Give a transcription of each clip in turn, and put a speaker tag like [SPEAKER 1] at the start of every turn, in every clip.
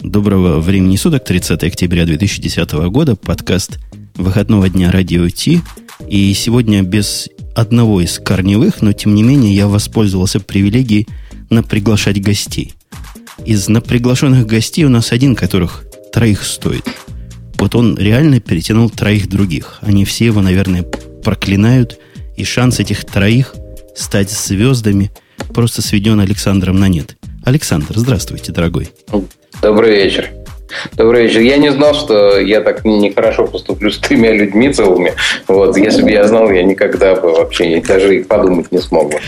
[SPEAKER 1] Доброго времени суток, 30 октября 2010 года, подкаст выходного дня Радио Ти. И сегодня без одного из корневых, но тем не менее я воспользовался привилегией наприглашать гостей. Из наприглашенных гостей у нас один, которых троих стоит. Вот он реально перетянул троих других. Они все его, наверное, проклинают. И шанс этих троих стать звездами просто сведен Александром на нет. Александр, здравствуйте, дорогой.
[SPEAKER 2] Добрый вечер. Добрый вечер. Я не знал, что я так нехорошо поступлю с тремя людьми целыми. Вот, если бы я знал, я никогда бы вообще даже и подумать не смог бы.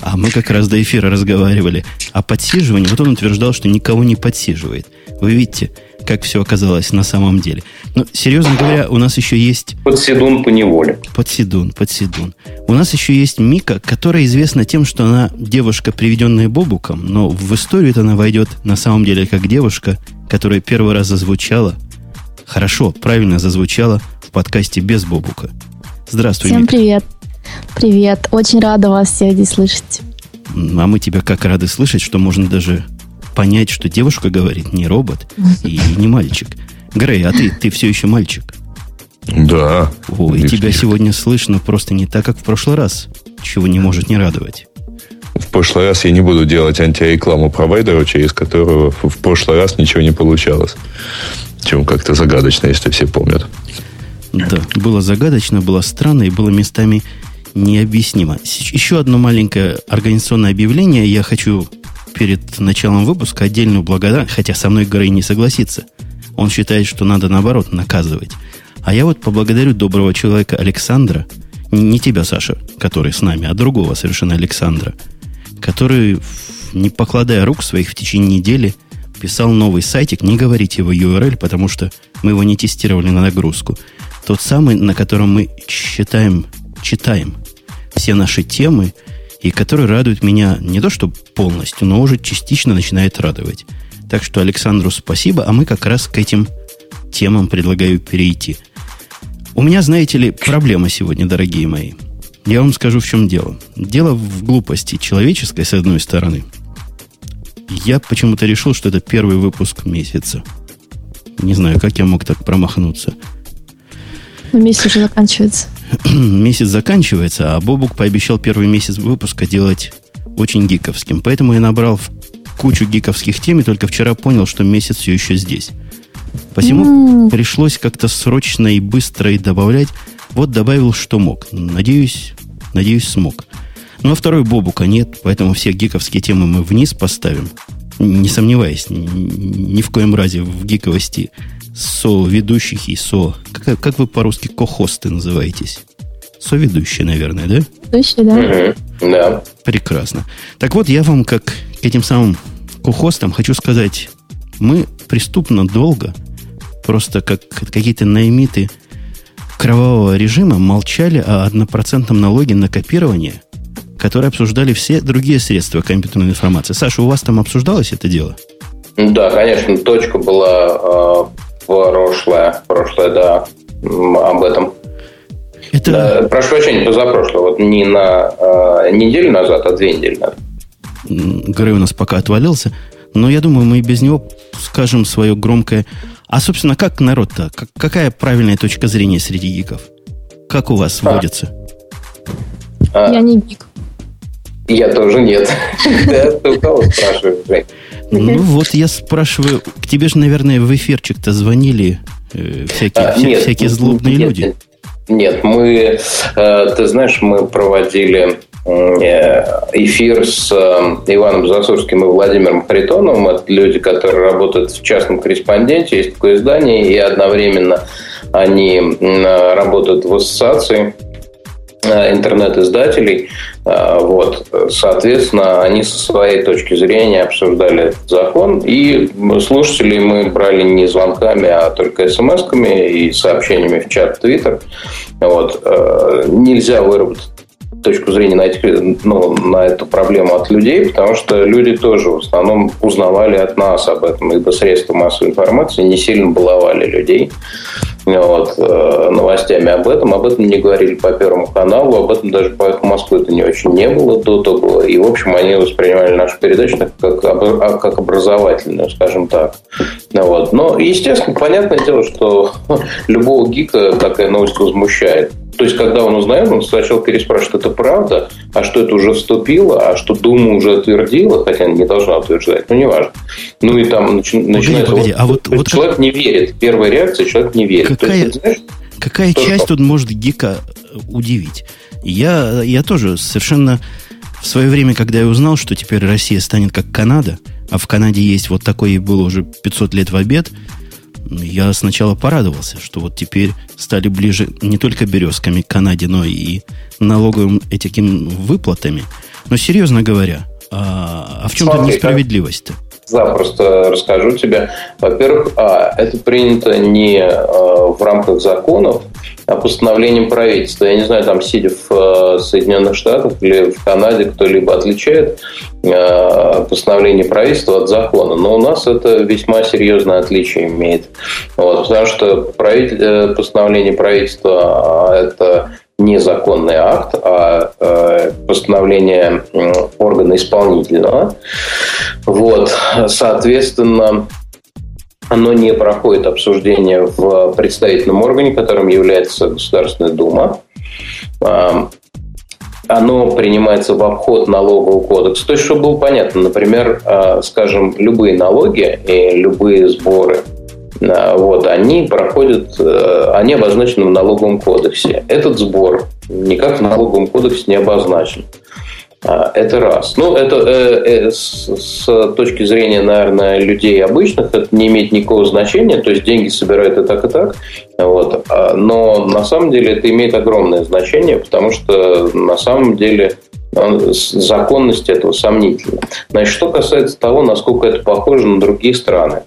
[SPEAKER 1] А мы как раз до эфира разговаривали о подсиживании. Вот он утверждал, что никого не подсиживает. Вы видите, как все оказалось на самом деле. Но, серьезно говоря, у нас еще есть...
[SPEAKER 2] Подседун по неволе.
[SPEAKER 1] Подседун, подседун. У нас еще есть Мика, которая известна тем, что она девушка, приведенная Бобуком, но в историю она войдет на самом деле как девушка, которая первый раз зазвучала, хорошо, правильно зазвучала в подкасте без Бобука. Здравствуй,
[SPEAKER 3] Всем
[SPEAKER 1] Мика.
[SPEAKER 3] привет. Привет. Очень рада вас всех здесь слышать.
[SPEAKER 1] А мы тебя как рады слышать, что можно даже понять, что девушка говорит, не робот и не мальчик. Грей, а ты, ты все еще мальчик.
[SPEAKER 4] Да.
[SPEAKER 1] О, и тебя сегодня слышно просто не так, как в прошлый раз, чего не может не радовать.
[SPEAKER 4] В прошлый раз я не буду делать антирекламу провайдеру, через которого в в прошлый раз ничего не получалось. Чем как-то загадочно, если все помнят.
[SPEAKER 1] Да, было загадочно, было странно и было местами необъяснимо. С- Еще одно маленькое организационное объявление. Я хочу перед началом выпуска отдельную благодарность, хотя со мной Грей не согласится. Он считает, что надо наоборот наказывать. А я вот поблагодарю доброго человека Александра, Н- не тебя, Саша, который с нами, а другого совершенно Александра, который, в- не покладая рук своих в течение недели, писал новый сайтик, не говорите его URL, потому что мы его не тестировали на нагрузку. Тот самый, на котором мы считаем, читаем все наши темы, и который радует меня не то что полностью, но уже частично начинает радовать. Так что Александру спасибо, а мы как раз к этим темам предлагаю перейти. У меня, знаете ли, проблема сегодня, дорогие мои. Я вам скажу, в чем дело. Дело в глупости человеческой, с одной стороны. Я почему-то решил, что это первый выпуск месяца. Не знаю, как я мог так промахнуться.
[SPEAKER 3] Но месяц уже заканчивается.
[SPEAKER 1] месяц заканчивается, а Бобук пообещал первый месяц выпуска делать очень гиковским. Поэтому я набрал в кучу гиковских тем и только вчера понял, что месяц все еще здесь. Посему
[SPEAKER 3] М.
[SPEAKER 1] пришлось как-то срочно и быстро и добавлять. Вот добавил, что мог. Надеюсь, надеюсь, смог. Ну, а второй Бобука нет, поэтому все гиковские темы мы вниз поставим. Не сомневаясь, ни, ни в коем разе в гиковости со-ведущих и со... Как, как вы по-русски кохосты называетесь? Соведущие, наверное, да?
[SPEAKER 3] Слышали, да?
[SPEAKER 2] Мгм. Да.
[SPEAKER 1] Прекрасно. Так вот, я вам, как к этим самым кухостам, хочу сказать, мы преступно долго, просто как какие-то наймиты кровавого режима, молчали о однопроцентном налоге на копирование, которое обсуждали все другие средства компьютерной информации. Саша, у вас там обсуждалось это дело?
[SPEAKER 2] Ну Да, конечно, точка была э, прошлая, прошлая, да, м, об этом. Э,
[SPEAKER 1] Это...
[SPEAKER 2] Да, прошу прощения, позапрошлое, вот не на э, неделю назад, а две недели назад.
[SPEAKER 1] М, Грей у нас пока отвалился. Но я думаю, мы и без него скажем свое громкое... А, собственно, как народ-то? Как- какая правильная точка зрения среди гиков? Как у вас
[SPEAKER 2] А.
[SPEAKER 1] водится?
[SPEAKER 2] А,
[SPEAKER 3] Я не гик.
[SPEAKER 2] я тоже нет. Да, ты у кого спрашиваешь, Жень?
[SPEAKER 1] Ну вот я спрашиваю, к тебе же, наверное, в эфирчик-то звонили э, всякие,
[SPEAKER 2] А,
[SPEAKER 1] вся-
[SPEAKER 2] нет,
[SPEAKER 1] всякие
[SPEAKER 2] нет,
[SPEAKER 1] злобные
[SPEAKER 2] нет,
[SPEAKER 1] люди.
[SPEAKER 2] Нет, мы, э, ты знаешь, мы проводили э, эфир с э, Иваном Засурским и Владимиром Харитоновым. Это люди, которые работают в частном корреспонденте, есть такое издание, и одновременно они м, э, работают в ассоциации э, интернет-издателей. Э, Вот. Соответственно, они со своей точки зрения обсуждали этот закон, и слушателей мы брали не звонками, а только смс-ками и сообщениями в чат Твиттер. Вот. Э, Нельзя выработать точку зрения на, этих, ну, на эту проблему от людей, потому что люди тоже в основном узнавали от нас об этом, ибо средства массовой информации не сильно баловали людей. вот, э, новостями об этом. Об этом не говорили по Первому каналу, об этом даже по «Эхо Москвы»-то не очень не было до того. И, в общем, они воспринимали нашу передачу так, как, обр- а, как образовательную, скажем так. Ну, вот. Но, естественно, понятное дело, что любого гика такая новость возмущает. То есть, когда он узнает, он сначала переспрашивает, это правда, а что это уже вступило, а что Дума уже отвердила, хотя не должна утверждать, ну, неважно. Ну, и там начи- начинается...
[SPEAKER 1] погоди, а вот-
[SPEAKER 2] то есть
[SPEAKER 1] вот
[SPEAKER 2] человек не верит. Первая реакция, человек не верит. То
[SPEAKER 1] Какая-
[SPEAKER 2] есть, знаешь,
[SPEAKER 1] Какая
[SPEAKER 2] Что-что?
[SPEAKER 1] часть тут может гика э, удивить? Я, я тоже совершенно в свое время, когда я узнал, что теперь Россия станет как Канада, а в Канаде есть вот такое и было уже 500 лет в обед, я сначала порадовался, что вот теперь стали ближе не только березками к Канаде, но и налоговым этим выплатами. Но серьезно говоря, а, а в чем тут
[SPEAKER 2] Смотри,
[SPEAKER 1] несправедливость-то?
[SPEAKER 2] запросто расскажу тебе. Во-первых, а, это принято не э, в рамках законов, а постановлением правительства. Я не знаю, там сидя в э, Соединенных Штатах или в Канаде кто-либо отличает э, постановление правительства от закона. Но у нас это весьма серьезное отличие имеет. Вот, потому что правитель- э, постановление правительства а, это не законный акт, а э, постановление м, органа исполнительного. Вот, соответственно, оно не проходит обсуждение в представительном органе, которым является Государственная Дума. Ам, Оно принимается в обход налогового кодекса. То есть, чтобы было понятно, например, э, скажем, любые налоги и любые сборы, э, вот, они проходят, э, они обозначены в налоговом кодексе. Этот сбор никак в налоговом кодексе не обозначен. А, Это раз. Ну, это э, э, с, с точки зрения, наверное, людей обычных, это не имеет никакого значения, то есть деньги собирают и так, и так. Вот. А, Но на самом деле это имеет огромное значение, потому что на самом деле э, с- законность этого сомнительна. Значит, что касается того, насколько это похоже на другие страны.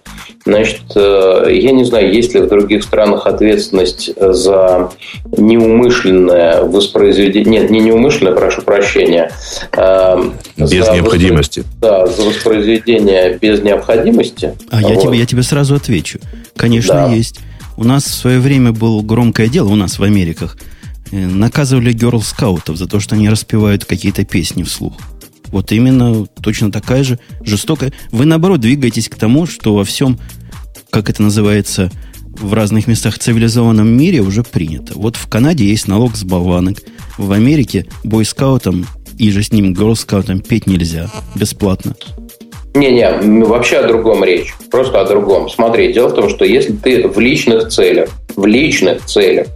[SPEAKER 2] Значит, э, я не знаю, есть ли в других странах ответственность за неумышленное воспроизведение... Нет, не неумышленное, прошу прощения. э,
[SPEAKER 4] Без
[SPEAKER 2] за
[SPEAKER 4] необходимости.
[SPEAKER 2] воспро- Да, за воспроизведение без необходимости.
[SPEAKER 1] А я,
[SPEAKER 2] Вот.
[SPEAKER 1] тебе, я тебе сразу отвечу. Конечно,
[SPEAKER 2] Да.
[SPEAKER 1] есть. У нас в свое время было громкое дело, у нас в Америках. Э, Наказывали герл-скаутов за то, что они распевают какие-то песни вслух. Вот именно точно такая же жестокая. Вы, наоборот, двигаетесь к тому, что во всем, как это называется, в разных местах цивилизованном мире уже принято. Вот в Канаде есть налог с болванок. В Америке бойскаутам и же с ним герл-скаутам петь нельзя. Бесплатно.
[SPEAKER 2] Не-не, м, вообще о другом речь. Просто о другом. Смотри, дело в том, что если ты в личных целях, в личных целях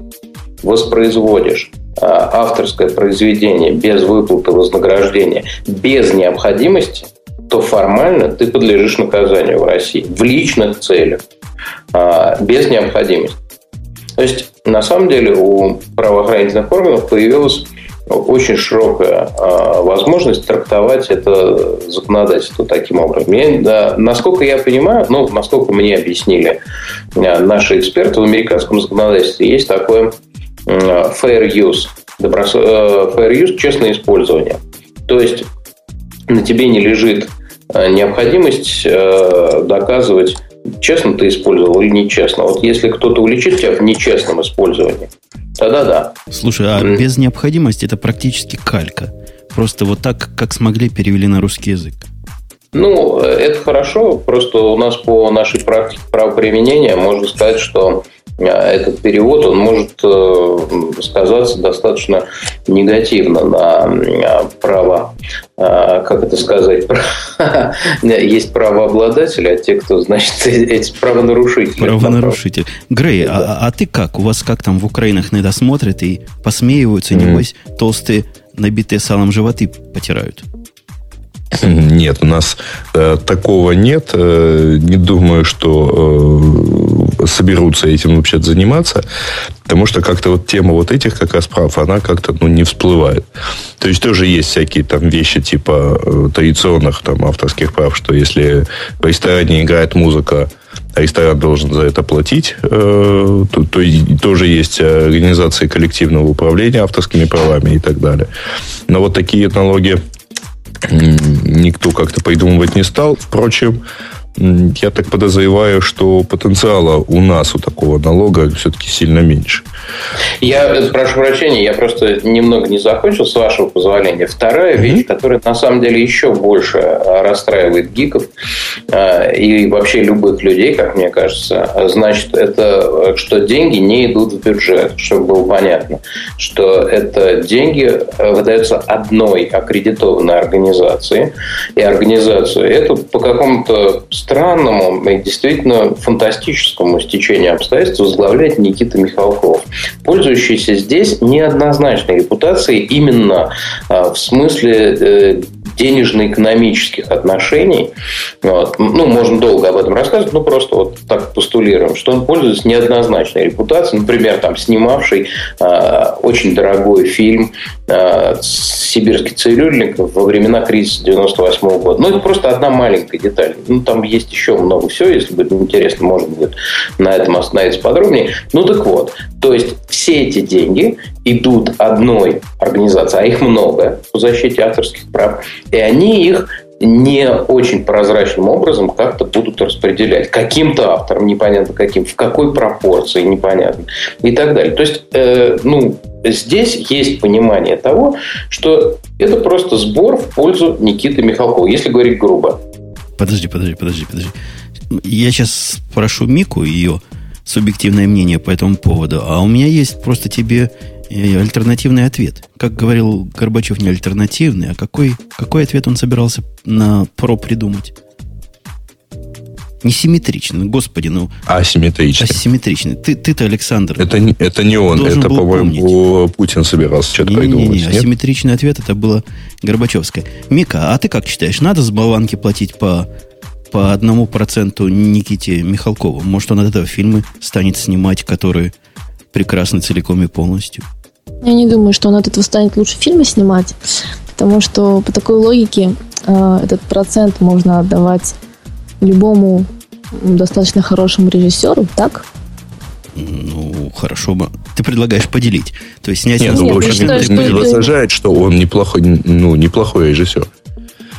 [SPEAKER 2] воспроизводишь а, авторское произведение без выплаты вознаграждения, без необходимости, то формально ты подлежишь наказанию в России. В личных целях. а, Без необходимости. То есть, на самом деле, у правоохранительных органов появилась очень широкая а, возможность трактовать это законодательство таким образом. Я, да, насколько я понимаю, ну, насколько мне объяснили а, наши эксперты в американском законодательстве, есть такое м, fair use, доброс- э, fair use честное использование. То есть на тебе не лежит э, необходимость э, доказывать, честно ты использовал или нечестно. Вот если кто-то уличит тебя в нечестном использовании, тогда да.
[SPEAKER 1] Слушай, а
[SPEAKER 2] Мгм.
[SPEAKER 1] без необходимости это практически калька. Просто вот так, как смогли, перевели на русский язык.
[SPEAKER 2] Ну, э, это хорошо, просто у нас по нашей практике правоприменения можно сказать, что э, этот перевод, он может э, сказаться достаточно негативно на э, право, э, как это сказать, есть правообладатели, а те, кто, значит, эти правонарушители.
[SPEAKER 1] Правонарушитель. Грей, а- а, а ты как? У вас как там в Украинах иногда смотрят и посмеиваются,
[SPEAKER 4] Мгм.
[SPEAKER 1] небось, толстые, набитые салом животы потирают?
[SPEAKER 4] Нет, у нас э, такого нет. Э, не думаю, что э, соберутся этим вообще заниматься. Потому что как-то вот тема вот этих как раз прав, она как-то ну, не всплывает. То есть тоже есть всякие там вещи типа э, традиционных там авторских прав, что если в ресторане играет музыка, а ресторан должен за это платить, э, то, то и тоже есть э, организации коллективного управления авторскими правами и так далее. Но вот такие налоги м, никто как-то придумывать не стал. Впрочем, я так подозреваю, что потенциала у нас, у такого налога, все-таки сильно меньше.
[SPEAKER 2] Я прошу прощения, я просто немного не закончил, с вашего позволения. Вторая mm-hmm. вещь, которая на самом деле еще больше а, расстраивает гиков э, и вообще любых людей, как мне кажется, значит, это что деньги не идут в бюджет, чтобы было понятно, что это деньги а, выдаются одной аккредитованной организации, и организацию эту по какому-то странному и действительно фантастическому стечению обстоятельств возглавляет Никита Михалков, пользующийся здесь неоднозначной репутацией именно э, в смысле э, денежно-экономических отношений. Вот. Ну, можно долго об этом рассказывать, но просто вот так постулируем, что он пользуется неоднозначной репутацией, например, там снимавший э, очень дорогой фильм э, «Сибирский цирюльник» во времена кризиса 98 -го года. Ну, это просто одна маленькая деталь. Ну, там есть еще много всего, если будет интересно, можно будет на этом остановиться подробнее. Ну, так вот, то есть все эти деньги идут одной организации, а их много по защите авторских прав, и они их не очень прозрачным образом как-то будут распределять. Каким-то автором, непонятно каким, в какой пропорции, непонятно, и так далее. То есть, э, ну, здесь есть понимание того, что это просто сбор в пользу Никиты Михалкова, если говорить грубо.
[SPEAKER 1] Подожди, подожди, подожди, подожди. Я сейчас прошу Мику ее субъективное мнение по этому поводу, а у меня есть просто тебе э, альтернативный ответ. Как говорил Горбачев, не альтернативный, а какой, какой ответ он собирался на про придумать? Несимметричный, господи, ну...
[SPEAKER 4] Асимметричный.
[SPEAKER 1] Асимметричный. Ты, ты-то, Александр...
[SPEAKER 4] Это, не, это не он, это, по-моему, Путин собирался что-то
[SPEAKER 1] не,
[SPEAKER 4] придумать.
[SPEAKER 1] Не, не, не. Асимметричный ответ это было Горбачевское. Мика, а ты как считаешь, надо с болванки платить по по одному проценту Никите Михалкову. Может, он от этого фильмы станет снимать, которые прекрасны целиком и полностью?
[SPEAKER 3] Я не думаю, что он от этого станет лучше фильмы снимать, потому что по такой логике э, этот процент можно отдавать любому достаточно хорошему режиссеру, так?
[SPEAKER 1] Ну, хорошо бы. Ты предлагаешь поделить. То есть снять...
[SPEAKER 4] Нет, ну, в общем, считаю, ты не возражает, что он неплохой, ну, неплохой режиссер.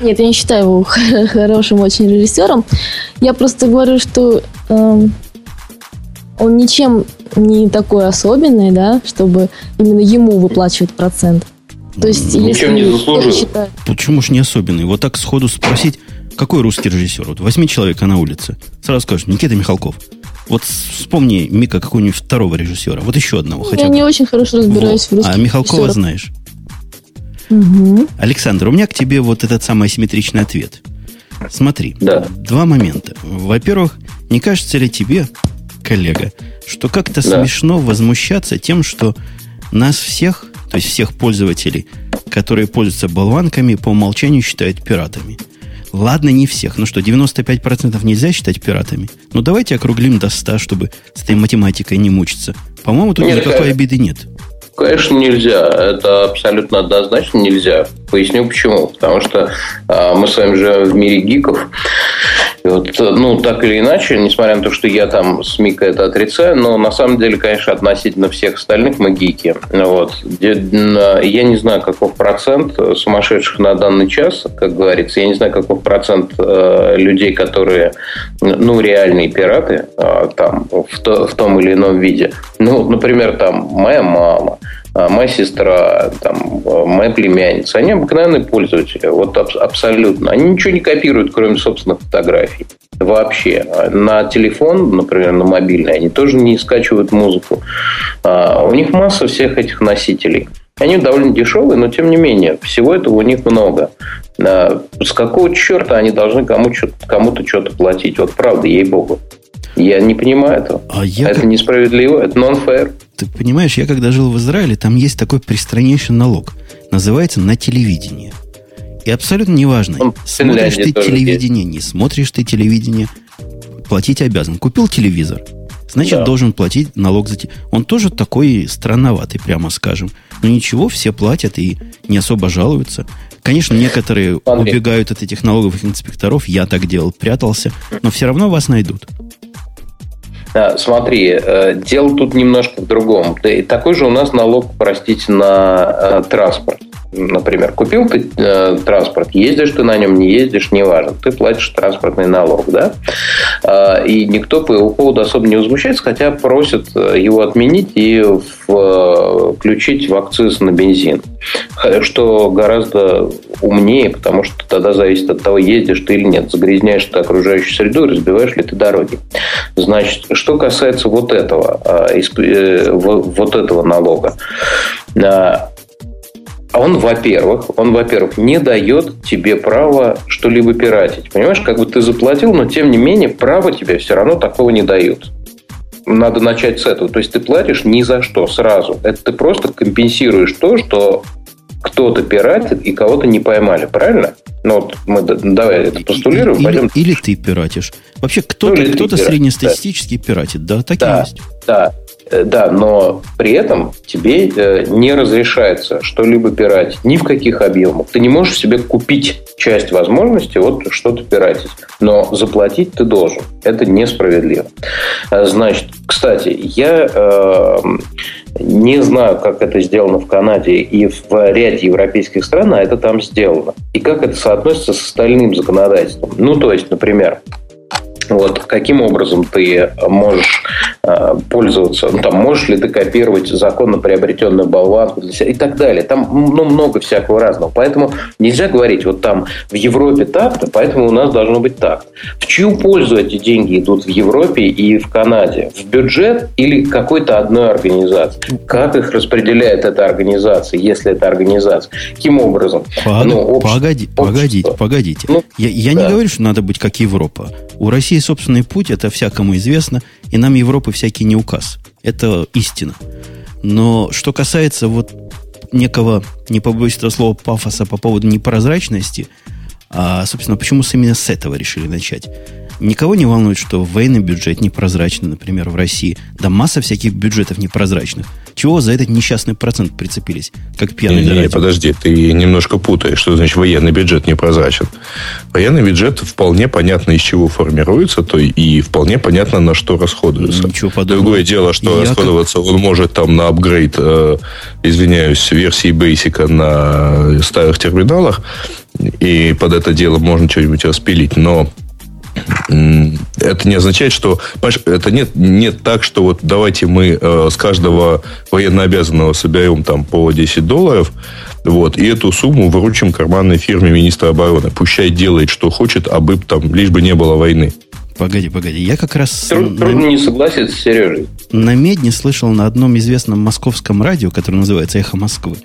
[SPEAKER 3] Нет, я не считаю его хорошим очень режиссером. Я просто говорю, что э, он ничем не такой особенный, да, чтобы именно ему выплачивать процент. То есть,
[SPEAKER 2] ничем не заслужил. Считает...
[SPEAKER 1] Ну, Почему ж не особенный? Вот так сходу спросить, какой русский режиссер? Вот возьми человека на улице, сразу скажешь, Никита Михалков. Вот вспомни, Мика, какого-нибудь второго режиссера. Вот еще одного.
[SPEAKER 3] Я
[SPEAKER 1] Ну, хотя
[SPEAKER 3] бы. не очень хорошо разбираюсь вот. в русских
[SPEAKER 1] А Михалкова режиссеров. знаешь.
[SPEAKER 3] Угу.
[SPEAKER 1] Александр, у меня к тебе вот этот самый асимметричный ответ. Смотри,
[SPEAKER 2] да.
[SPEAKER 1] два момента. Во-первых, не кажется ли тебе, коллега, что как-то да. смешно возмущаться тем, что нас всех, то есть всех пользователей, которые пользуются болванками, по умолчанию считают пиратами? Ладно, не всех. Ну что, 95% нельзя считать пиратами? Ну давайте округлим до 100, чтобы с этой математикой не мучиться. По-моему, тут нет, никакой обиды нет.
[SPEAKER 2] Конечно, нельзя. Это абсолютно однозначно нельзя. Поясню почему. Потому что э, мы с вами живем в мире гиков. И вот, ну, так или иначе, несмотря на то, что я там с Мика это отрицаю, но на самом деле, конечно, относительно всех остальных мы гики. Вот. Я не знаю, каков процент сумасшедших на данный час, как говорится. Я не знаю, каков процент э, людей, которые, ну, реальные пираты э, там в, то, в том или ином виде. Ну, например, там моя мама, А моя сестра, там, моя племянница, они обыкновенные пользователи, вот аб- абсолютно. Они ничего не копируют, кроме собственных фотографий. Вообще. На телефон, например, на мобильный, они тоже не скачивают музыку. А, у них масса всех этих носителей. Они довольно дешевые, но тем не менее, всего этого у них много. А, с какого черта они должны кому чё- кому-то что-то платить? Вот правда, ей-богу. Я не понимаю этого.
[SPEAKER 1] А я
[SPEAKER 2] это
[SPEAKER 1] как...
[SPEAKER 2] несправедливо, это non-fair.
[SPEAKER 1] Ты понимаешь, я когда жил в Израиле, там есть такой пристраннейший налог. Называется на телевидение. И абсолютно неважно, Он смотришь ты телевидение, есть. не смотришь ты телевидение, платить обязан. Купил телевизор, значит, да. должен платить налог за телевизор. Он тоже такой странноватый, прямо скажем. Но ничего, все платят и не особо жалуются. Конечно, некоторые Андрей. убегают от этих налоговых инспекторов. Я так делал, прятался. Но все равно вас найдут.
[SPEAKER 2] Смотри, э, дело тут немножко в другом. Такой же у нас налог, простите, на э, транспорт. Например, купил ты э, транспорт, ездишь ты на нем, не ездишь, неважно. Ты платишь транспортный налог, да? Э, и никто по его поводу особо не возмущается, хотя просят э, его отменить и в, э, включить в акциз на бензин. Э, Что гораздо умнее, потому что тогда зависит от того, ездишь ты или нет, загрязняешь ты окружающую среду и разбиваешь ли ты дороги. Значит, что касается вот этого, э, вот этого налога, а, он, во-первых, он, во-первых, не дает тебе права что-либо пиратить. Понимаешь, как бы ты заплатил, но тем не менее право тебе все равно такого не дают. Надо начать с этого. То есть ты платишь ни за что сразу. Это ты просто компенсируешь то, что кто-то пиратит и кого-то не поймали, правильно? Ну вот мы давай это
[SPEAKER 1] Э,
[SPEAKER 2] постулируем,
[SPEAKER 1] или,
[SPEAKER 2] пойдем.
[SPEAKER 1] Или ты пиратишь. Вообще кто-то, ну, кто-то среднестатистически да. пиратит, да, так
[SPEAKER 2] да,
[SPEAKER 1] и есть.
[SPEAKER 2] Да, э, да, но при этом тебе э, не разрешается что-либо пиратить, ни в каких объемах. Ты не можешь себе купить часть возможности вот что-то пиратить, но заплатить ты должен. Это несправедливо. Э, Значит, кстати, я э, не знаю, как это сделано в Канаде и в ряде европейских стран, а это там сделано. И как это соотносится с остальным законодательством. Ну, то есть, например, вот каким образом ты можешь э, пользоваться, ну, там, можешь ли ты копировать законно приобретенную болванку для себя и так далее. Там ну, много всякого разного. Поэтому нельзя говорить, вот там в Европе так-то, поэтому у нас должно быть так. В чью пользу эти деньги идут в Европе и в Канаде? В бюджет или какой-то одной организации? Как их распределяет эта организация, если это организация? Каким образом?
[SPEAKER 1] Пог... Ну, общество, погоди, общество. погодите, погодите. Ну, я я да. не говорю, что надо быть как Европа. У России России собственный путь, это всякому известно, и нам Европы всякий не указ. Это истина. Но что касается вот некого, не побоюсь этого слова, пафоса по поводу непрозрачности, а, собственно, почему именно с этого решили начать? Никого не волнует, что военный бюджет непрозрачный, например, в России. Да масса всяких бюджетов непрозрачных. Чего за этот несчастный процент прицепились, как пьяный
[SPEAKER 4] не, не, подожди, ты немножко путаешь, что значит военный бюджет непрозрачен. Военный бюджет вполне понятно, из чего формируется, то и вполне понятно, на что расходуется.
[SPEAKER 1] Ничего подобного.
[SPEAKER 4] Другое дело, что Я расходоваться как... он может там на апгрейд, э, извиняюсь, версии Basic на старых терминалах, и под это дело можно что-нибудь распилить, но это не означает, что это нет, нет так, что вот давайте мы э, с каждого военнообязанного соберем там по 10 долларов, вот, и эту сумму выручим карманной фирме министра обороны. Пущай делает, что хочет, а бы там, лишь бы не было войны.
[SPEAKER 1] Погоди, погоди, я как раз...
[SPEAKER 2] Труд, на... Трудно не согласиться с Сережей.
[SPEAKER 1] На Медне слышал на одном известном московском радио, которое называется «Эхо Москвы»,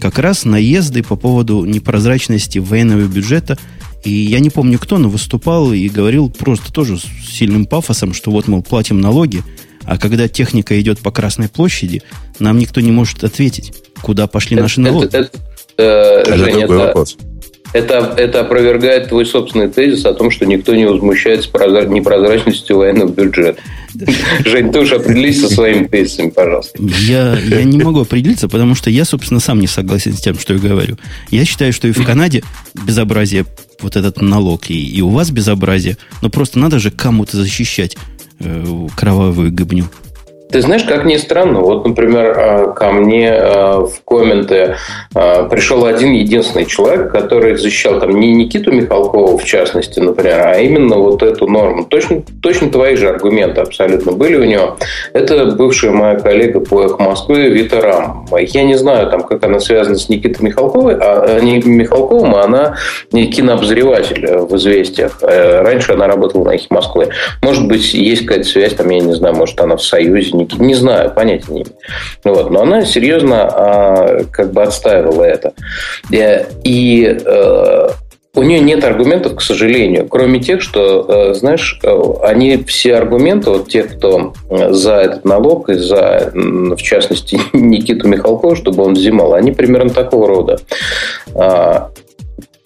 [SPEAKER 1] как раз наезды по поводу непрозрачности военного бюджета и я не помню кто, но выступал и говорил просто тоже с сильным пафосом, что вот, мол, платим налоги, а когда техника идет по Красной площади, нам никто не может ответить, куда пошли это, наши налоги.
[SPEAKER 2] Это, это, э, это, Жень, это, вопрос. Это, это опровергает твой собственный тезис о том, что никто не возмущается прозра- непрозрачностью военного бюджета. Жень, ты уж определись со своими тезисами, пожалуйста.
[SPEAKER 1] Я, я не могу определиться, потому что я, собственно, сам не согласен с тем, что я говорю. Я считаю, что и в Канаде безобразие вот этот налог, и, и у вас безобразие, но просто надо же кому-то защищать э, кровавую гыбню.
[SPEAKER 2] Ты знаешь, как ни странно, вот, например, э, ко мне э, в комменты пришел один единственный человек, который защищал там не Никиту Михалкову, в частности, например, а именно вот эту норму. Точно, точно твои же аргументы абсолютно были у него. Это бывшая моя коллега по «Эхо Москвы» Вита Рам. Я не знаю, там, как она связана с Никитой Михалковой, а не Михалковым, а она кинообозреватель в «Известиях». Э, Раньше она работала на «Эхе Москвы». Может быть, есть какая-то связь, там, я не знаю, может, она в «Союзе», не, не знаю, понятия не имею. Ну Вот, но она серьезно а, как бы отстаивала это. И, и э, у нее нет аргументов, к сожалению, кроме тех, что, э, знаешь, они все аргументы, вот те, кто э, за этот налог и за, в частности, Никиту Михалкова, чтобы он взимал, они примерно такого А, рода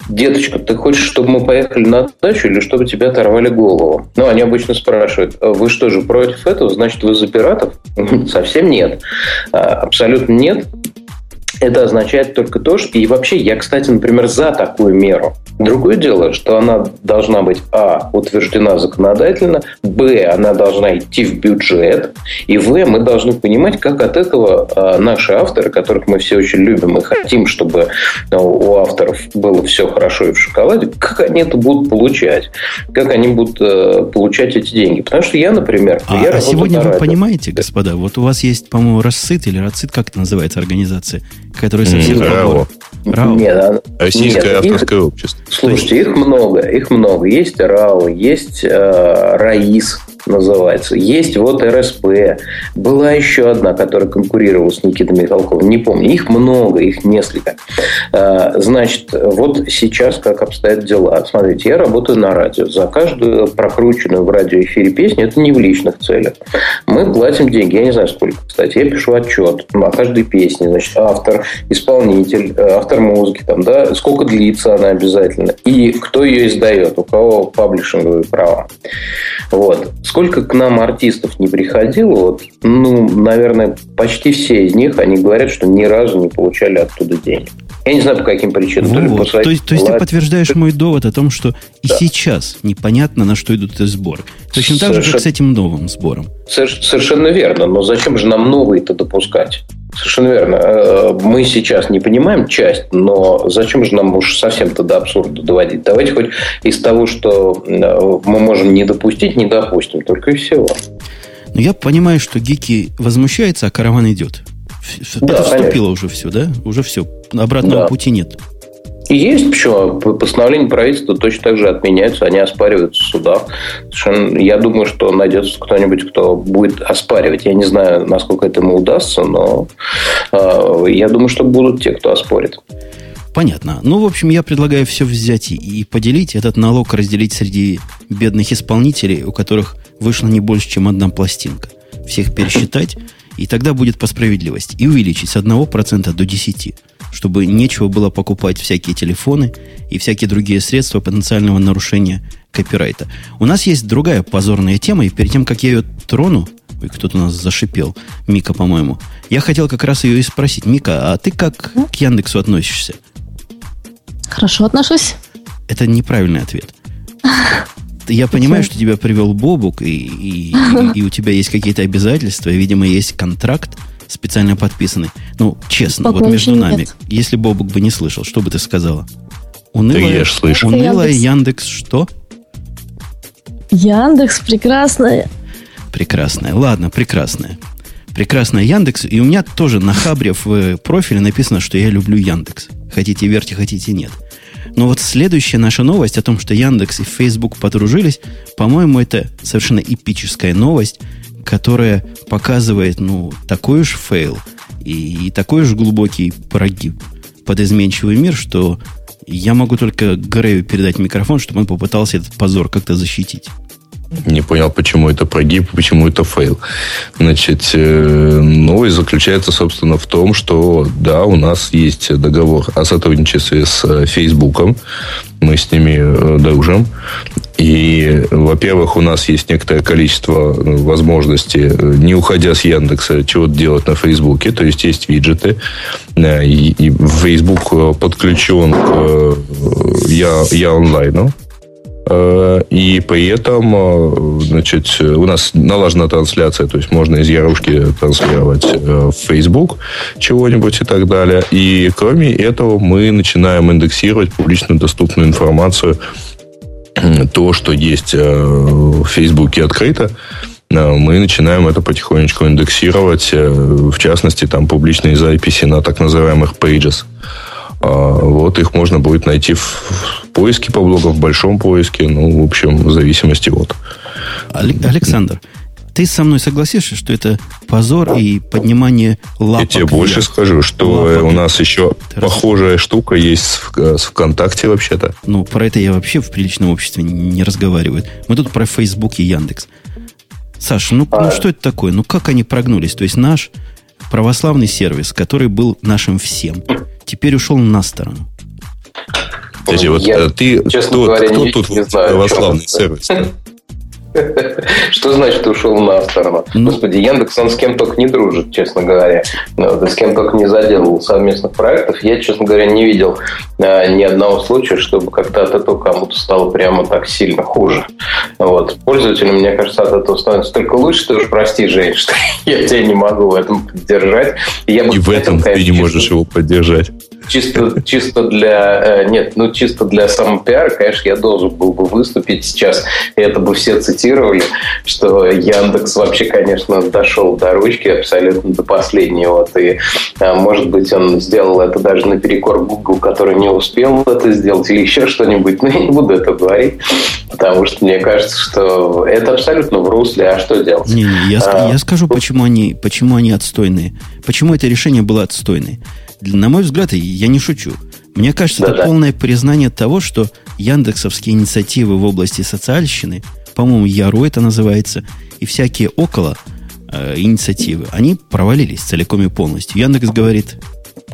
[SPEAKER 2] деточка, ты хочешь, чтобы мы поехали на дачу или чтобы тебя оторвали голову? Ну, они обычно спрашивают, «А вы что же, против этого? Значит, вы за пиратов? Совсем А, нет. Абсолютно нет. это означает только то, что... И вообще, я, кстати, например, за такую меру. Другое дело, что она должна быть, а, утверждена законодательно, б, она должна идти в бюджет, и в, мы должны понимать, как от этого а, наши авторы, которых мы все очень любим и хотим, чтобы а, у авторов было все хорошо и в шоколаде, как они это будут получать, как они будут а, получать эти деньги. Потому что я, например...
[SPEAKER 1] А,
[SPEAKER 2] я
[SPEAKER 1] а
[SPEAKER 2] работаю
[SPEAKER 1] сегодня
[SPEAKER 2] на
[SPEAKER 1] вы
[SPEAKER 2] радио.
[SPEAKER 1] понимаете, господа, вот у вас есть, по-моему, Рассыт или Рацит, как это называется организация, которая
[SPEAKER 4] М,
[SPEAKER 1] совсем...
[SPEAKER 4] РАО.
[SPEAKER 1] Рау.
[SPEAKER 2] Нет, а-
[SPEAKER 4] Российское
[SPEAKER 2] нет, их-
[SPEAKER 4] авторское общество.
[SPEAKER 2] Слушайте, их много, их много. Есть РАО, есть э, РАИС называется, есть вот РСП. Была еще одна, которая конкурировала с Никитой Михалковым, не помню. Их много, их несколько. Э, значит, вот сейчас как обстоят дела. Смотрите, я работаю на радио. За каждую прокрученную в радиоэфире песню, это не в личных целях. Мы платим деньги, я не знаю сколько, кстати. Я пишу отчет о каждой песне. Значит, автор, исполнитель, э, автор музыки, там, да, сколько длится она обязательно, и кто ее издает, у кого паблишинговые права. Вот. Сколько к нам артистов не приходило, вот, ну, наверное, почти все из них, они говорят, что ни разу не получали оттуда денег. Я не знаю, по каким причинам. ли по
[SPEAKER 1] Вот.
[SPEAKER 2] своей
[SPEAKER 1] То есть, то есть ты
[SPEAKER 2] лад-
[SPEAKER 1] подтверждаешь мой довод о том, что и
[SPEAKER 2] Да.
[SPEAKER 1] сейчас непонятно, на что идут эти сборы. Точно так же, как с
[SPEAKER 2] Совершенно.
[SPEAKER 1] этим новым сбором.
[SPEAKER 2] Соверш- Совершенно верно, но зачем же нам новые-то допускать? Совершенно верно. Э, Мы сейчас не понимаем часть, но зачем же нам уж совсем-то до абсурда доводить? Давайте хоть из того, что э, мы можем не допустить, не допустим, только и всего.
[SPEAKER 1] Но я понимаю, что гики возмущаются, а караван идет. Ф-
[SPEAKER 2] Да,
[SPEAKER 1] Это вступило
[SPEAKER 2] конечно.
[SPEAKER 1] уже все, да? Уже все. Обратного
[SPEAKER 2] Да.
[SPEAKER 1] пути нет.
[SPEAKER 2] И есть почему? П- Постановления правительства точно так же отменяются, они оспариваются в судах. Совершенно- Я думаю, что найдется кто-нибудь, кто будет оспаривать. Я не знаю, насколько это ему удастся, но э, я думаю, что будут те, кто оспорит.
[SPEAKER 1] Понятно. Ну, в общем, я предлагаю все взять и, и поделить, этот налог разделить среди бедных исполнителей, у которых вышло не больше, чем одна пластинка. Всех пересчитать, и тогда будет по справедливости. И увеличить с 1% до 10%, чтобы нечего было покупать всякие телефоны и всякие другие средства потенциального нарушения копирайта. У нас есть другая позорная тема, и перед тем, как я ее трону, ой, кто-то у нас зашипел, Мика, по-моему, я хотел как раз ее и спросить. Мика, а ты как к Яндексу относишься?
[SPEAKER 3] Хорошо отношусь.
[SPEAKER 1] Это неправильный ответ. Я понимаю, что тебя привел Бобук, и, и- и у тебя есть какие-то обязательства, и, видимо, есть контракт специально подписанный. Ну, честно, вот
[SPEAKER 3] Спокойно,
[SPEAKER 1] между
[SPEAKER 3] еще
[SPEAKER 1] нами,
[SPEAKER 3] нет.
[SPEAKER 1] если Бобук бы не слышал, что бы ты сказала?
[SPEAKER 4] Да я
[SPEAKER 1] Унылая,
[SPEAKER 4] ж слышу.
[SPEAKER 1] унылая
[SPEAKER 3] Яндекс.
[SPEAKER 1] Яндекс что?
[SPEAKER 3] Яндекс прекрасно.
[SPEAKER 1] Прекрасная. Ладно, прекрасная. Прекрасная Яндекс. И у меня тоже на хабре в э, профиле написано, что я люблю Яндекс. Хотите верьте, хотите нет. Но вот следующая наша новость о том, что Яндекс и Facebook подружились, по-моему, это совершенно эпическая новость, которая показывает, ну, такой уж фейл и, и такой уж глубокий прогиб под изменчивый мир, что я могу только Грею передать микрофон, чтобы он попытался этот позор как-то защитить.
[SPEAKER 4] Не понял, почему это прогиб, почему это фейл. Значит, э, новость заключается, собственно, в том, что да, у нас есть договор о сотрудничестве с э, Фейсбуком. Мы с ними э, дружим. И, э, во-первых, у нас есть некоторое количество э, возможностей, э, не уходя с Яндекса, чего-то делать на Фейсбуке. То есть есть виджеты. Э, И, и Фейсбук э, подключен к э, я, я онлайну. Э, И при этом, э, значит, э, у нас налажена трансляция, то есть можно из Ярушки транслировать э, в Facebook чего-нибудь и так далее. И кроме этого мы начинаем индексировать публично доступную информацию, то, что есть э, в Фейсбуке открыто. э, Мы начинаем это потихонечку индексировать, э, в частности, там публичные записи на так называемых pages. А, Вот их можно будет найти в- в поиске по блогам, в большом поиске, ну, в общем, в зависимости от.
[SPEAKER 1] Але- Александр, ты со мной согласишься, что это позор и поднимание лапок?
[SPEAKER 4] Я тебе
[SPEAKER 1] вверх?
[SPEAKER 4] больше скажу, что э,
[SPEAKER 1] Лапок.
[SPEAKER 4] у нас еще
[SPEAKER 1] Ты раз-
[SPEAKER 4] похожая штука есть с В- э, с ВКонтакте вообще-то.
[SPEAKER 1] Ну, про это я вообще в приличном обществе не не разговариваю. Мы тут про Facebook и Яндекс. Саша, ну, ну
[SPEAKER 2] А.
[SPEAKER 1] что это такое? Ну как они прогнулись? То есть наш православный сервис, который был нашим всем, теперь ушел на сторону.
[SPEAKER 4] Подожди, вот
[SPEAKER 2] Я,
[SPEAKER 4] э, ты
[SPEAKER 2] честно
[SPEAKER 4] кто,
[SPEAKER 2] говоря,
[SPEAKER 4] кто
[SPEAKER 2] не-
[SPEAKER 4] тут
[SPEAKER 2] не знаю, о чем
[SPEAKER 4] православный
[SPEAKER 2] это.
[SPEAKER 4] сервис?
[SPEAKER 2] Что значит ушел на сторону?
[SPEAKER 1] Ну.
[SPEAKER 2] Господи, Яндекс, он с кем только не дружит, честно говоря. Ну, вот, и с кем только не заделал совместных проектов. Я, честно говоря, не видел э, ни одного случая, чтобы как-то от этого кому-то стало прямо так сильно хуже. Вот. Пользователям, мне кажется, от этого становится только лучше. Ты уж прости, Жень, что я тебя не могу в этом поддержать. Я бы
[SPEAKER 4] И в
[SPEAKER 2] хотел,
[SPEAKER 4] этом ты
[SPEAKER 2] конечно,
[SPEAKER 4] не можешь
[SPEAKER 2] честно-
[SPEAKER 4] его поддержать.
[SPEAKER 2] чисто, чисто для... э, Нет, ну чисто для самопиара, конечно, я должен был бы выступить сейчас. И это бы все цитировали, что Яндекс вообще, конечно, дошел до ручки абсолютно до последнего. Вот, и, э, может быть, он сделал это даже наперекор Google, который не успел это сделать, или еще что-нибудь. Но я не буду это говорить, потому что мне кажется, что это абсолютно в русле, а что делать?
[SPEAKER 1] Не, не, я, ск-
[SPEAKER 2] А.
[SPEAKER 1] я скажу, почему они, почему они отстойные. Почему это решение было отстойное. Для- На мой взгляд, и я не шучу. Мне кажется, это
[SPEAKER 2] Да-да.
[SPEAKER 1] полное признание того, что яндексовские инициативы в области социальщины, по-моему, Яру это называется, и всякие около э, инициативы, они провалились целиком и полностью. Яндекс говорит,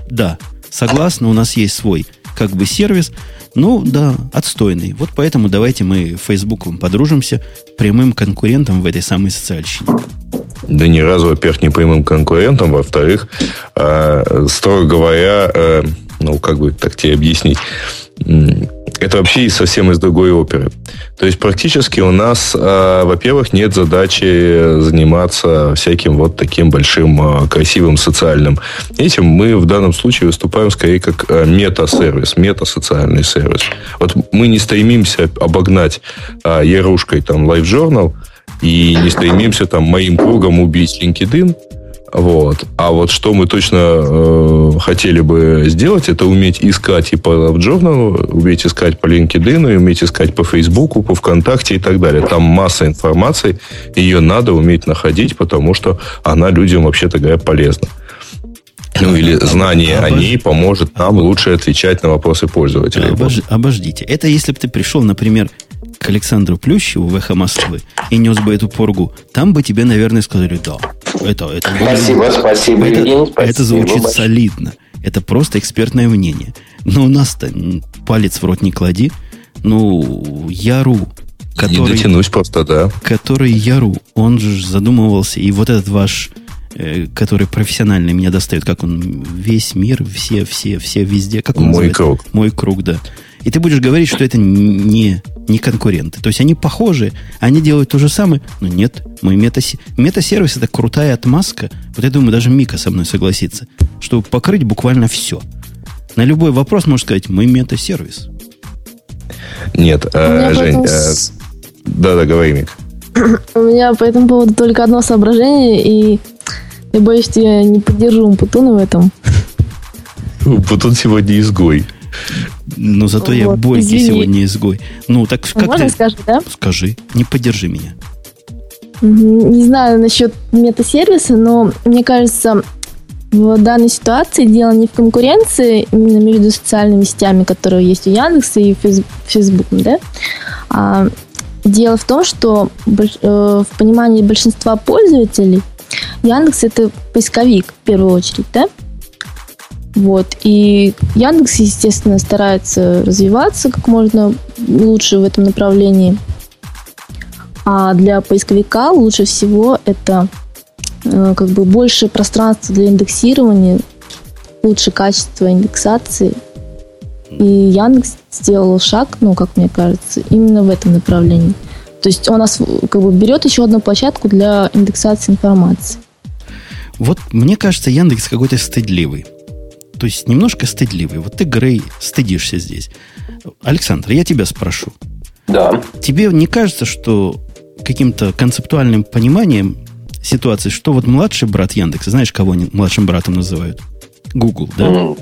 [SPEAKER 1] да, согласна, у нас есть свой как бы сервис, ну да, отстойный. Вот поэтому давайте мы Фейсбуком подружимся, прямым конкурентом в этой самой социальщине.
[SPEAKER 4] Да ни разу, во-первых, не прямым конкурентом, во-вторых, э, строго говоря, э, ну, как бы так тебе объяснить, м, это вообще и совсем из другой оперы. То есть практически у нас, э, во-первых, нет задачи заниматься всяким вот таким большим э, красивым социальным. Этим мы в данном случае выступаем скорее как э, мета-сервис, мета-социальный сервис. Вот мы не стремимся обогнать э, ярушкой там Live Journal, и не стремимся там моим кругом убить LinkedIn. Вот. А вот что мы точно э, хотели бы сделать, это уметь искать и по LoveJournal, уметь искать по LinkedIn, и уметь искать по Facebook, по ВКонтакте и так далее. Там масса информации, ее надо уметь находить, потому что она людям, вообще-то говоря, полезна. Ну, или знание о ней поможет нам лучше отвечать на вопросы пользователей. Вот.
[SPEAKER 1] Обож- Обождите. Это если бы ты пришел, например, к Александру Плющеву в «Эхо Москвы» и нес бы эту поргу, там бы тебе, наверное, сказали «да». Это, это,
[SPEAKER 2] Спасибо, спасибо,
[SPEAKER 1] ну, это,
[SPEAKER 2] Евгений. Спасибо
[SPEAKER 1] это звучит
[SPEAKER 2] большое.
[SPEAKER 1] солидно. Это просто экспертное мнение. Но у нас-то м, палец в рот не клади. Ну, Яру,
[SPEAKER 4] Не
[SPEAKER 1] который,
[SPEAKER 4] дотянусь просто, да.
[SPEAKER 1] который Яру, он же ж задумывался, и вот этот ваш, э, который профессионально меня достает, как он, весь мир, все, все, все, везде, как он
[SPEAKER 4] Мой
[SPEAKER 1] называется?
[SPEAKER 4] круг.
[SPEAKER 1] мой круг, да. И ты будешь говорить, что это не, не конкуренты. То есть они похожи, они делают то же самое, но нет, мой метасе- метасервис это крутая отмазка. Вот я думаю, даже Мика со мной согласится, чтобы покрыть буквально все. На любой вопрос можно сказать, мы метасервис.
[SPEAKER 4] Нет,
[SPEAKER 3] У меня
[SPEAKER 4] э, Жень,
[SPEAKER 3] поэтому
[SPEAKER 4] э,
[SPEAKER 3] с-
[SPEAKER 4] да-да, говори, Мик.
[SPEAKER 3] У меня по этому поводу только одно соображение, и я боюсь, что я не поддержу Путуна в этом.
[SPEAKER 4] Вот он сегодня изгой.
[SPEAKER 1] Но зато я
[SPEAKER 3] Вот,
[SPEAKER 1] бойкий
[SPEAKER 3] извини.
[SPEAKER 1] сегодня изгой. Ну, так как
[SPEAKER 3] Можно
[SPEAKER 1] ты...
[SPEAKER 3] скажешь, да?
[SPEAKER 1] Скажи, не поддержи меня.
[SPEAKER 3] Мгм. Не знаю насчет метасервиса, но мне кажется, в данной ситуации дело не в конкуренции именно между социальными сетями, которые есть у Яндекса и Фейс- Фейсбуком, да? А дело в том, что больш- э, в понимании большинства пользователей Яндекс это поисковик в первую очередь, да? Вот. И Яндекс, естественно, старается развиваться как можно лучше в этом направлении. А для поисковика лучше всего это э, как бы больше пространства для индексирования, лучше качество индексации. И Яндекс сделал шаг, ну, как мне кажется, именно в этом направлении. То есть он нас как бы берет еще одну площадку для индексации информации.
[SPEAKER 1] Вот мне кажется, Яндекс какой-то стыдливый. То есть немножко стыдливый. Вот ты, Грей, стыдишься здесь. Александр, я тебя спрошу.
[SPEAKER 2] Да.
[SPEAKER 1] Тебе не кажется, что каким-то концептуальным пониманием ситуации, что вот младший брат Яндекса, знаешь, кого они младшим братом называют? Google, да?
[SPEAKER 2] М.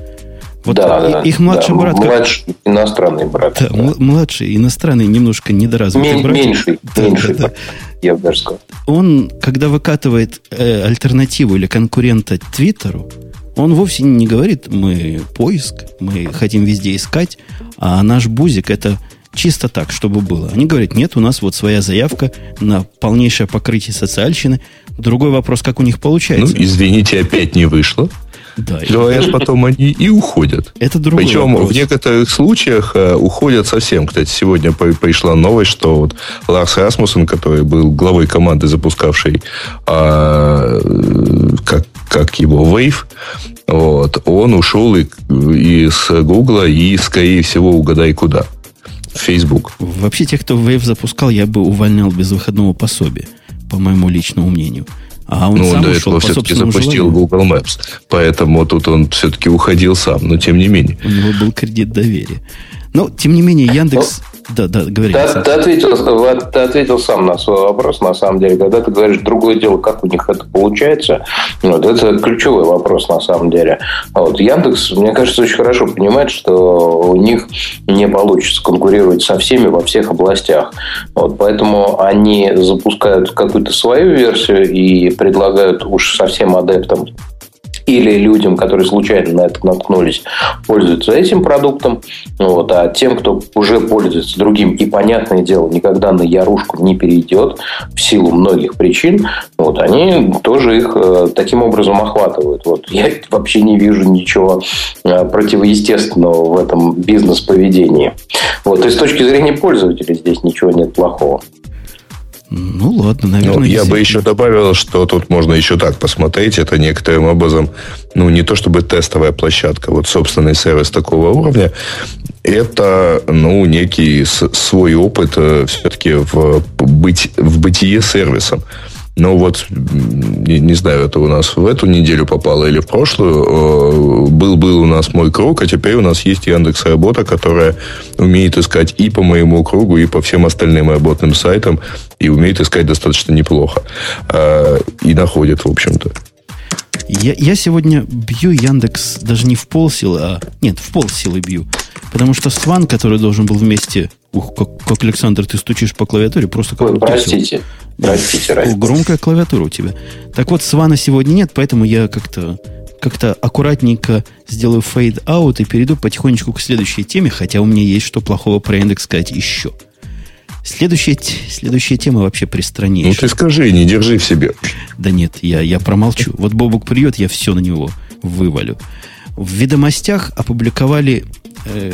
[SPEAKER 1] Вот
[SPEAKER 2] да,
[SPEAKER 1] и-
[SPEAKER 2] да,
[SPEAKER 1] их младший
[SPEAKER 2] да.
[SPEAKER 1] брат... как-
[SPEAKER 2] Младший иностранный брат.
[SPEAKER 1] Да,
[SPEAKER 2] да.
[SPEAKER 1] мл- младший иностранный, немножко недоразвитый
[SPEAKER 2] Мен-
[SPEAKER 1] братик.
[SPEAKER 2] меньший,
[SPEAKER 1] Да, да,
[SPEAKER 2] меньший
[SPEAKER 1] да.
[SPEAKER 2] брат, я бы даже сказал.
[SPEAKER 1] он, когда выкатывает э, альтернативу или конкурента Твиттеру, он вовсе не говорит, мы поиск, мы хотим везде искать, а наш бузик это чисто так, чтобы было. Они говорят, нет, у нас вот своя заявка на полнейшее покрытие социальщины. Другой вопрос, как у них
[SPEAKER 4] Ну,
[SPEAKER 1] получается.
[SPEAKER 4] извините, опять Ну, не вышло.
[SPEAKER 1] Да,
[SPEAKER 4] Говорят, потом они и уходят.
[SPEAKER 1] это другой
[SPEAKER 4] Причем
[SPEAKER 1] вопрос.
[SPEAKER 4] в некоторых случаях э, уходят совсем. Кстати, сегодня при- пришла новость, что вот Ларс Расмуссен, который был главой команды, запускавшей а, э, как, как его Wave, вот, он ушел и, и с Гугла, и, скорее всего, угадай куда. В Facebook.
[SPEAKER 1] Вообще, тех, кто Wave запускал, я бы увольнял без выходного пособия, по моему личному мнению. А он
[SPEAKER 4] Но
[SPEAKER 1] сам
[SPEAKER 4] Ну, он до
[SPEAKER 1] ушел
[SPEAKER 4] этого
[SPEAKER 1] по
[SPEAKER 4] все-таки
[SPEAKER 1] собственному
[SPEAKER 4] запустил
[SPEAKER 1] желанию.
[SPEAKER 4] Google Maps. Поэтому тут он все-таки уходил сам, но тем не менее.
[SPEAKER 1] У него был кредит доверия. Но, тем не менее, Яндекс...
[SPEAKER 4] Ну,
[SPEAKER 1] Да, да, говори.
[SPEAKER 2] Ты,
[SPEAKER 1] Александр.
[SPEAKER 2] ты ответил, вот ты ответил сам на свой вопрос, на самом деле. Когда ты говоришь, другое дело, как у них это получается, вот это ключевой вопрос, на самом деле. А Вот Яндекс, мне кажется, очень хорошо понимает, что у них не получится конкурировать со всеми во всех областях. Вот, поэтому они запускают какую-то свою версию и предлагают уж совсем адептам или людям, которые случайно на это наткнулись, пользуются этим продуктом, вот, а тем, кто уже пользуется другим и, понятное дело, никогда на ярушку не перейдет в силу многих причин, вот, они тоже их э, таким образом охватывают. Вот, я вообще не вижу ничего э, противоестественного в этом бизнес-поведении. Вот, и с точки зрения пользователя здесь ничего нет плохого.
[SPEAKER 1] Ну, ладно,
[SPEAKER 4] Ну,
[SPEAKER 1] наверное...
[SPEAKER 4] я бы
[SPEAKER 1] действительно.
[SPEAKER 4] еще добавил, что тут можно еще так посмотреть. Это некоторым образом, ну, не то чтобы тестовая площадка, вот собственный сервис такого уровня, это, ну, некий с- свой опыт э, все-таки в, быть, в бытие сервисом. Но Ну, вот, м, не, не знаю, это у нас в эту неделю попало или в прошлую, э, был-был у нас мой круг, а теперь у нас есть Яндекс Работа, которая умеет искать и по моему кругу, и по всем остальным работным сайтам, и умеет искать достаточно неплохо. Э, И находит, в общем-то.
[SPEAKER 1] Я, я сегодня бью Яндекс даже не в полсилы, а... Нет, в полсилы бью. Потому что Сван, который должен был вместе... Ух, как, как, Александр, ты стучишь по клавиатуре, просто как...
[SPEAKER 2] Ой,
[SPEAKER 1] утесил.
[SPEAKER 2] простите. Простите,
[SPEAKER 1] О,
[SPEAKER 2] Рай.
[SPEAKER 1] Громкая клавиатура у тебя. Так вот, Свана сегодня нет, поэтому я как-то как-то аккуратненько сделаю фейд-аут и перейду потихонечку к следующей теме, хотя у меня есть что плохого про индекс сказать еще. Следующая, те- следующая тема вообще
[SPEAKER 4] Ну,
[SPEAKER 1] пристраннейшая.
[SPEAKER 4] ты скажи, не держи в себе.
[SPEAKER 1] Да нет, я, я промолчу. Вот Бобук придет, я все на него вывалю. В ведомостях опубликовали, э,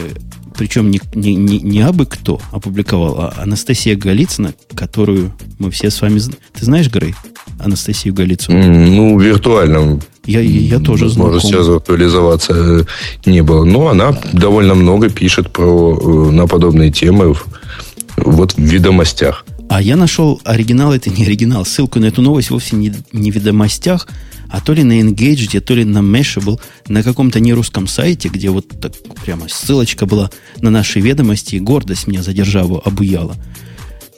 [SPEAKER 1] причем не, не, не, не абы кто опубликовал, а Анастасия Голицына, которую мы все с вами... зн- Ты знаешь, Грей, Анастасию Голицыну?
[SPEAKER 4] М, Ну, виртуальном
[SPEAKER 1] Я, я тоже знаком.
[SPEAKER 4] Может, сейчас актуализоваться э, не было. Но она довольно много пишет про, э, на подобные темы в- вот в ведомостях.
[SPEAKER 1] А я нашел оригинал, это не оригинал, ссылку на эту новость вовсе не, не в ведомостях, а то ли на Engaged, то ли на Mashable, на каком-то нерусском сайте, где вот так прямо ссылочка была на наши ведомости, и гордость меня за державу обуяла.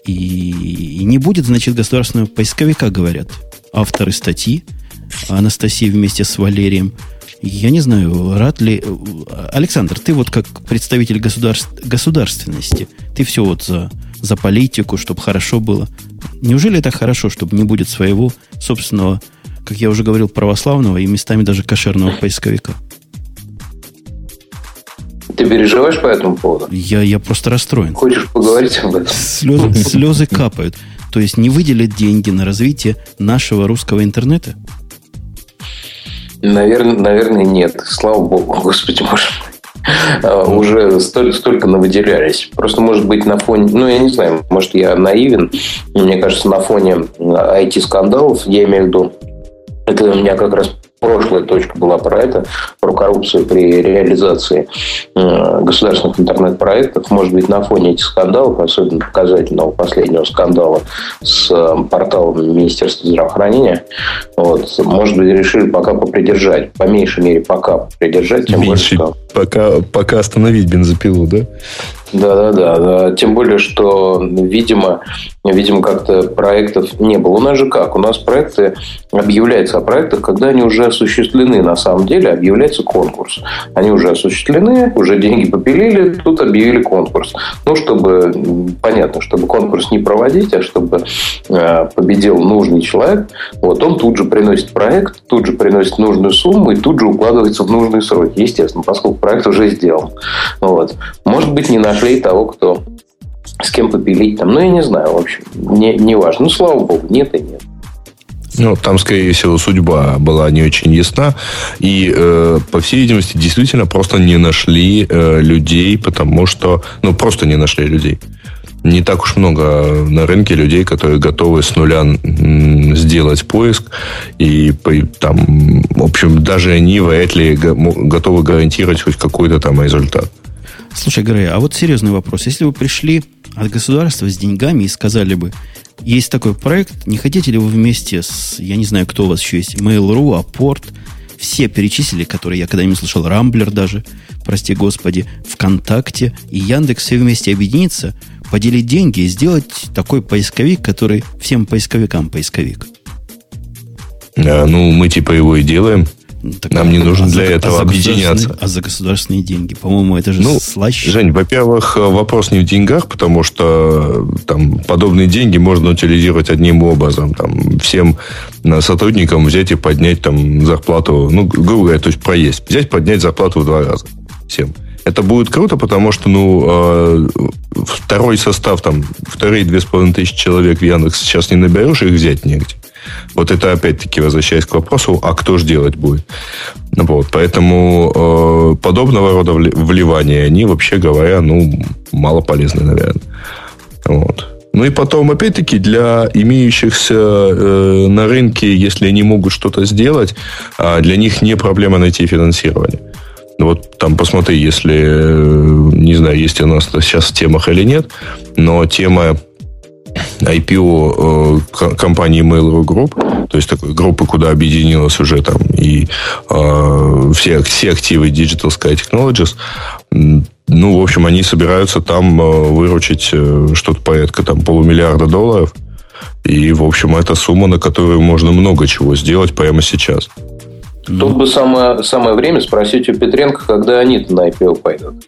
[SPEAKER 1] И, и не будет, значит, государственного поисковика, говорят авторы статьи, Анастасия вместе с Валерием. Я не знаю, рад ли... Александр, ты вот как представитель государств- государственности, ты все вот за, за политику, чтобы хорошо было. Неужели это хорошо, чтобы не будет своего собственного, как я уже говорил, православного и местами даже кошерного поисковика?
[SPEAKER 2] Ты переживаешь по этому поводу?
[SPEAKER 1] Я, я просто расстроен.
[SPEAKER 2] Хочешь поговорить об этом?
[SPEAKER 1] Слезы, слезы капают. То есть не выделят деньги на развитие нашего русского интернета?
[SPEAKER 2] Наверное, наверное, нет. Слава богу, господи, боже мой. А, Уже столь- столько навыделялись. Просто, может быть, на фоне... Ну, я не знаю, может, я наивен. но Мне кажется, на фоне э, IT-скандалов, я имею в виду, это у меня как раз прошлая точка была про это, про коррупцию при реализации э, государственных интернет-проектов. Может быть, на фоне этих скандалов, особенно показательного последнего скандала с э, порталом Министерства здравоохранения, вот, может быть, решили пока попридержать, по меньшей мере пока придержать, тем
[SPEAKER 4] Меньше.
[SPEAKER 2] более, что...
[SPEAKER 4] Пока, пока остановить бензопилу, да?
[SPEAKER 2] Да, да, да, да. Тем более, что, видимо, видимо, как-то проектов не было. У нас же как? У нас проекты объявляются о проектах, когда они уже осуществлены на самом деле, объявляется конкурс. Они уже осуществлены, уже деньги попилили, тут объявили конкурс. Ну, чтобы, м, понятно, чтобы конкурс не проводить, а чтобы э, победил нужный человек, вот он тут же приносит проект, тут же приносит нужную сумму и тут же укладывается в нужные сроки, естественно, поскольку проект уже сделан. Вот. Может быть, не нашли того, кто с кем попилить там. Ну, я не знаю, в общем, не, не важно. Ну, слава богу, нет и нет.
[SPEAKER 4] Ну, там, скорее всего, судьба была не очень ясна. И, э, по всей видимости, действительно просто не нашли э, людей, потому что... Ну, просто не нашли людей. Не так уж много на рынке людей, которые готовы с нуля м, сделать поиск. И по- там, в общем, даже они вряд ли га- мо- готовы гарантировать хоть какой-то там результат.
[SPEAKER 1] Слушай, Грей, а вот серьезный вопрос. Если вы пришли от государства с деньгами и сказали бы, есть такой проект, не хотите ли вы вместе с, я не знаю, кто у вас еще есть, Mail.ru, Апорт, все перечислили, которые я когда-нибудь слышал, Рамблер даже, прости господи, ВКонтакте и Яндекс все вместе объединиться, поделить деньги и сделать такой поисковик, который всем поисковикам поисковик.
[SPEAKER 4] Э, ну, мы типа его и делаем.
[SPEAKER 1] Ну, Так, а
[SPEAKER 4] Нам не нужно для
[SPEAKER 1] за-
[SPEAKER 4] этого
[SPEAKER 1] за
[SPEAKER 4] объединяться.
[SPEAKER 1] государственные- А за государственные деньги, по-моему, это же
[SPEAKER 4] Ну,
[SPEAKER 1] слаще.
[SPEAKER 4] Жень, во-первых, э, вопрос не в деньгах, потому что э, там подобные деньги можно утилизировать одним образом. Там, всем э, сотрудникам взять и поднять там зарплату, ну, грубо говоря, то есть проесть. Взять, поднять зарплату в два раза всем. Это будет круто, потому что, ну, э, второй состав, там, вторые две с половиной тысячи человек в Яндекс сейчас не наберешь, их взять негде. Вот это опять-таки возвращаясь к вопросу, а кто же делать будет? Ну, Вот, поэтому э, подобного рода вли- вливания, они, вообще говоря, ну, мало полезны, наверное. Вот. Ну и потом, опять-таки, для имеющихся э, на рынке, если они могут что-то сделать, а для них не проблема найти финансирование. Ну Вот там посмотри, если, э, не знаю, есть у нас это сейчас в темах или нет, но тема IPO э, ко- компании Mail.ru Group, то есть такой группы, куда объединилась уже там и э, все, все активы Digital Sky Technologies, М, ну, в общем, они собираются там э, выручить э, что-то порядка там полумиллиарда долларов. И, в общем, это сумма, на которую можно много чего сделать прямо сейчас.
[SPEAKER 1] Ну,
[SPEAKER 2] Тут бы самое, самое время спросить у Петренко, когда они на IPO пойдут.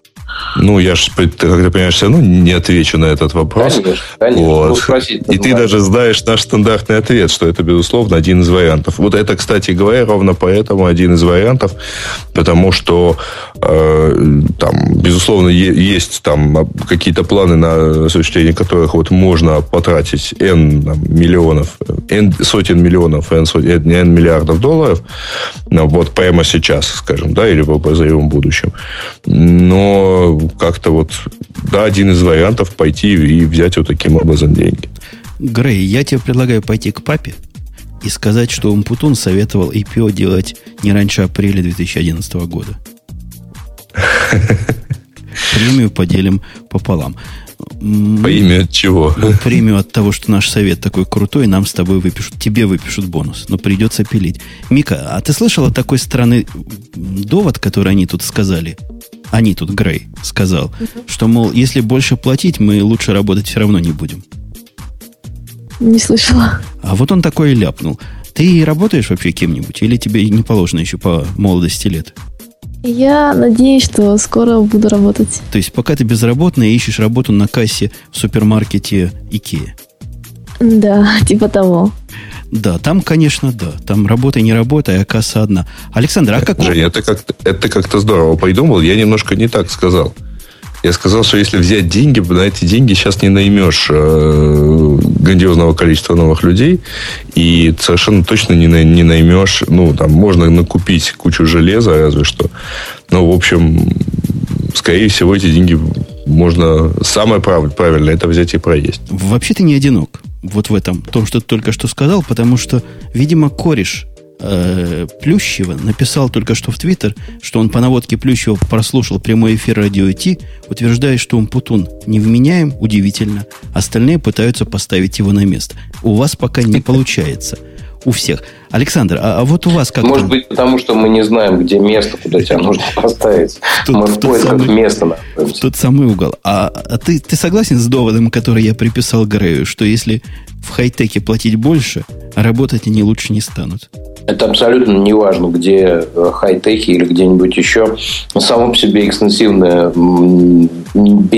[SPEAKER 4] Ну, я же, ты, как ты понимаешь, все равно не отвечу на этот вопрос.
[SPEAKER 2] Конечно, конечно.
[SPEAKER 4] Вот.
[SPEAKER 2] Ну, спросить
[SPEAKER 4] И ты даже знаешь наш стандартный ответ, что это, безусловно, один из вариантов. Вот это, кстати говоря, ровно поэтому один из вариантов, потому что э, там, безусловно, е- есть там об- какие-то планы, на осуществление которых вот можно потратить N там, миллионов, э, N сотен миллионов, N, сот- N- N миллиардов долларов, ну, вот прямо сейчас, скажем, да, или в обозримом будущем. Но как-то вот, да, один из вариантов пойти и взять вот таким образом деньги.
[SPEAKER 1] Грей, я тебе предлагаю пойти к папе и сказать, что Умпутун советовал IPO делать не раньше апреля 2011 года. Премию поделим пополам. М,
[SPEAKER 4] По имя от чего?
[SPEAKER 1] ну, премию от того, что наш совет такой крутой, нам с тобой выпишут, тебе выпишут бонус. Но придется пилить. Мика, а ты слышал о такой странный довод, который они тут сказали? Они тут, Грей, сказал, что, мол, если больше платить, мы лучше работать все равно не будем.
[SPEAKER 3] Не слышала.
[SPEAKER 1] А вот он такой и ляпнул. Ты работаешь вообще кем-нибудь? Или тебе не положено еще по молодости лет?
[SPEAKER 3] Я надеюсь, что скоро буду работать.
[SPEAKER 1] То есть, пока ты безработный, ищешь работу на кассе в супермаркете Икея.
[SPEAKER 3] Да, типа того.
[SPEAKER 1] Да, там, конечно, да. Там работа и не работа, а касса одна. Александр, а как...
[SPEAKER 4] Женя, это как-то, это как-то здорово придумал. Я немножко не так сказал. Я сказал, что если взять деньги, на эти деньги сейчас не наймешь э, грандиозного количества новых людей. И совершенно точно не, най- не наймешь... Ну, там можно накупить кучу железа, разве что. Но, в общем, скорее всего, эти деньги можно... Самое прав- правильное – это взять и проесть.
[SPEAKER 1] Вообще ты не одинок вот в этом, в том, что ты только что сказал, потому что, видимо, кореш э, Плющева написал только что в Твиттер, что он по наводке Плющева прослушал прямой эфир радио Ти, утверждая, что он путун невменяем, удивительно. Остальные пытаются поставить его на место. У вас пока не получается. У всех. Александр, а, а вот у вас как
[SPEAKER 2] Может
[SPEAKER 1] там?
[SPEAKER 2] быть, потому что мы не знаем, где место, куда тебя нужно поставить.
[SPEAKER 1] Тут-
[SPEAKER 2] мы
[SPEAKER 1] тут
[SPEAKER 2] в поисках
[SPEAKER 1] самый-
[SPEAKER 2] места
[SPEAKER 1] в
[SPEAKER 2] находимся.
[SPEAKER 1] тот самый угол. А, а ты, ты согласен с доводом, который я приписал Грею, что если в хай-теке платить больше, работать они лучше не станут?
[SPEAKER 2] Это абсолютно не важно, где э, хай-техи или где-нибудь еще. Само по себе экстенсивное, м,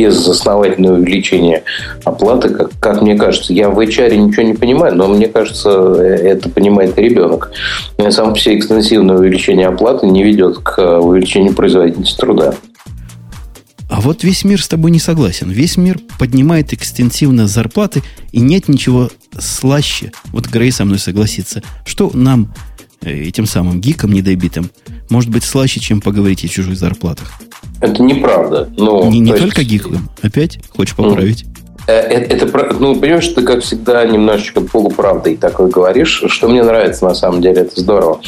[SPEAKER 2] безосновательное увеличение оплаты, как, как мне кажется, я в HR ничего не понимаю, но мне кажется, э, это понимает и ребенок. Э, Само по себе экстенсивное увеличение оплаты не ведет к э, увеличению производительности труда.
[SPEAKER 1] А А вот весь мир с тобой не согласен. Весь мир поднимает экстенсивно зарплаты, и нет ничего слаще. Вот Грей со мной согласится. Что нам, э, этим самым гикам недобитым, может быть слаще, чем поговорить о чужих зарплатах?
[SPEAKER 2] Это неправда. Ну,
[SPEAKER 1] не не есть... только гикам. Опять хочешь поправить?
[SPEAKER 2] Э, Это, это, ну, понимаешь, ты, как всегда, немножечко полуправдой такой говоришь, что мне нравится, на самом деле, это здорово.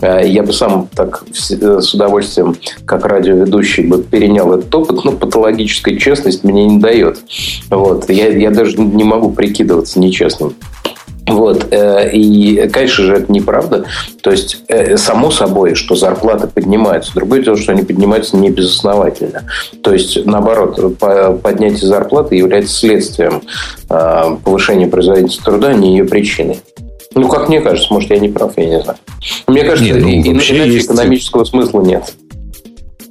[SPEAKER 2] Э, Я бы сам так э, с удовольствием, как радиоведущий, бы перенял этот опыт, но патологическая честность мне не дает. Вот. Я, я даже не могу прикидываться нечестным. Вот. э, И, конечно же, это неправда. То есть, э, само собой, что зарплаты поднимаются. Другое дело, что они поднимаются не безосновательно. То есть, наоборот, поднятие зарплаты является следствием э, повышения производительности труда, а не ее причиной. Ну, как мне кажется, может, я не прав, я не знаю. Мне кажется, нет, ну, иначе есть... экономического смысла нет.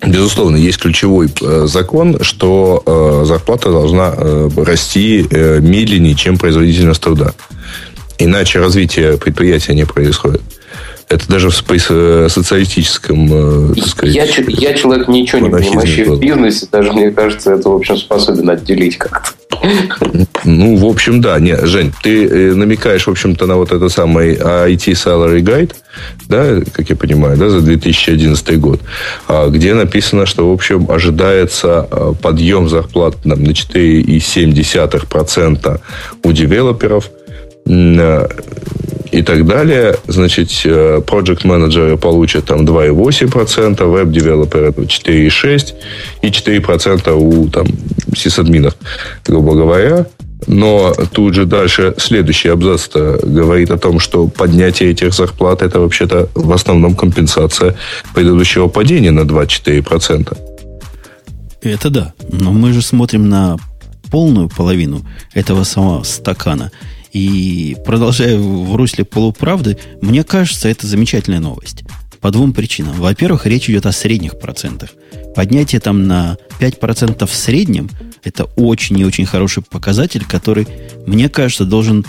[SPEAKER 4] Безусловно, есть ключевой э, закон, что э, зарплата должна э, расти э, медленнее, чем производительность труда. Иначе развитие предприятия не происходит. Это даже в э, социалистическом, э, так сказать...
[SPEAKER 2] Я, я человек ничего не понимающий в бизнесе, даже, мне кажется, это, в общем, способен отделить как-то.
[SPEAKER 4] Ну, в общем, да. Не, Жень, ты э, намекаешь, в общем-то, на вот это самый IT Salary Guide, да, как я понимаю, да, за 2011 год, А, где написано, что, в общем, ожидается а, подъем зарплат нам, на 4,7% у девелоперов – э, и так далее. Значит, э, project менеджеры получат там 2,8%, веб-девелоперы 4,6% и 4% у там сисадминов, грубо говоря. Но тут же дальше следующий абзац говорит о том, что поднятие этих зарплат это вообще-то в основном компенсация предыдущего падения на 2-4%.
[SPEAKER 1] Это да. Но мы же смотрим на полную половину этого самого стакана. И продолжая в русле полуправды, мне кажется, это замечательная новость. По двум причинам. Во-первых, речь идет о средних процентах. Поднятие там на 5% в среднем – это очень и очень хороший показатель, который, мне кажется, должен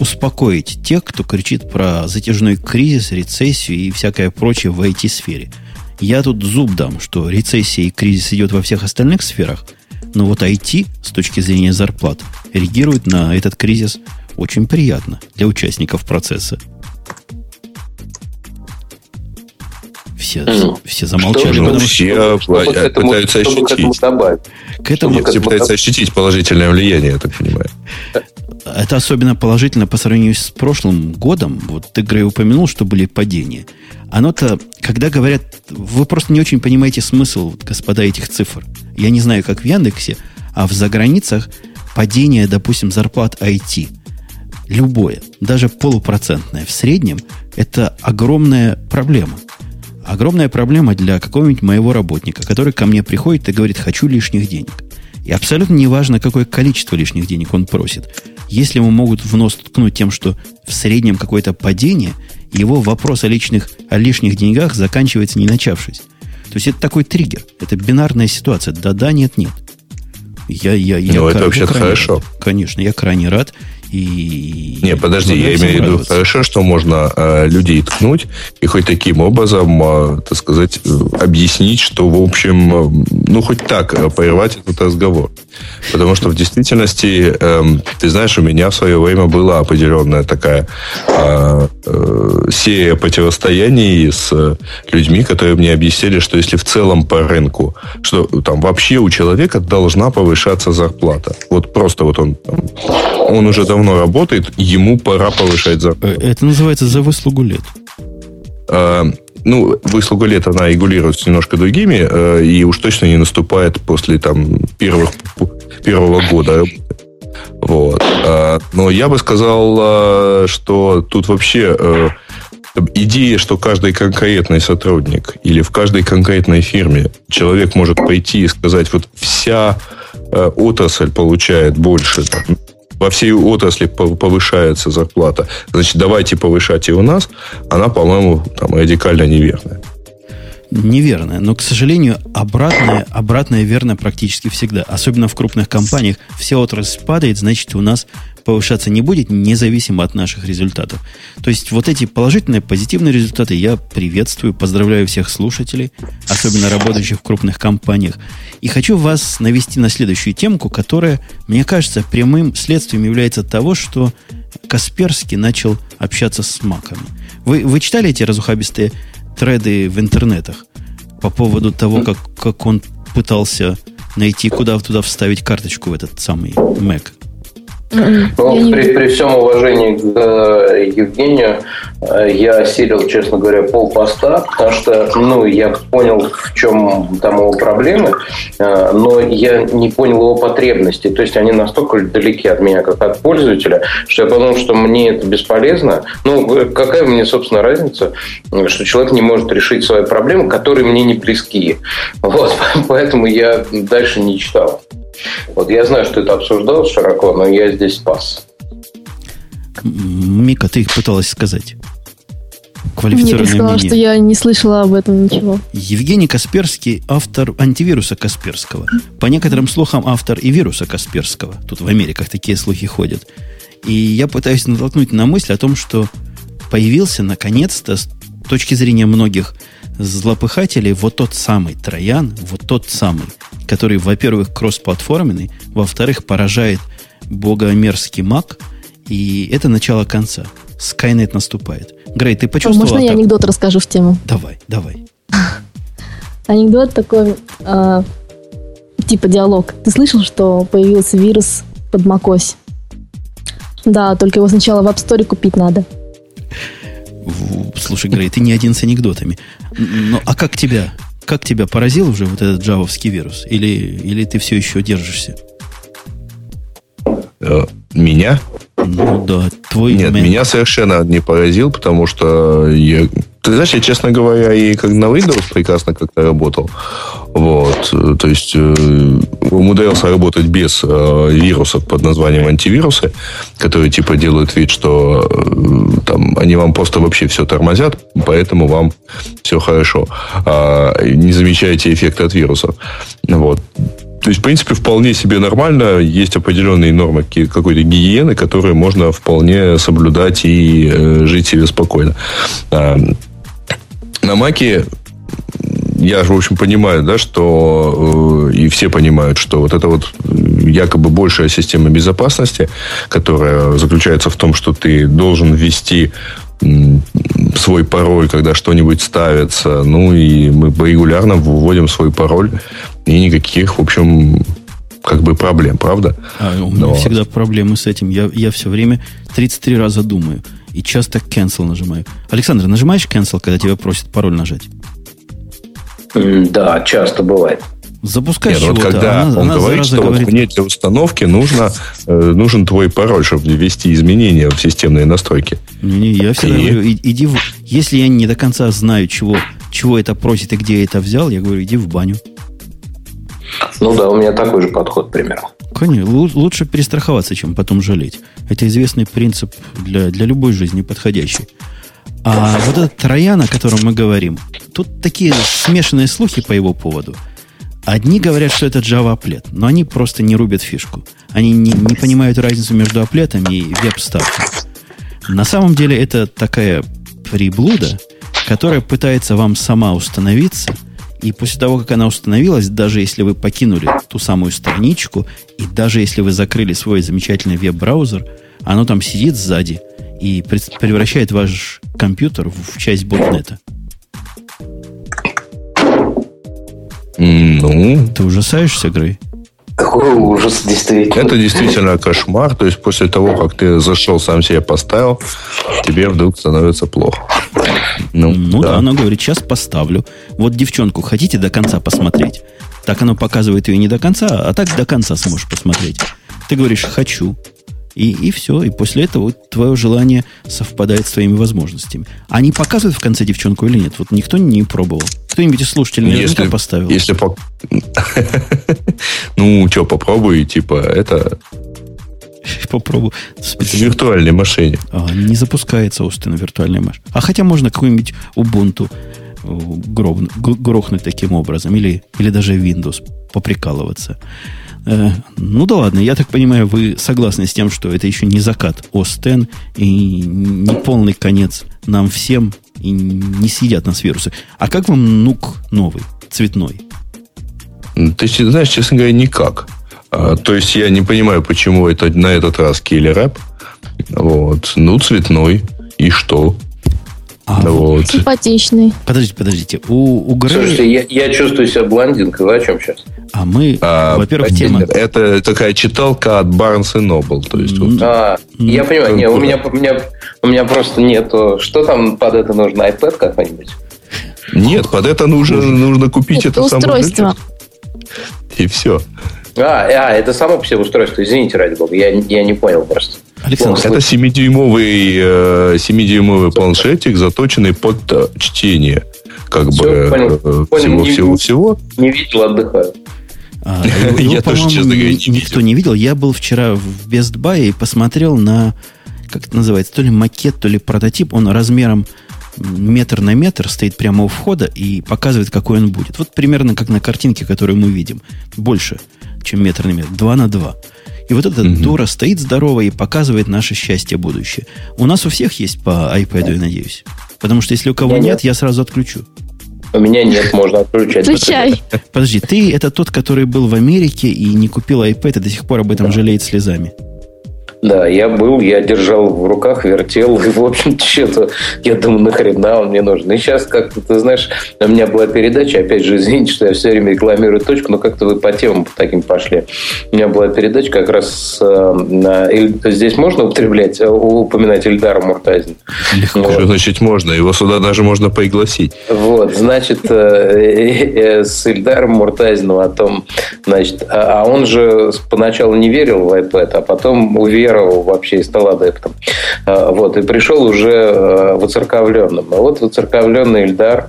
[SPEAKER 1] успокоить тех, кто кричит про затяжной кризис, рецессию и всякое прочее в IT-сфере. Я тут зуб дам, что рецессия и кризис идет во всех остальных сферах, но вот IT с точки зрения зарплат реагирует на этот кризис очень приятно для участников процесса. Все, ну, все замолчали,
[SPEAKER 4] что, потому все что, чтобы, чтобы пытаются этому, ощутить. К этому, добавить, к этому все этому... пытаются ощутить положительное влияние, я так понимаю.
[SPEAKER 1] Это особенно положительно по сравнению с прошлым годом. Вот ты, Грей, упомянул, что были падения. Оно-то, когда говорят, вы просто не очень понимаете смысл, господа, этих цифр. Я не знаю, как в Яндексе, а в заграницах падение, допустим, зарплат IT – любое, даже полупроцентное в среднем, это огромная проблема. Огромная проблема для какого-нибудь моего работника, который ко мне приходит и говорит, хочу лишних денег. И абсолютно неважно, какое количество лишних денег он просит. Если ему могут в нос ткнуть тем, что в среднем какое-то падение, его вопрос о, личных, о лишних деньгах заканчивается не начавшись. То есть это такой триггер. Это бинарная ситуация. Да-да, нет-нет. Я, я, я,
[SPEAKER 4] ну, это вообще хорошо.
[SPEAKER 1] Рад. Конечно, я крайне рад. И...
[SPEAKER 4] Не, подожди, я имею в виду хорошо, что можно э, людей ткнуть и хоть таким образом, э, так сказать, объяснить, что, в общем, э, ну, хоть так э, прервать этот разговор. Потому что в действительности, э, ты знаешь, у меня в свое время была определенная такая э, э, серия противостояний с людьми, которые мне объяснили, что если в целом по рынку, что там вообще у человека должна повышаться зарплата. Вот просто вот он, он уже давно давно работает, ему пора повышать зарплату.
[SPEAKER 1] Э, Это называется за выслугу лет.
[SPEAKER 4] А, ну, выслуга лет, она регулируется немножко другими, а, и уж точно не наступает после там, первых, первого года. Вот. А, но я бы сказал, э, что тут вообще э, идея, что каждый конкретный сотрудник или в каждой конкретной фирме человек может пойти и сказать, вот вся э, отрасль получает больше, там, во всей отрасли повышается зарплата, значит, давайте повышать и у нас, она, по-моему, там радикально неверная.
[SPEAKER 1] неверное, но, к сожалению, обратное, обратное верно практически всегда. Особенно в крупных компаниях. Вся отрасль падает, значит, у нас повышаться не будет, независимо от наших результатов. То есть вот эти положительные, позитивные результаты я приветствую, поздравляю всех слушателей, особенно работающих в крупных компаниях. И хочу вас навести на следующую темку, которая, мне кажется, прямым следствием является того, что Касперский начал общаться с маками. Вы, вы читали эти разухабистые треды в интернетах по поводу того, как, как он пытался найти, куда туда вставить карточку в этот самый Mac?
[SPEAKER 2] Ну, при, при всем уважении к э, Евгению, э, я осилил, честно говоря, пол поста, потому что ну, я понял, в чем там его проблемы, э, но я не понял его потребности. То есть они настолько далеки от меня, как от пользователя, что я подумал, что мне это бесполезно. Ну, какая мне, собственно, разница, что человек не может решить свои проблемы, которые мне не близки. Вот, поэтому я дальше не читал. Вот я знаю, что это обсуждалось широко, но я здесь спас.
[SPEAKER 1] Мика, ты их пыталась сказать.
[SPEAKER 3] Мне ты сказала,
[SPEAKER 1] мнение.
[SPEAKER 3] что я не слышала об этом ничего.
[SPEAKER 1] Евгений Касперский – автор антивируса Касперского. По некоторым слухам, автор и вируса Касперского. Тут в Америках такие слухи ходят. И я пытаюсь натолкнуть на мысль о том, что появился, наконец-то, с точки зрения многих злопыхателей, вот тот самый Троян, вот тот самый, который, во-первых, кроссплатформенный, во-вторых, поражает богомерзкий маг, и это начало конца. Скайнет наступает. Грей, ты почувствовал
[SPEAKER 3] А Можно я
[SPEAKER 1] атаку?
[SPEAKER 3] анекдот расскажу в тему?
[SPEAKER 1] Давай, давай.
[SPEAKER 3] Анекдот такой, а, типа диалог. Ты слышал, что появился вирус под макось? Да, только его сначала в App Store купить надо.
[SPEAKER 1] В- Слушай, Грей, ты не один с анекдотами. Ну, а как тебя? Как тебя поразил уже вот этот джавовский вирус? Или, или ты все еще держишься?
[SPEAKER 4] Э, Меня?
[SPEAKER 1] Ну да, твой
[SPEAKER 4] Нет,
[SPEAKER 1] мен-
[SPEAKER 4] меня совершенно не поразил, потому что я... Ты знаешь, я, честно говоря, и как на Windows прекрасно как-то работал. Вот. э, То есть э, умудрялся работать без э, вирусов под названием антивирусы, которые типа делают вид, что э, там они вам просто вообще все тормозят, поэтому вам все хорошо. А, и не замечаете эффекта от вирусов. Вот. То есть, в принципе, вполне себе нормально. Есть определенные нормы ки- какой-то гигиены, которые можно вполне соблюдать и э, жить себе спокойно. А, на Маке я же, в общем, понимаю, да, что э, и все понимают, что вот это вот э, якобы большая система безопасности, которая заключается в том, что ты должен ввести м, свой пароль, когда что-нибудь ставится. Ну и мы регулярно вводим свой пароль и никаких, в общем, как бы проблем, правда?
[SPEAKER 1] А, у меня
[SPEAKER 4] Ну,
[SPEAKER 1] всегда проблемы с этим. Я, я все время 33 раза думаю. И часто cancel нажимаю. Александр, нажимаешь cancel, когда тебя просят пароль нажать?
[SPEAKER 2] М, Да, часто бывает.
[SPEAKER 1] Запускаешь
[SPEAKER 4] Нет, ну вот
[SPEAKER 1] чего-то, а
[SPEAKER 4] когда
[SPEAKER 1] она,
[SPEAKER 4] он
[SPEAKER 1] она,
[SPEAKER 4] говорит,
[SPEAKER 1] зараза,
[SPEAKER 4] что вот
[SPEAKER 1] говорит,
[SPEAKER 4] мне для установки нужно, э, нужен твой пароль, чтобы ввести изменения в системные настройки.
[SPEAKER 1] Не-не, я всегда
[SPEAKER 4] И?
[SPEAKER 1] говорю, и- иди в... Если я не до конца знаю, чего, чего это просит и где я это взял, я говорю, иди в баню.
[SPEAKER 2] Ну да, у меня такой же подход примерно.
[SPEAKER 1] Конечно, лу- лучше перестраховаться, чем потом жалеть. Это известный принцип для, для любой жизни подходящий. А вот этот Троян, о котором мы говорим, тут такие смешанные слухи по его поводу. Одни говорят, что это Java аплет, но они просто не рубят фишку. Они не, не понимают разницу между аплетом и веб-ставкой. На самом деле это такая приблуда, которая пытается вам сама установиться, и после того, как она установилась, даже если вы покинули ту самую страничку, и даже если вы закрыли свой замечательный веб-браузер, оно там сидит сзади и пред- превращает ваш компьютер в часть ботнета.
[SPEAKER 4] М, Ну,
[SPEAKER 1] Ты ужасаешься, Грей?
[SPEAKER 2] Какой ужас, действительно.
[SPEAKER 4] Это действительно кошмар. То есть после того, как ты зашел, сам себе поставил, тебе вдруг становится плохо. Ну,
[SPEAKER 1] Ну да. она говорит, сейчас поставлю. Вот девчонку хотите до конца посмотреть? Так оно показывает ее не до конца, а так до конца сможешь посмотреть. Ты говоришь, хочу. И, и все. И после этого твое желание совпадает с твоими возможностями. Они показывают в конце девчонку или нет? Вот никто не пробовал. Кто-нибудь из слушателей наверняка
[SPEAKER 4] Ну, Если-
[SPEAKER 1] поставил.
[SPEAKER 4] Если по... Ну, что, попробуй, типа, это
[SPEAKER 1] Попробую.
[SPEAKER 4] в
[SPEAKER 1] Специально.
[SPEAKER 4] виртуальной машине.
[SPEAKER 1] А, не запускается Остин виртуальный маш. А хотя можно какую-нибудь Ubuntu грохнуть, грохнуть таким образом, или, или даже Windows поприкалываться. Э, ну да ладно, я так понимаю, вы согласны с тем, что это еще не закат Остен и не полный конец нам всем, и не съедят нас вирусы. А как вам нук новый, цветной?
[SPEAKER 4] Ты знаешь, честно говоря, никак. А, то есть я не понимаю, почему это на этот раз киллер Вот. Ну, цветной. И что?
[SPEAKER 1] А,
[SPEAKER 4] вот.
[SPEAKER 3] Симпатичный.
[SPEAKER 1] Подождите, подождите. У, у Грея-
[SPEAKER 2] Слушайте, я, я чувствую себя блондинкой. Вы о чем сейчас?
[SPEAKER 1] А мы,
[SPEAKER 4] А,
[SPEAKER 1] во-первых, тема...
[SPEAKER 4] Это такая читалка от Barnes Noble. То есть, вот,
[SPEAKER 2] А, я
[SPEAKER 1] Ну,
[SPEAKER 2] понимаю,
[SPEAKER 4] как
[SPEAKER 2] не, у,
[SPEAKER 4] бы.
[SPEAKER 2] меня, у, меня, у меня просто нету. Что там под это нужно? iPad какой-нибудь?
[SPEAKER 4] нет, под это нужно, нужно купить
[SPEAKER 3] Это
[SPEAKER 4] это, самое
[SPEAKER 3] устройство.
[SPEAKER 4] железо, И все.
[SPEAKER 2] А, а, это само по себе устройство. Извините, ради бога, я, я не понял просто.
[SPEAKER 1] Александр,
[SPEAKER 2] Слушай.
[SPEAKER 4] Это 7-дюймовый, э, 7-дюймовый планшетик, заточенный под э, чтение. Как
[SPEAKER 2] Всё, понял.
[SPEAKER 4] бы э,
[SPEAKER 2] Понял. Не-
[SPEAKER 4] всего-всего-всего.
[SPEAKER 2] Не видел, отдыхаю.
[SPEAKER 1] А,
[SPEAKER 4] Я
[SPEAKER 1] его,
[SPEAKER 4] тоже,
[SPEAKER 1] по-моему,
[SPEAKER 4] честно говоря, не
[SPEAKER 1] ни- никто
[SPEAKER 4] видел.
[SPEAKER 1] не видел. Я был вчера в Best Buy и посмотрел на, как это называется, то ли макет, то ли прототип. Он размером метр на метр стоит прямо у входа и показывает, какой он будет. Вот примерно как на картинке, которую мы видим. Больше, чем метр на метр. Два на два. И вот эта
[SPEAKER 4] Мгм.
[SPEAKER 1] дура стоит здоровая и показывает наше счастье будущее. У нас у всех есть по iPad, я надеюсь. Потому что если у кого
[SPEAKER 2] Я
[SPEAKER 1] нет,
[SPEAKER 2] нет.
[SPEAKER 1] я сразу отключу.
[SPEAKER 2] У меня нет, можно отключать.
[SPEAKER 3] Включай.
[SPEAKER 1] Подожди, ты это тот, который был в Америке и не купил iPad, и до сих пор об этом
[SPEAKER 2] Да.
[SPEAKER 1] жалеет слезами.
[SPEAKER 2] Да, я был, я держал в руках, вертел, и, в общем-то, что-то, я думаю, нахрена он мне нужен. И сейчас как-то, ты знаешь, у меня была передача, опять же, извините, что я все время рекламирую точку, но как-то вы по темам таким пошли. У меня была передача как раз э, на Эль- Здесь можно употреблять, э, упоминать Эльдара Муртазина?
[SPEAKER 1] Легко.
[SPEAKER 2] Вот.
[SPEAKER 4] Что значит можно? Его сюда даже можно пригласить.
[SPEAKER 2] Вот, значит, э, э, э, с Ильдаром Муртазиным о том, значит, а а он же с- поначалу не верил в iPad, а потом уверовал вообще и стал адептом. Э, Вот, и пришел уже э, воцерковленным. А вот воцерковленный Ильдар,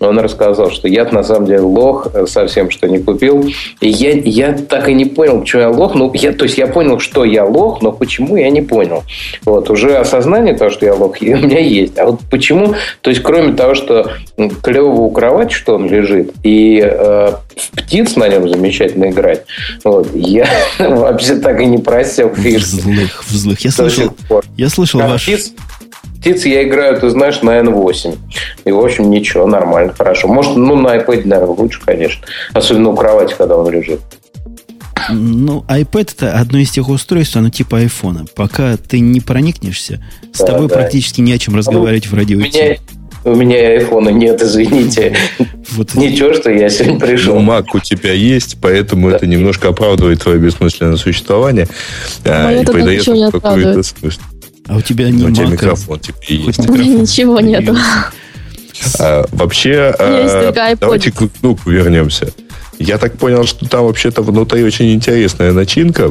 [SPEAKER 2] он рассказал, что я на самом деле лох, э, совсем что не купил. И я, я так и не понял, почему я лох. Ну, я, то есть я понял, что я лох, но почему я не понял. Вот, уже осознание того, что я лох, у меня есть. А вот почему, то есть кроме того, что м, клево у кровати, что он лежит, и э, в птиц на нем замечательно играть, вот, я вообще так и не просел фишки.
[SPEAKER 1] Взлых, взлых. Я
[SPEAKER 2] До
[SPEAKER 1] слышал,
[SPEAKER 2] сих пор.
[SPEAKER 1] я слышал
[SPEAKER 2] А
[SPEAKER 1] ваш...
[SPEAKER 2] птиц, птиц я играю, ты знаешь, на N8. И, в общем, ничего, нормально, хорошо. Может, ну, на iPad, наверное, лучше, конечно. Особенно у кровати, когда он лежит.
[SPEAKER 1] Ну, iPad это одно из тех устройств, оно типа айфона. Пока ты не проникнешься, с
[SPEAKER 2] Да,
[SPEAKER 1] тобой
[SPEAKER 2] да. Ну,
[SPEAKER 1] практически не о чем разговаривать в
[SPEAKER 2] У
[SPEAKER 1] радио.
[SPEAKER 2] меня, у меня айфона нет, извините.
[SPEAKER 1] Вот а
[SPEAKER 2] Ничего, что я сегодня
[SPEAKER 4] Но
[SPEAKER 2] пришел.
[SPEAKER 4] Мак Ну, у тебя есть, поэтому это немножко оправдывает твое бессмысленное существование. а,
[SPEAKER 3] Моё
[SPEAKER 4] и
[SPEAKER 3] тут
[SPEAKER 4] придает
[SPEAKER 3] Ну, ничего не
[SPEAKER 4] какую-то
[SPEAKER 3] оправдывает.
[SPEAKER 4] смысл.
[SPEAKER 1] А у тебя не
[SPEAKER 4] Ну, у тебя
[SPEAKER 1] Mac, а
[SPEAKER 4] микрофон теперь есть.
[SPEAKER 1] хоть
[SPEAKER 3] У меня
[SPEAKER 1] микрофон.
[SPEAKER 3] ничего нету.
[SPEAKER 4] А, вообще,
[SPEAKER 3] Есть
[SPEAKER 4] э,
[SPEAKER 3] только iPod.
[SPEAKER 4] давайте к Нуку вернемся. Я так понял, что там вообще-то внутри очень интересная начинка,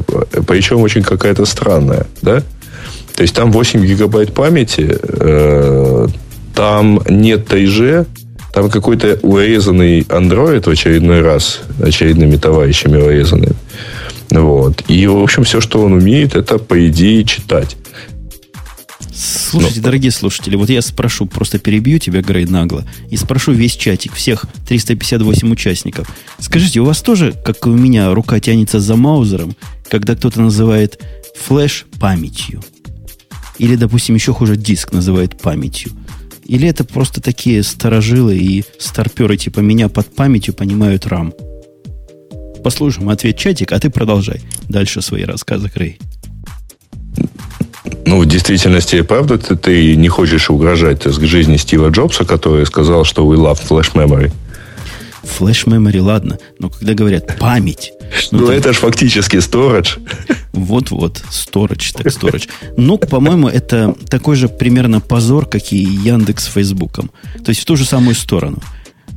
[SPEAKER 4] причем очень какая-то странная, да? То есть там 8 гигабайт памяти, э, там нет 3G, там какой-то урезанный Android в очередной раз, очередными товарищами урезанный. Вот. И, в общем, все, что он умеет, это, по идее, читать.
[SPEAKER 1] Слушайте, дорогие слушатели, вот я спрошу, просто перебью тебя, Грей, нагло, и спрошу весь чатик, всех 358 участников. Скажите, у вас тоже, как и у меня, рука тянется за маузером, когда кто-то называет флеш памятью? Или, допустим, еще хуже, диск называет памятью? Или это просто такие старожилы и старперы типа меня под памятью понимают рам? Послушаем ответ чатик, а ты продолжай дальше свои рассказы, Грей.
[SPEAKER 4] Ну, в действительности, правда, ты, ты не хочешь угрожать так сказать, жизни Стива Джобса, который сказал, что we love flash memory.
[SPEAKER 1] Флэш-мемори, ладно, но когда говорят память,
[SPEAKER 4] Ну,
[SPEAKER 1] Ну, так-
[SPEAKER 4] это же фактически storage.
[SPEAKER 1] Вот-вот, сторож, так сторож. Ну, по-моему, это такой же примерно позор, как и Яндекс с Фейсбуком. То есть в ту же самую сторону.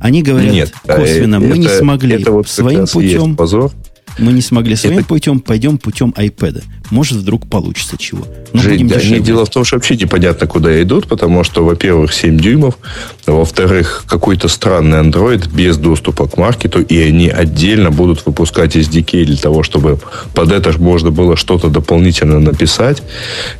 [SPEAKER 1] Они говорят
[SPEAKER 4] э,
[SPEAKER 1] Ну, косвенно, мы не
[SPEAKER 4] это-
[SPEAKER 1] смогли
[SPEAKER 4] это вот как
[SPEAKER 1] своим
[SPEAKER 4] раз и есть
[SPEAKER 1] путем,
[SPEAKER 4] позор.
[SPEAKER 1] мы не смогли своим
[SPEAKER 4] Это-
[SPEAKER 1] путем, пойдем путем iPad. может, вдруг получится чего.
[SPEAKER 4] Ну, Жень, да, они, дело в том, что вообще непонятно, куда идут, потому что, во-первых, 7 дюймов, а во-вторых, какой-то странный Android без доступа к маркету, и они отдельно будут выпускать SDK для того, чтобы под это можно было что-то дополнительно написать.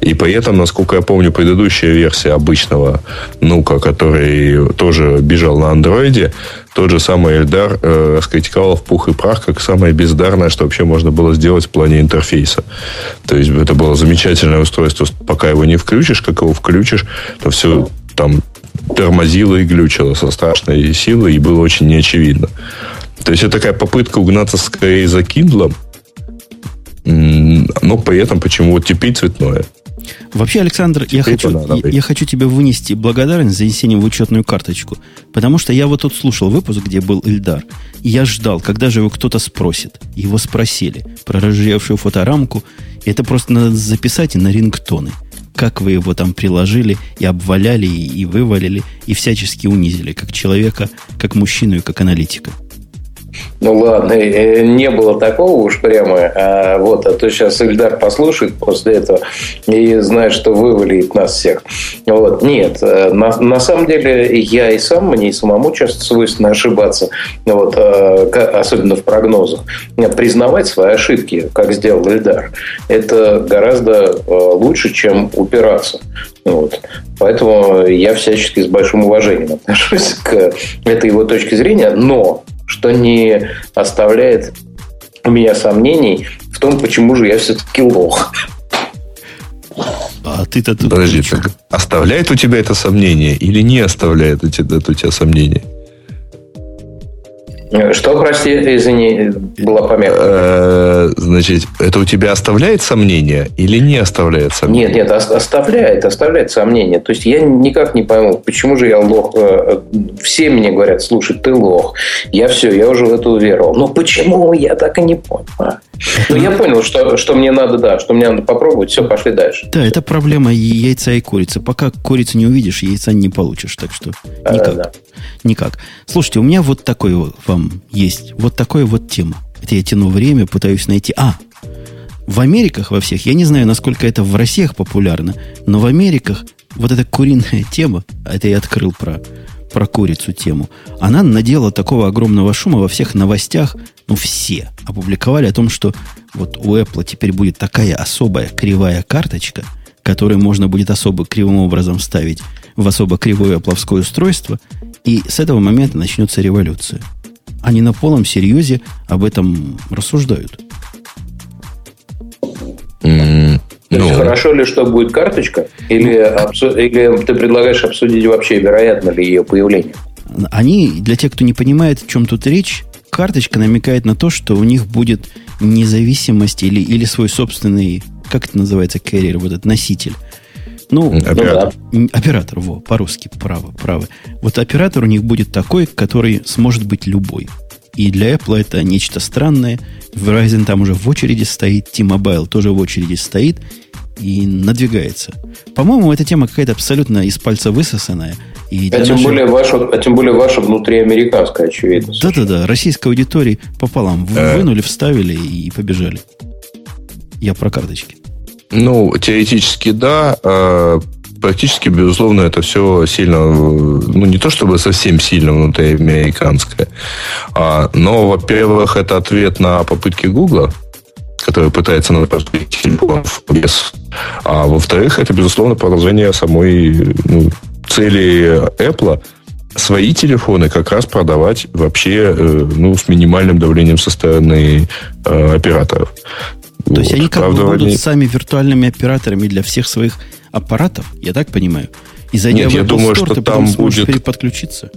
[SPEAKER 4] И при этом, насколько я помню, предыдущая версия обычного нука, который тоже бежал на андроиде, тот же самый Эльдар э, раскритиковал в пух и прах как самое бездарное, что вообще можно было сделать в плане интерфейса. То есть это было замечательное устройство. Пока его не включишь, как его включишь, то все там тормозило и глючило со страшной силой, и было очень неочевидно. То есть это такая попытка угнаться скорее за Kindle, но при этом почему вот теперь цветное.
[SPEAKER 1] Вообще, Александр,
[SPEAKER 4] Типа,
[SPEAKER 1] я хочу, я, я хочу тебе вынести благодарность за внесение в учетную карточку. Потому что я вот тут слушал выпуск, где был Ильдар. И я ждал, когда же его кто-то спросит. Его спросили про разжевшую фоторамку. И это просто надо записать и на рингтоны. Как вы его там приложили, и обваляли, и, и вывалили, и всячески унизили, как человека, как мужчину и как аналитика.
[SPEAKER 2] Ну ладно, не было такого уж прямо. А, вот, а то сейчас Ильдар послушает после этого и знает, что вывалит нас всех. Вот, нет, э, на, на самом деле я и сам, мне и самому часто свойственно ошибаться, вот, э, особенно в прогнозах. Признавать свои ошибки, как сделал Ильдар, это гораздо э, лучше, чем упираться. Вот. Поэтому я всячески с большим уважением отношусь к этой его точке зрения, но что не оставляет у меня сомнений в том, почему же я все-таки лох.
[SPEAKER 1] А ты-то тут...
[SPEAKER 4] Подожди, так оставляет у тебя это сомнение или не оставляет у тебя, это у тебя сомнение?
[SPEAKER 2] Что, прости, извини, была
[SPEAKER 4] Э,
[SPEAKER 2] помеха.
[SPEAKER 4] Значит, это у тебя оставляет сомнения или не оставляет сомнения?
[SPEAKER 2] Нет, нет, оставляет, оставляет сомнения. То есть я никак не пойму, почему же я лох. э, Все мне говорят, слушай, ты лох. Я все, я уже в это уверовал. Но почему я так и не понял? Ну, я понял, что, что мне надо, да, что мне надо попробовать, все, пошли дальше.
[SPEAKER 1] Да, это проблема яйца и курицы. Пока курицу не увидишь, яйца не получишь. Так что
[SPEAKER 4] Э,
[SPEAKER 2] Э,
[SPEAKER 1] никак. Да, да. Никак. Слушайте, у меня вот такой вам есть, вот такая вот тема. Это я тяну время, пытаюсь найти. А, в Америках во всех, я не знаю, насколько это в Россиях популярно, но в Америках вот эта куриная тема, а это я открыл про, про курицу тему, она надела такого огромного шума во всех новостях, ну все опубликовали о том, что вот у Apple теперь будет такая особая кривая карточка, которую можно будет особо кривым образом ставить в особо кривое плавское устройство, и с этого момента начнется революция. Они на полном серьезе об этом рассуждают.
[SPEAKER 2] Mm, ну. То есть, хорошо ли, что будет карточка? Или, обсу- или ты предлагаешь обсудить вообще, вероятно ли ее появление?
[SPEAKER 1] Они, для тех, кто не понимает, о чем тут речь, карточка намекает на то, что у них будет независимость или, или свой собственный, как это называется, кэрриер, вот этот носитель. Ну,
[SPEAKER 4] оператор.
[SPEAKER 1] Ну, да. оператор, во, по-русски, право, право. Вот оператор у них будет такой, который сможет быть любой. И для Apple это нечто странное. Verizon там уже в очереди стоит, T-Mobile тоже в очереди стоит и надвигается. По-моему, эта тема какая-то абсолютно из пальца высосанная.
[SPEAKER 2] И а, тем нашей... более ваша, а тем более ваша внутриамериканская, очевидно.
[SPEAKER 1] Да-да-да, российской аудитории пополам э... вынули, вставили и побежали. Я про карточки.
[SPEAKER 4] Ну, теоретически да. А практически, безусловно, это все сильно, ну, не то чтобы совсем сильно внутриамериканское, а, но, во-первых, это ответ на попытки Гугла, который пытается направить телефон в вес. А во-вторых, это, безусловно, продолжение самой ну, цели Apple свои телефоны как раз продавать вообще ну, с минимальным давлением со стороны э, операторов.
[SPEAKER 1] То вот. есть они как Правда, бы будут они... сами виртуальными операторами для всех своих аппаратов, я так понимаю. И зайдя Нет, в Apple я думаю, Store, что ты там будет... переподключиться.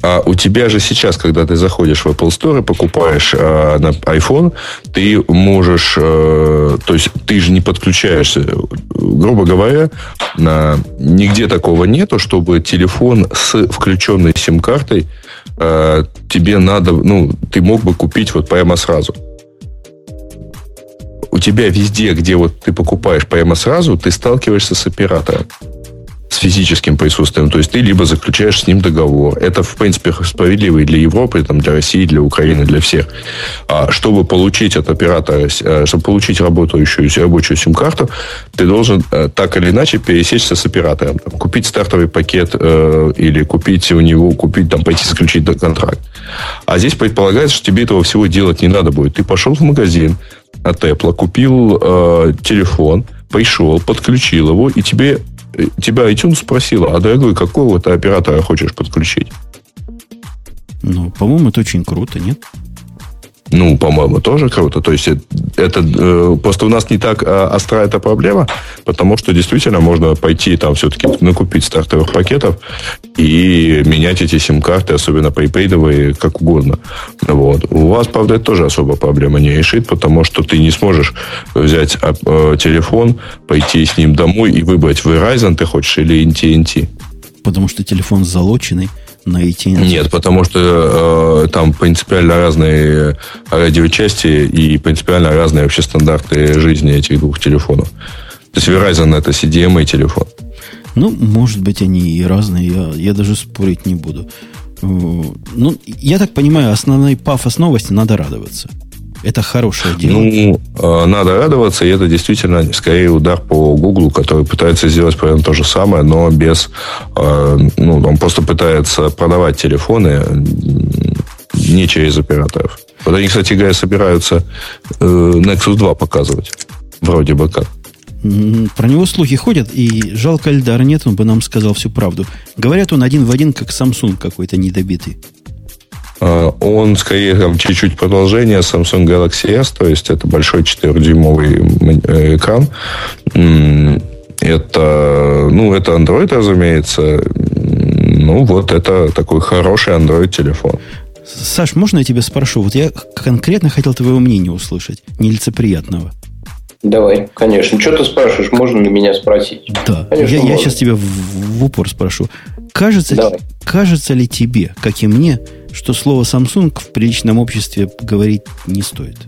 [SPEAKER 4] А у тебя же сейчас, когда ты заходишь в Apple Store и покупаешь э, на iPhone, ты можешь, э, то есть ты же не подключаешься, грубо говоря, на, нигде такого нету, чтобы телефон с включенной сим-картой э, тебе надо, ну, ты мог бы купить вот прямо сразу у тебя везде, где вот ты покупаешь прямо сразу, ты сталкиваешься с оператором. С физическим присутствием. То есть ты либо заключаешь с ним договор. Это, в принципе, справедливо и для Европы, и, там, для России, и для Украины, для всех. А чтобы получить от оператора, э, чтобы получить работающую рабочую сим-карту, ты должен э, так или иначе пересечься с оператором. Там, купить стартовый пакет э, или купить у него, купить, там, пойти заключить контракт. А здесь предполагается, что тебе этого всего делать не надо будет. Ты пошел в магазин от Apple, купил э, телефон, пришел, подключил его, и тебе э, тебя iTunes спросила, а дорогой, какого ты оператора хочешь подключить?
[SPEAKER 1] Ну, по-моему, это очень круто, нет?
[SPEAKER 4] Ну, по-моему, тоже круто. То есть это, это э, просто у нас не так э, остра эта проблема, потому что действительно можно пойти там все-таки накупить стартовых пакетов и менять эти сим-карты, особенно припейдовые, как угодно. Вот. У вас, правда, это тоже особо проблема не решит, потому что ты не сможешь взять э, телефон, пойти с ним домой и выбрать, Verizon ты хочешь или NTNT.
[SPEAKER 1] Потому что телефон залоченный на AT&T?
[SPEAKER 4] Нет, потому что э, там принципиально разные радиочасти и принципиально разные вообще стандарты жизни этих двух телефонов. То есть Verizon это CDMA телефон.
[SPEAKER 1] Ну, может быть, они и разные, я, я даже спорить не буду. Ну, я так понимаю, основной пафос новости надо радоваться. Это хорошее дело.
[SPEAKER 4] Ну, э, надо радоваться, и это действительно скорее удар по Google, который пытается сделать примерно то же самое, но без... Э, ну, он просто пытается продавать телефоны не через операторов. Вот они, кстати говоря, собираются э, Nexus 2 показывать. Вроде бы как.
[SPEAKER 1] Про него слухи ходят, и жалко Эльдара нет, он бы нам сказал всю правду. Говорят, он один в один, как Samsung какой-то недобитый.
[SPEAKER 4] Э, Он скорее там чуть-чуть продолжение Samsung Galaxy S, то есть это большой 4-дюймовый экран. Это, ну, это Android, разумеется. Ну, вот это такой хороший Android телефон.
[SPEAKER 1] Саш, можно я тебя спрошу? Вот я конкретно хотел твоего мнения услышать, нелицеприятного.
[SPEAKER 2] Давай, конечно. Что ты спрашиваешь? Можно ли меня спросить?
[SPEAKER 1] Да.
[SPEAKER 2] Конечно,
[SPEAKER 1] я, я
[SPEAKER 2] можно.
[SPEAKER 1] сейчас тебя в, в упор спрошу. Кажется, ли-
[SPEAKER 2] Давай.
[SPEAKER 1] кажется ли тебе, как и мне, что слово Samsung в приличном обществе говорить не стоит?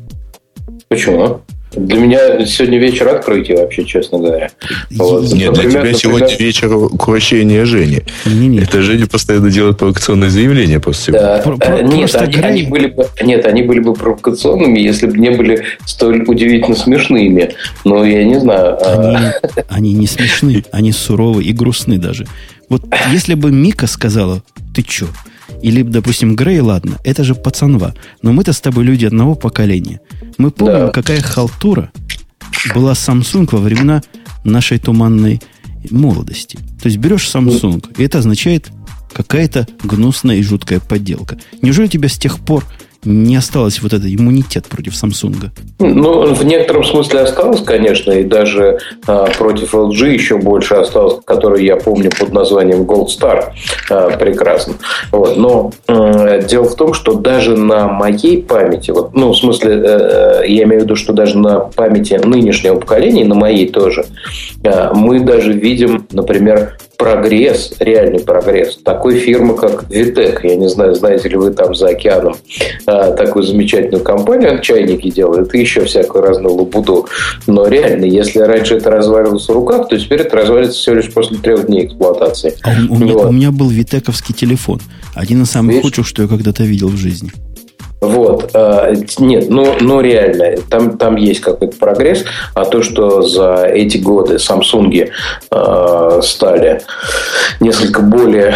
[SPEAKER 2] Почему? Для меня сегодня вечер открытие вообще, честно говоря. Вот.
[SPEAKER 1] Е-
[SPEAKER 4] Нет, для
[SPEAKER 2] Например,
[SPEAKER 4] тебя
[SPEAKER 2] например-
[SPEAKER 4] сегодня вечер угощение Жени.
[SPEAKER 1] Не-не.
[SPEAKER 4] Это Женя постоянно делает провокационные заявления после всего.
[SPEAKER 2] Да.
[SPEAKER 1] Про- про-
[SPEAKER 2] Э, нет,
[SPEAKER 1] просто
[SPEAKER 2] они,
[SPEAKER 1] играй.
[SPEAKER 2] они были бы, нет, они были бы провокационными, если бы не были столь удивительно смешными. Но я не знаю. а,
[SPEAKER 1] Они, они не смешны, они суровы и грустны даже. Вот если бы Мика сказала, ты чё? Или, допустим, Грей, ладно, это же пацанва. Но мы-то с тобой люди одного поколения. Мы помним,
[SPEAKER 2] Да.
[SPEAKER 1] какая халтура была Samsung во времена нашей туманной молодости. То есть берешь Samsung, и это означает какая-то гнусная и жуткая подделка. Неужели у тебя с тех пор не осталось вот этот иммунитет против Самсунга?
[SPEAKER 2] Ну, в некотором смысле осталось, конечно, и даже э, против LG еще больше осталось, который я помню под названием Gold Star э, прекрасно. Вот. Но э, дело в том, что даже на моей памяти, вот, ну, в смысле, э, я имею в виду, что даже на памяти нынешнего поколения, и на моей тоже, э, мы даже видим, например, прогресс, реальный прогресс такой фирмы, как Витек. Я не знаю, знаете ли вы там за океаном э, такую замечательную компанию, он чайники делает, и еще всякую разную лабуду. Но реально, если раньше это разваливалось в руках, то теперь это развалится всего лишь после трех дней эксплуатации.
[SPEAKER 1] А у, у меня,
[SPEAKER 2] Вот.
[SPEAKER 1] у меня был витековский телефон. Один из самых
[SPEAKER 2] Видишь?
[SPEAKER 1] худших, что я когда-то видел в жизни.
[SPEAKER 2] Вот. э, Нет, ну, ну реально, там, там есть какой-то прогресс, а то, что за эти годы Samsung э, стали несколько более,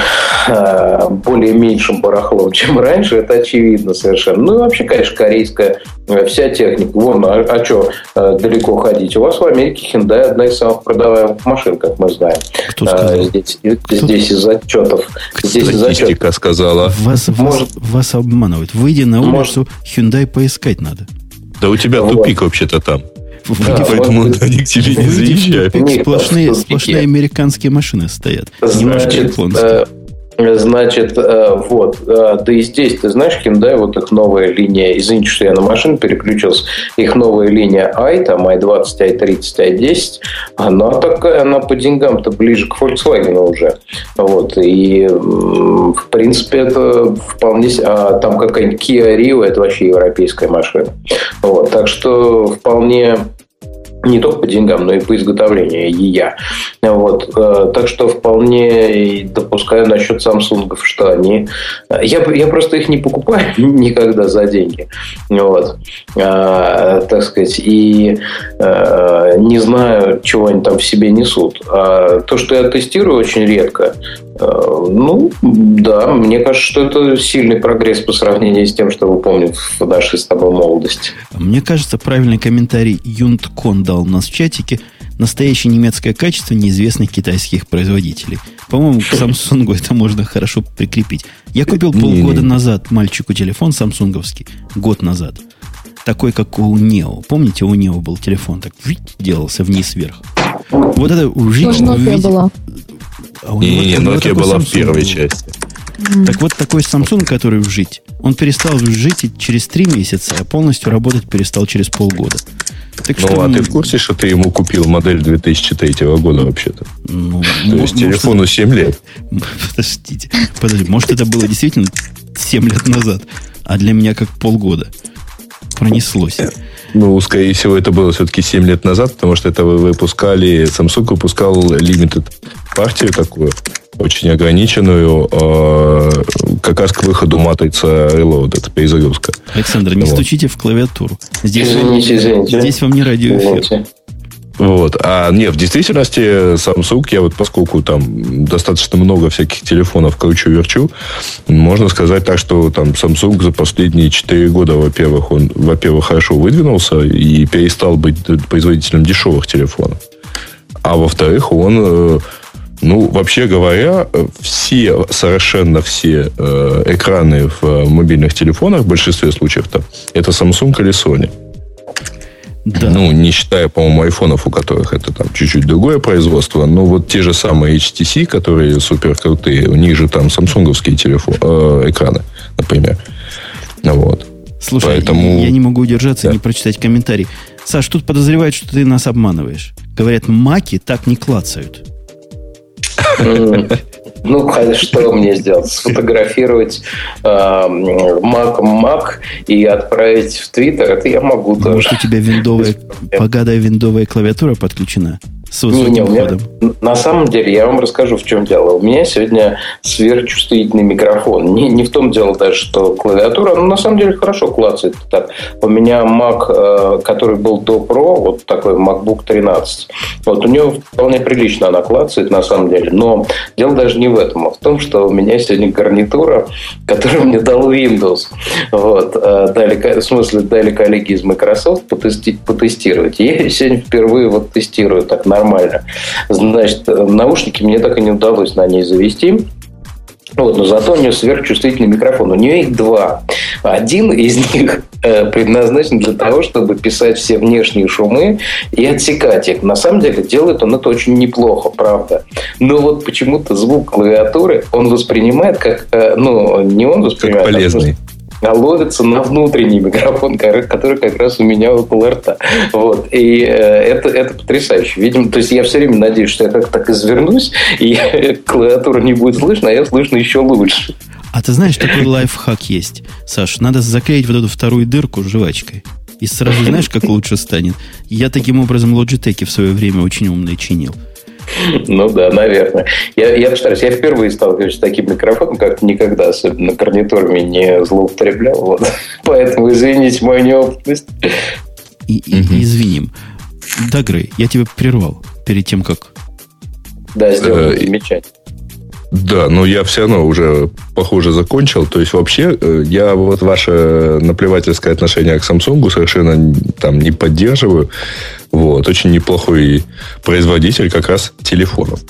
[SPEAKER 2] э, более меньшим барахлом, чем раньше, это очевидно совершенно. Ну и вообще, конечно, корейская э, вся техника. Вон, а, а что далеко ходить? У вас в Америке Hyundai одна из самых продаваемых машин, как мы знаем.
[SPEAKER 1] Кто
[SPEAKER 2] Э,
[SPEAKER 1] сказал?
[SPEAKER 2] Здесь, здесь из отчетов. Здесь из отчетов.
[SPEAKER 4] Статистика сказала.
[SPEAKER 1] Вас, вас-
[SPEAKER 2] Может-
[SPEAKER 1] вас обманывают. Выйдя на
[SPEAKER 2] Может-
[SPEAKER 1] улицу, Hyundai поискать надо.
[SPEAKER 4] Да у тебя
[SPEAKER 2] Вот.
[SPEAKER 4] тупик вообще-то там.
[SPEAKER 1] Выйди,
[SPEAKER 2] Да,
[SPEAKER 4] Поэтому
[SPEAKER 2] вот.
[SPEAKER 4] они к тебе не
[SPEAKER 1] выйди в
[SPEAKER 4] заезжают.
[SPEAKER 1] тупик,
[SPEAKER 2] Нет,
[SPEAKER 1] сплошные,
[SPEAKER 2] в тупике.
[SPEAKER 1] сплошные американские машины стоят. Немножко
[SPEAKER 2] Значит,
[SPEAKER 1] японские.
[SPEAKER 2] э, значит, э, вот, э, да и здесь, ты знаешь, Hyundai, вот их новая линия, извините, что я на машину переключился, их новая линия i, там i20, i30, i10, она такая, она по деньгам-то ближе к Volkswagen уже. Вот, и м, в принципе это вполне... с- А там какая-нибудь Kia Rio, это вообще европейская машина. Вот, так что вполне не только по деньгам, но и по изготовлению и я. Вот. э, Так что вполне допускаю насчет Samsung, что они... э, Я, я просто их не покупаю никогда за деньги. Вот. А, так сказать, и а, не знаю, чего они там в себе несут. А то, что я тестирую очень редко, ну, да, мне кажется, что это сильный прогресс по сравнению с тем, что вы помните в нашей с тобой молодости.
[SPEAKER 1] Мне кажется, правильный комментарий Юнткон дал у нас в чатике. Настоящее немецкое качество неизвестных китайских производителей. По-моему, к Samsung это можно хорошо прикрепить. Я купил полгода назад мальчику телефон самсунговский, год назад. Такой, как у Нео. Помните, у Нео был телефон так делался вниз-вверх. Вот это
[SPEAKER 3] уже... Тоже была.
[SPEAKER 2] Ну,
[SPEAKER 1] А у
[SPEAKER 4] Не,
[SPEAKER 1] него,
[SPEAKER 4] не, не,
[SPEAKER 1] у него
[SPEAKER 4] Nokia
[SPEAKER 1] такой
[SPEAKER 4] ну, была в
[SPEAKER 1] Samsung
[SPEAKER 4] первой
[SPEAKER 1] был.
[SPEAKER 4] части.
[SPEAKER 1] Так вот, такой Samsung, который вжить, он перестал вжить и через три месяца, а полностью работать перестал через полгода. Так
[SPEAKER 4] Ну, а
[SPEAKER 1] м,
[SPEAKER 4] ты в курсе, что ты ему купил модель 2003 года вообще-то?
[SPEAKER 1] ну, мо-
[SPEAKER 4] То есть
[SPEAKER 1] может,
[SPEAKER 4] телефону 7 лет.
[SPEAKER 1] Подождите, подождите. Может, это было действительно 7 лет назад, а для меня как полгода. Пронеслось.
[SPEAKER 4] Ну, скорее всего, это было все-таки 7 лет назад, потому что это вы выпускали, Samsung выпускал Limited партию такую, очень ограниченную, э, как раз к выходу матрица Reloaded, перезагрузка.
[SPEAKER 1] Александр, не
[SPEAKER 4] Вот.
[SPEAKER 1] стучите в клавиатуру. Здесь,
[SPEAKER 2] Извините, извините.
[SPEAKER 1] здесь вам не радиоэфир.
[SPEAKER 2] Извините.
[SPEAKER 4] Вот. А нет, в действительности э, Samsung, я вот поскольку там достаточно много всяких телефонов кручу-верчу, можно сказать так, что там Samsung за последние 4 года, во-первых, он, во-первых, хорошо выдвинулся и перестал быть производителем дешевых телефонов. А во-вторых, он, э, ну, вообще говоря, э, все, совершенно все э, экраны в э, мобильных телефонах, в большинстве случаев-то, это Samsung или Sony.
[SPEAKER 1] Да.
[SPEAKER 4] Ну, не считая, по-моему, айфонов, у которых это там чуть-чуть другое производство. Но вот те же самые HTC, которые супер крутые, у них же там самсунговские телефон, э, экраны, например. Ну Вот.
[SPEAKER 1] Слушай,
[SPEAKER 4] Поэтому-
[SPEAKER 1] я не могу удержаться и
[SPEAKER 4] Да.
[SPEAKER 1] не прочитать комментарий. Саш, тут подозревают, что ты нас обманываешь. Говорят, маки так не клацают.
[SPEAKER 2] М, Ну, конечно, что мне сделать? Сфотографировать э, Мак Мак и отправить в Твиттер? Это я могу тоже.
[SPEAKER 1] Может, у тебя виндовая, погадая виндовая клавиатура подключена с
[SPEAKER 2] Ну, Не, не,
[SPEAKER 1] высоким
[SPEAKER 2] у меня-
[SPEAKER 1] входом.
[SPEAKER 2] на самом деле, я вам расскажу, в чем дело. У меня сегодня сверхчувствительный микрофон. Не, не в том дело даже, что клавиатура, но на самом деле хорошо клацает. Так. У меня Mac, э, который был до Pro, вот такой MacBook 13. Вот у него вполне прилично она клацает, на самом деле. Но дело даже не в этом, а в том, что у меня сегодня гарнитура, которую мне дал Windows. Вот. э, Дали, ко- в смысле, дали коллеги из Microsoft потести- потестировать. И я её сегодня впервые вот тестирую так нормально. Значит, э, наушники мне так и не удалось на ней завести. Вот, но зато у нее сверхчувствительный микрофон. У нее их два. Один из них э, предназначен для того, чтобы писать все внешние шумы и отсекать их. На самом деле делает он это очень неплохо, правда. Но вот почему-то звук клавиатуры он воспринимает как... э, ну, не он
[SPEAKER 4] Как
[SPEAKER 2] воспринимает, а
[SPEAKER 4] полезный.
[SPEAKER 2] а ловится на внутренний микрофон, который который как раз у меня около рта. Вот. И э, это, это потрясающе. Видимо, то есть я все время надеюсь, что я как-то так извернусь, и клавиатура не будет слышно, а я слышно еще лучше.
[SPEAKER 1] А ты знаешь, такой лайфхак есть, Саш. Надо заклеить вот эту вторую дырку жвачкой. И сразу знаешь, как лучше станет. Я таким образом лоджитеки в свое время очень умные чинил.
[SPEAKER 2] Ну да, наверное. Я, я постараюсь. Я впервые сталкиваюсь с таким микрофоном, как никогда, особенно гарнитурами не злоупотреблял. Вот. Поэтому извините мою неопытность.
[SPEAKER 1] И, и-
[SPEAKER 4] Мгм.
[SPEAKER 1] извиним. Да, Грей, я тебя прервал перед тем, как...
[SPEAKER 2] Да, сделал
[SPEAKER 4] Э,
[SPEAKER 2] замечание.
[SPEAKER 4] Да, но я все равно уже, похоже, закончил. То есть, вообще, э, я вот ваше наплевательское отношение к Samsung совершенно н- там не поддерживаю. Вот, очень неплохой производитель как раз телефонов.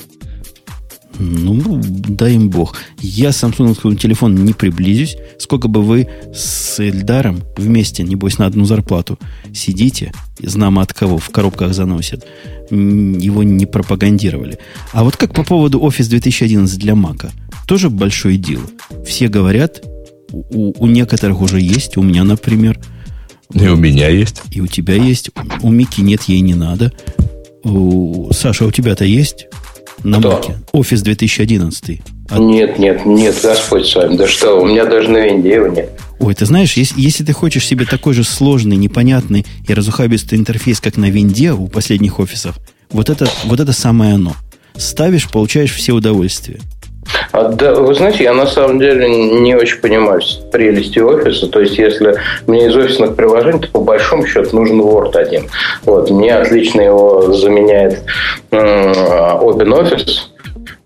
[SPEAKER 1] Ну, дай им бог. Я с самсунговскому телефону не приблизюсь. Сколько бы вы с Эльдаром вместе, небось, на одну зарплату сидите, знамо от кого, в коробках заносят, м, его не пропагандировали. А вот как по поводу Office 2011 для Мака? Тоже большое дело. Все говорят, у, у некоторых уже есть, у меня, например,
[SPEAKER 4] И у меня есть.
[SPEAKER 1] и у тебя есть, у Мики нет, ей не надо. У, Саша, у тебя-то есть на
[SPEAKER 2] Кто?
[SPEAKER 1] Маке? Office 2011. А
[SPEAKER 2] Нет, нет, нет, Господь с вами. Да что, вы, у меня даже на винде его нет.
[SPEAKER 1] У Ой, ты знаешь, если, если ты хочешь себе такой же сложный, непонятный и разухабистый интерфейс, как на винде у последних офисов, вот это, вот это самое оно. Ставишь, получаешь все удовольствия.
[SPEAKER 2] А, да, вы знаете, я на самом деле не очень понимаю прелести офиса. То есть, если мне из офисных приложений, то по большому счету нужен Word один. Вот, мне отлично его заменяет м, OpenOffice,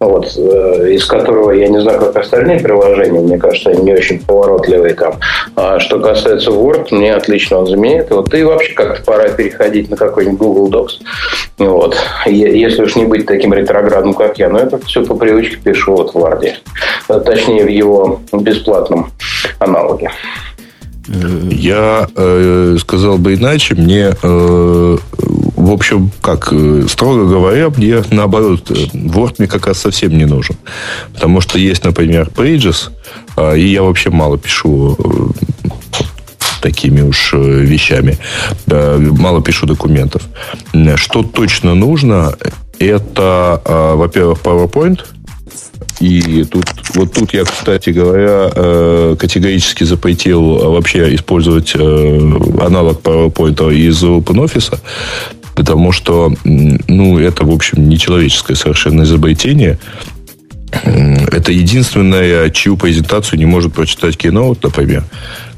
[SPEAKER 2] вот, э, из которого я не знаю, как остальные приложения, мне кажется, они не очень поворотливые там. А что касается Word, мне отлично он заменяет. Вот, и вообще как-то пора переходить на какой-нибудь Google Docs. Вот. Е- Если уж не быть таким ретроградным, как я, но это все по привычке пишу вот в Варде. Точнее, в его бесплатном аналоге.
[SPEAKER 1] Э,
[SPEAKER 4] Я э, сказал бы иначе. Мне, э, в общем, как э, строго говоря, мне наоборот, э, Word мне как раз совсем не нужен. Потому что есть, например, Pages, а, и я вообще мало пишу э, такими уж э, вещами. Э, Мало пишу документов. Э, Что точно нужно, это, э, во-первых, PowerPoint. И тут, вот тут я, кстати говоря, э, категорически запретил вообще использовать э, аналог PowerPoint из OpenOffice, потому что, м, ну, это, в общем, нечеловеческое совершенно изобретение. М, Это единственное, чью презентацию не может прочитать Keynote, например.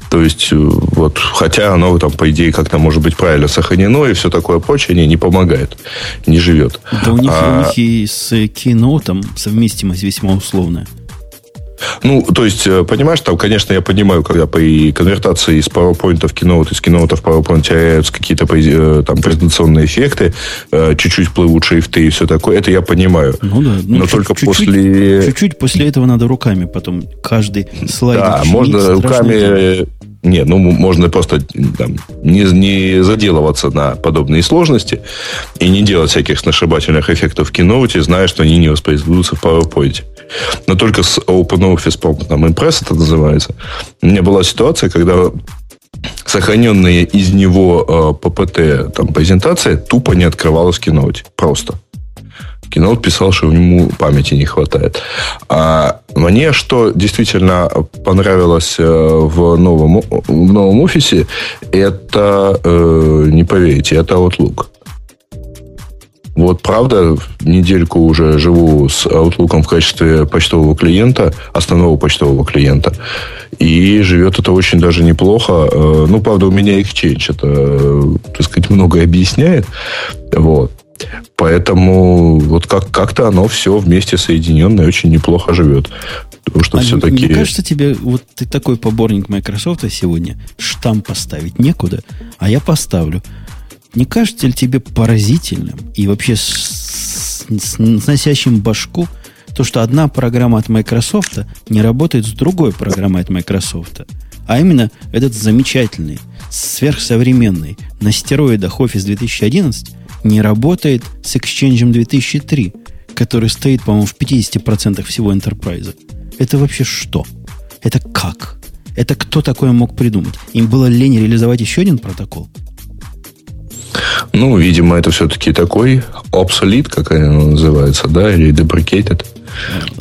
[SPEAKER 4] То есть, э, вот, хотя оно там, по идее, как-то может быть правильно сохранено и все такое прочее, не, не помогает, не живет.
[SPEAKER 1] Да у них,
[SPEAKER 4] А-
[SPEAKER 1] у них и с кинотом совместимость весьма условная.
[SPEAKER 4] Ну, то есть, э, понимаешь, там, конечно, я понимаю, когда при конвертации из PowerPoint в Keynote, из Keynote в PowerPoint теряются какие-то през- э, там презентационные эффекты, э, чуть-чуть плывут шрифты и все такое. Это я понимаю.
[SPEAKER 1] Ну да. ну,
[SPEAKER 4] Но
[SPEAKER 1] чуть-
[SPEAKER 4] только
[SPEAKER 1] чуть-чуть-
[SPEAKER 4] после-
[SPEAKER 1] Чуть-чуть после этого надо руками потом каждый слайд.
[SPEAKER 4] Да,
[SPEAKER 1] отчинить,
[SPEAKER 4] можно
[SPEAKER 1] страшное дело.
[SPEAKER 4] руками... Не, ну, можно просто м, там, не, не заделываться на подобные сложности и не делать всяких сношибательных эффектов в Keynote, зная, что они не воспроизведутся в PowerPoint. Но только с OpenOffice, по-моему, там Impress это называется, у меня была ситуация, когда сохраненные из него э, ППТ там, презентация тупо не открывалась в Keynote. Просто. Keynote писал, что ему памяти не хватает. А мне что действительно понравилось э, в новом, о- в новом офисе, это, э, не поверите, это Outlook. Вот правда, недельку уже живу с Outlook в качестве почтового клиента, основного почтового клиента. И живет это очень даже неплохо. Э, Ну, правда, у меня Exchange это, э, так сказать, многое объясняет. Вот. Поэтому вот как- как-то оно все вместе соединенное очень неплохо живет. Потому что
[SPEAKER 1] А
[SPEAKER 4] все-таки...
[SPEAKER 1] Не кажется тебе, вот ты такой поборник Microsoft сегодня, штамп поставить некуда, а я поставлю. Не кажется ли тебе поразительным и вообще с- с- сносящим башку то, что одна программа от Microsoft не работает с другой программой от Microsoft? А именно этот замечательный, сверхсовременный, на стероидах Office 2011 не работает с Exchange 2003, который стоит, по-моему, в 50% всего Enterprise. Это вообще что? Это как? Это кто такое мог придумать? Им было лень реализовать еще один протокол?
[SPEAKER 4] Ну, видимо, это все-таки такой обсолит, как оно называется, да, или deprecated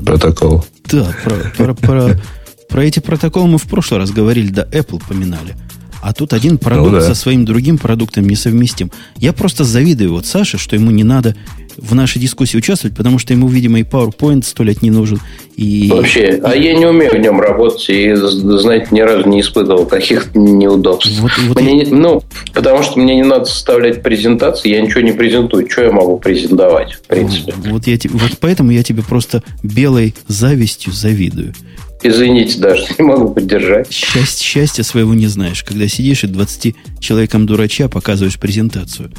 [SPEAKER 4] протокол.
[SPEAKER 1] Да, про, про- про- про эти протоколы мы в прошлый раз говорили, да, Apple поминали. А тут
[SPEAKER 2] Ну
[SPEAKER 1] один продукт
[SPEAKER 4] да.
[SPEAKER 1] со своим другим продуктом несовместим. Я просто завидую вот Саше, что ему не надо в нашей дискуссии участвовать, потому что ему, видимо, и PowerPoint сто лет не нужен. И...
[SPEAKER 2] Вообще, а я не умею в нем работать и, знаете, ни разу не испытывал каких-то неудобств.
[SPEAKER 1] Вот, вот
[SPEAKER 2] Мне не- ну, потому что мне не надо составлять презентации, я ничего не презентую. Что я могу презентовать, в принципе?
[SPEAKER 1] Вот, я, те- вот поэтому я тебе просто белой завистью завидую.
[SPEAKER 2] Извините, даже не могу поддержать.
[SPEAKER 1] Счасть- счастья своего не знаешь, когда сидишь и 20 человекам дурача показываешь презентацию.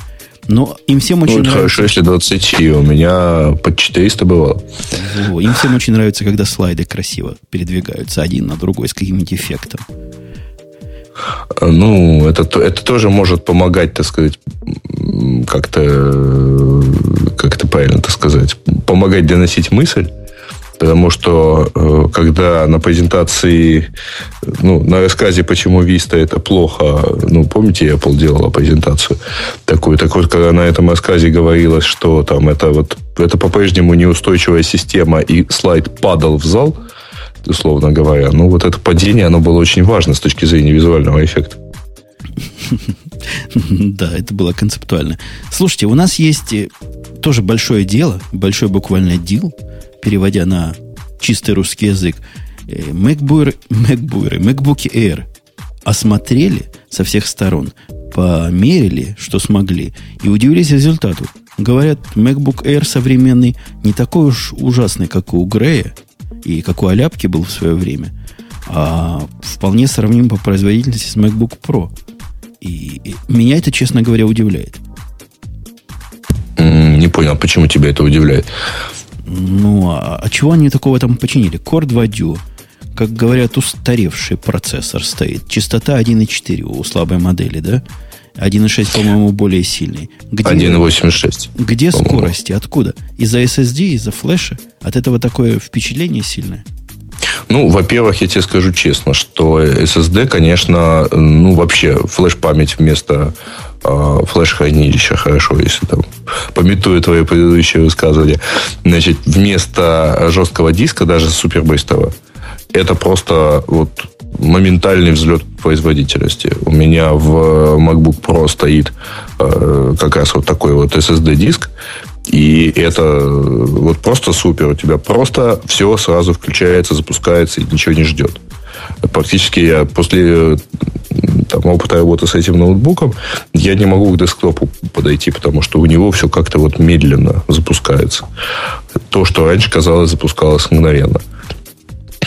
[SPEAKER 1] Но им всем
[SPEAKER 4] Ну,
[SPEAKER 1] очень
[SPEAKER 4] это
[SPEAKER 1] нравится.
[SPEAKER 4] хорошо, если 20, у меня под 400 бывало.
[SPEAKER 1] Во, им всем очень нравится, когда слайды красиво передвигаются один на другой с каким-нибудь эффектом.
[SPEAKER 4] Ну, это, то- это тоже может помогать, так сказать, м, как-то, э, как это правильно так сказать, помогать доносить мысль. Потому что э, когда на презентации, э, ну, на рассказе, почему Vista это плохо, ну, помните, Apple делала презентацию такую, так вот, когда на этом рассказе говорилось, что там это вот, это по-прежнему неустойчивая система, и слайд падал в зал, условно говоря. Ну, вот это падение, оно было очень важно с точки зрения визуального эффекта.
[SPEAKER 1] Да, это было концептуально. Слушайте, у нас есть э, тоже большое дело, большой буквально дел, переводя на чистый русский язык. Э, MacBook, MacBook, MacBook Air осмотрели со всех сторон, померили, что смогли, и удивились результату. Говорят, MacBook Air современный не такой уж ужасный, как у Грея и как у Аляпки был в свое время, а вполне сравним по производительности с MacBook Pro. И, и меня это, честно говоря, удивляет.
[SPEAKER 4] Не понял, почему тебя это удивляет?
[SPEAKER 1] Ну, а, а чего они такого там починили? Core 2 Duo, как говорят, устаревший процессор стоит. Частота 1.4 у слабой модели, да? 1.6, по-моему, более сильный.
[SPEAKER 4] Где, 1.86.
[SPEAKER 1] Где скорости? Откуда? Из-за SSD, из-за флеша? От этого такое впечатление сильное?
[SPEAKER 4] Ну, во-первых, я тебе скажу честно, что SSD, конечно, ну, вообще, флеш-память вместо э, флеш-хранилища, хорошо, если там, пометую твои предыдущие высказывания, значит, вместо жесткого диска, даже супербыстрого, это просто вот моментальный взлет производительности. У меня в MacBook Pro стоит э, как раз вот такой вот SSD-диск, и это э, вот просто супер. У тебя просто все сразу включается, запускается и ничего не ждет. Практически я после э, там, опыта работы с этим ноутбуком я не могу к десктопу подойти, потому что у него все как-то вот медленно запускается. То, что раньше казалось, запускалось мгновенно.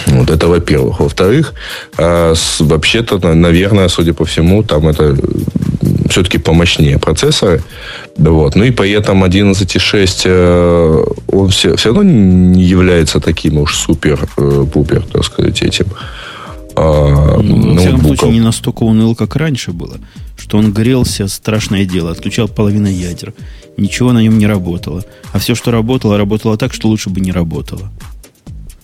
[SPEAKER 4] Вот это во-первых. Во-вторых, э, с, вообще-то, наверное, судя по всему, там это все-таки помощнее процессоры. Да вот. Ну и при этом 11.6 э, он все, все равно не является таким уж супер-пупер, э, так сказать, этим. а,
[SPEAKER 1] Э, ну, во всяком случае, не настолько уныл, как раньше было, что он грелся, страшное дело, отключал половину ядер, ничего на нем не работало. А все, что работало, работало так, что лучше бы не работало.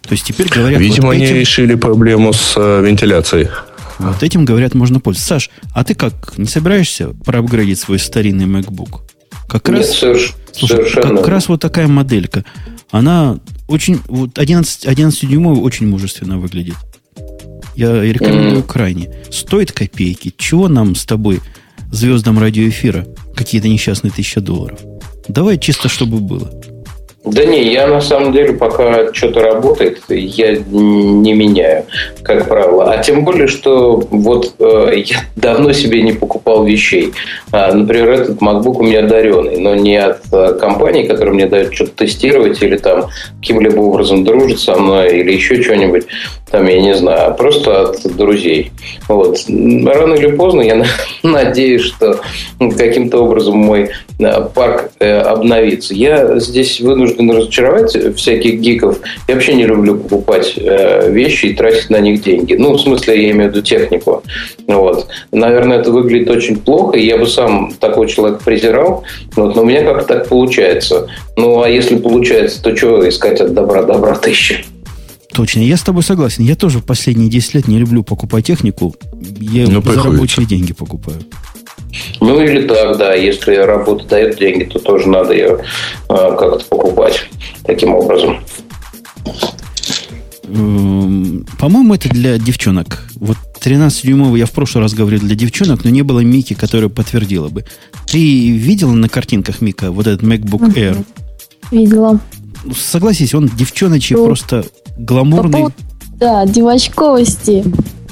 [SPEAKER 1] То есть теперь говорят...
[SPEAKER 4] Видимо, вот этим, они решили проблему с э, вентиляцией.
[SPEAKER 1] Вот этим, говорят, можно пользоваться. Саш, а ты как, не собираешься проапгрейдить свой старинный MacBook? Как
[SPEAKER 2] Нет,
[SPEAKER 1] раз,
[SPEAKER 2] соверш-
[SPEAKER 1] слушай,
[SPEAKER 2] совершенно.
[SPEAKER 1] как раз вот такая моделька. Она очень... Вот 11, 11 дюймовый очень мужественно выглядит. Я рекомендую mm-hmm. крайне. Стоит копейки. Чего нам с тобой, звездам радиоэфира, какие-то несчастные тысяча долларов? Давай чисто, чтобы было.
[SPEAKER 2] Да не, я на самом деле пока что-то работает, я не меняю, как правило. А тем более, что вот э, я давно себе не покупал вещей. А, например, этот MacBook у меня даренный, но не от э, компании, которая мне дает что-то тестировать или там каким-либо образом дружит со мной или еще что-нибудь, там, я не знаю, а просто от друзей. Вот. Рано или поздно я надеюсь, что каким-то образом мой парк э, обновится. Я здесь вынужден вынужден разочаровать всяких гиков. Я вообще не люблю покупать э, вещи и тратить на них деньги. Ну, в смысле, я имею в виду технику. Вот. Наверное, это выглядит очень плохо, и я бы сам такого человека презирал, вот, но у меня как-то так получается. Ну, а если получается, то чего искать от добра добра тысячи?
[SPEAKER 1] Точно, я с тобой согласен. Я тоже последние 10 лет не люблю покупать технику. Я ну, за приходится. рабочие деньги покупаю.
[SPEAKER 2] Ну или так, да, если работа дает деньги, то тоже надо ее э, как-то покупать таким образом.
[SPEAKER 1] Эм, По-моему, это для девчонок. Вот 13-дюймовый я в прошлый раз говорил для девчонок, но не было Мики, которая подтвердила бы. Ты видела на картинках Мика вот этот MacBook Air? Ну,
[SPEAKER 3] Видела.
[SPEAKER 1] Согласись, он девчоночий, ну, просто гламурный. По поводу,
[SPEAKER 3] да, девочковости.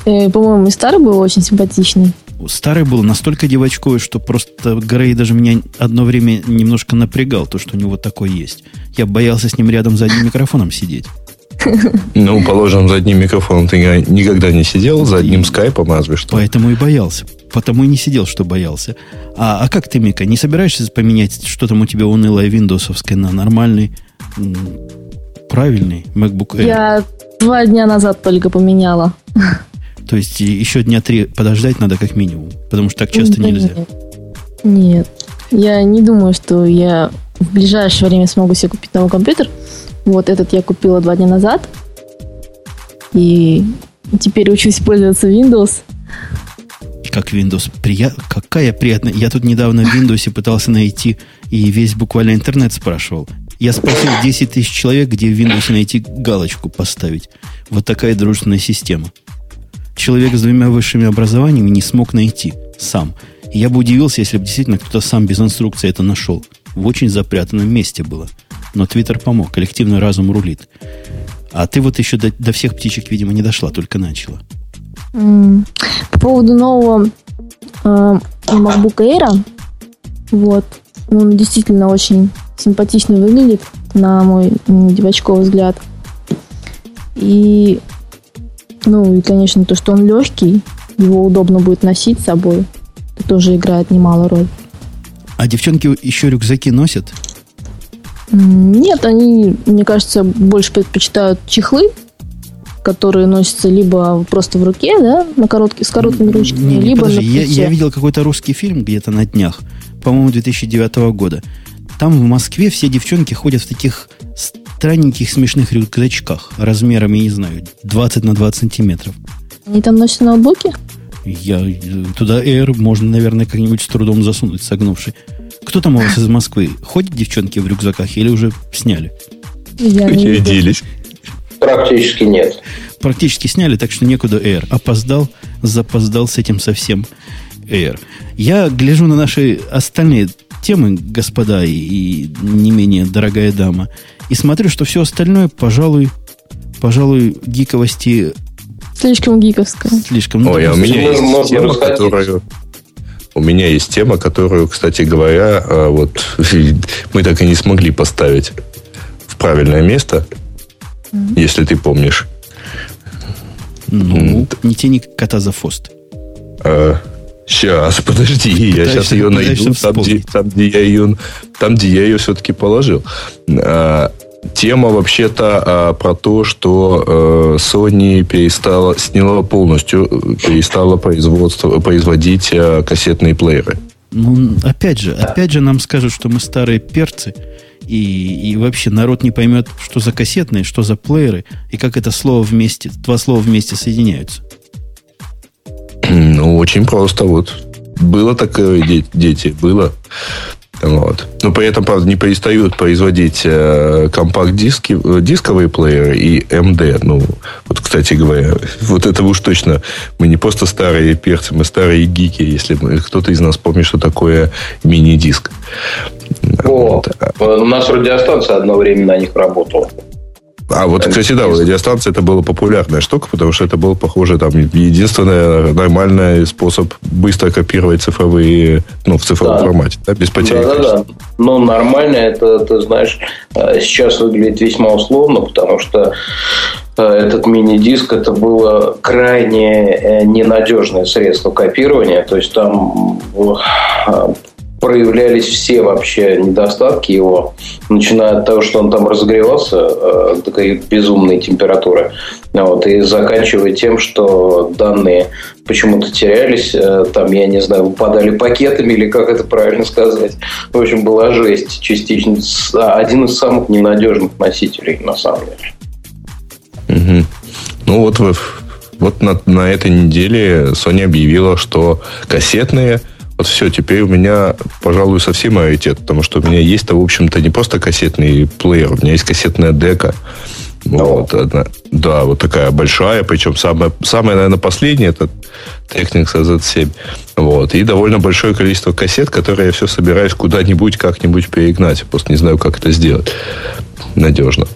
[SPEAKER 3] Э, по-моему, и старый был очень симпатичный
[SPEAKER 1] старый был настолько девочковый, что просто Грей даже меня одно время немножко напрягал, то, что у него такое есть. Я боялся с ним рядом за одним микрофоном сидеть.
[SPEAKER 4] Ну, положим, за одним микрофоном ты никогда не сидел, за одним скайпом разве что.
[SPEAKER 1] Поэтому и боялся. Потому и не сидел, что боялся. А, а как ты, Мика, не собираешься поменять, что там у тебя унылое виндосовское на нормальный, правильный MacBook
[SPEAKER 4] Э.
[SPEAKER 1] Air?
[SPEAKER 3] Я два дня назад только поменяла.
[SPEAKER 1] То есть еще дня три подождать надо как минимум, потому что так часто
[SPEAKER 3] нет,
[SPEAKER 1] нельзя.
[SPEAKER 3] Нет, я не думаю, что я в ближайшее время смогу себе купить новый компьютер. Вот этот я купила два дня назад. И теперь учусь пользоваться Windows.
[SPEAKER 1] И как Windows прия... Какая приятная... Я тут недавно в Windows пытался найти и весь буквально интернет спрашивал. Я спросил 10 тысяч человек, где в Windows найти галочку поставить. Вот такая дружественная система. Человек с двумя высшими образованиями не смог найти сам. И я бы удивился, если бы действительно кто-то сам без инструкции это нашел. В очень запрятанном месте было. Но Твиттер помог, коллективный разум рулит. А ты вот еще до, до всех птичек, видимо, не дошла, только начала.
[SPEAKER 3] М, По поводу нового э, MacBook Air, вот, ну, он действительно очень симпатично выглядит, на мой м, девочковый взгляд. И, ну, и, конечно, то, что он легкий, его удобно будет носить с собой, это тоже играет немалую роль.
[SPEAKER 1] А девчонки еще рюкзаки носят?
[SPEAKER 3] М, Нет, они, мне кажется, больше предпочитают чехлы, которые носятся либо просто в руке, да, на короткие, с короткими ручками,
[SPEAKER 1] Не, не,
[SPEAKER 3] либо
[SPEAKER 1] подожди,
[SPEAKER 3] на
[SPEAKER 1] я,
[SPEAKER 3] плече.
[SPEAKER 1] я видел какой-то русский фильм где-то на днях, по-моему, 2009 года. Там в Москве все девчонки ходят в таких странненьких смешных рюкзачках размером, я не знаю, 20 на 20 сантиметров.
[SPEAKER 3] Они там носят ноутбуки?
[SPEAKER 1] Я э, туда Air можно, наверное, как-нибудь с трудом засунуть, согнувший. Кто там у вас из Москвы? Ходят девчонки в рюкзаках или уже сняли?
[SPEAKER 3] Я не видела.
[SPEAKER 4] Переоделись.
[SPEAKER 2] Практически нет.
[SPEAKER 1] практически сняли, так что некуда Air. Опоздал, запоздал с этим совсем Air. Я гляжу на наши остальные темы, господа и, и не менее дорогая дама, и смотрю, что все остальное, пожалуй, пожалуй, гиковости
[SPEAKER 3] Слишком гиковская.
[SPEAKER 1] слишком... Ну,
[SPEAKER 4] Ой, а у
[SPEAKER 1] допустим,
[SPEAKER 4] меня
[SPEAKER 2] можно-
[SPEAKER 4] есть
[SPEAKER 2] можно
[SPEAKER 4] тема,
[SPEAKER 2] расходиться.
[SPEAKER 4] которую... У меня есть тема, которую, кстати говоря, э, вот мы так и не смогли поставить в правильное место, если ты помнишь.
[SPEAKER 1] Ну, не тяни кота за фост.
[SPEAKER 4] Сейчас, Э, подожди, я
[SPEAKER 1] Пытаешься-
[SPEAKER 4] сейчас ее найду,
[SPEAKER 1] пытаешься
[SPEAKER 4] там где,
[SPEAKER 1] вспомнить.
[SPEAKER 4] там, где я ее, там, где я ее все-таки положил. А, тема вообще-то а, про то, что э, Sony перестала, сняла полностью, э, перестала производство, производить э, кассетные плееры.
[SPEAKER 1] Ну, опять же, опять же нам скажут, что мы старые перцы, и, и вообще народ не поймет, что за кассетные, что за плееры, и как это слово вместе, два слова вместе соединяются.
[SPEAKER 4] Ну, очень просто, вот. Было такое, де- дети, было. Вот. Но при этом, правда, не перестают производить э, компакт-диски, э, дисковые плееры и МД. Ну, вот, кстати говоря, вот это уж точно. Мы не просто старые перцы, мы старые гики, если мы- кто-то из нас помнит, что такое мини-диск.
[SPEAKER 2] О,
[SPEAKER 4] Вот.
[SPEAKER 2] у нас радиостанция одно время на них работала.
[SPEAKER 4] А вот,
[SPEAKER 2] Э,
[SPEAKER 4] кстати, да, радиостанция это была популярная штука, потому что это был, похоже, там единственный нормальный способ быстро копировать цифровые, ну, в цифровом
[SPEAKER 2] Да.
[SPEAKER 4] формате, да, без потери.
[SPEAKER 2] Да-да-да.
[SPEAKER 4] качества.
[SPEAKER 2] Но нормально это, ты знаешь, э, сейчас выглядит весьма условно, потому что э, этот мини-диск это было крайне э, ненадежное средство копирования. То есть там э, проявлялись все вообще недостатки его, начиная от того, что он там разогревался э, до такой безумной температуры, вот, и заканчивая тем, что данные почему-то терялись, э, там, я не знаю, выпадали пакетами или как это правильно сказать. В общем, была жесть частично. С- а, Один из самых ненадежных носителей, на самом деле.
[SPEAKER 4] Мгм. Ну, вот, вы- вот на, на этой неделе Sony объявила, что кассетные вот все, теперь у меня, пожалуй, совсем раритет, потому что у меня есть-то, в общем-то, не просто кассетный плеер, у меня есть кассетная дека. Вот, одна- да, вот такая большая, причем самая, самая, наверное, последняя, это Technics AZ7. Вот, и довольно большое количество кассет, которые я все собираюсь куда-нибудь, как-нибудь перегнать. Просто не знаю, как это сделать надежно.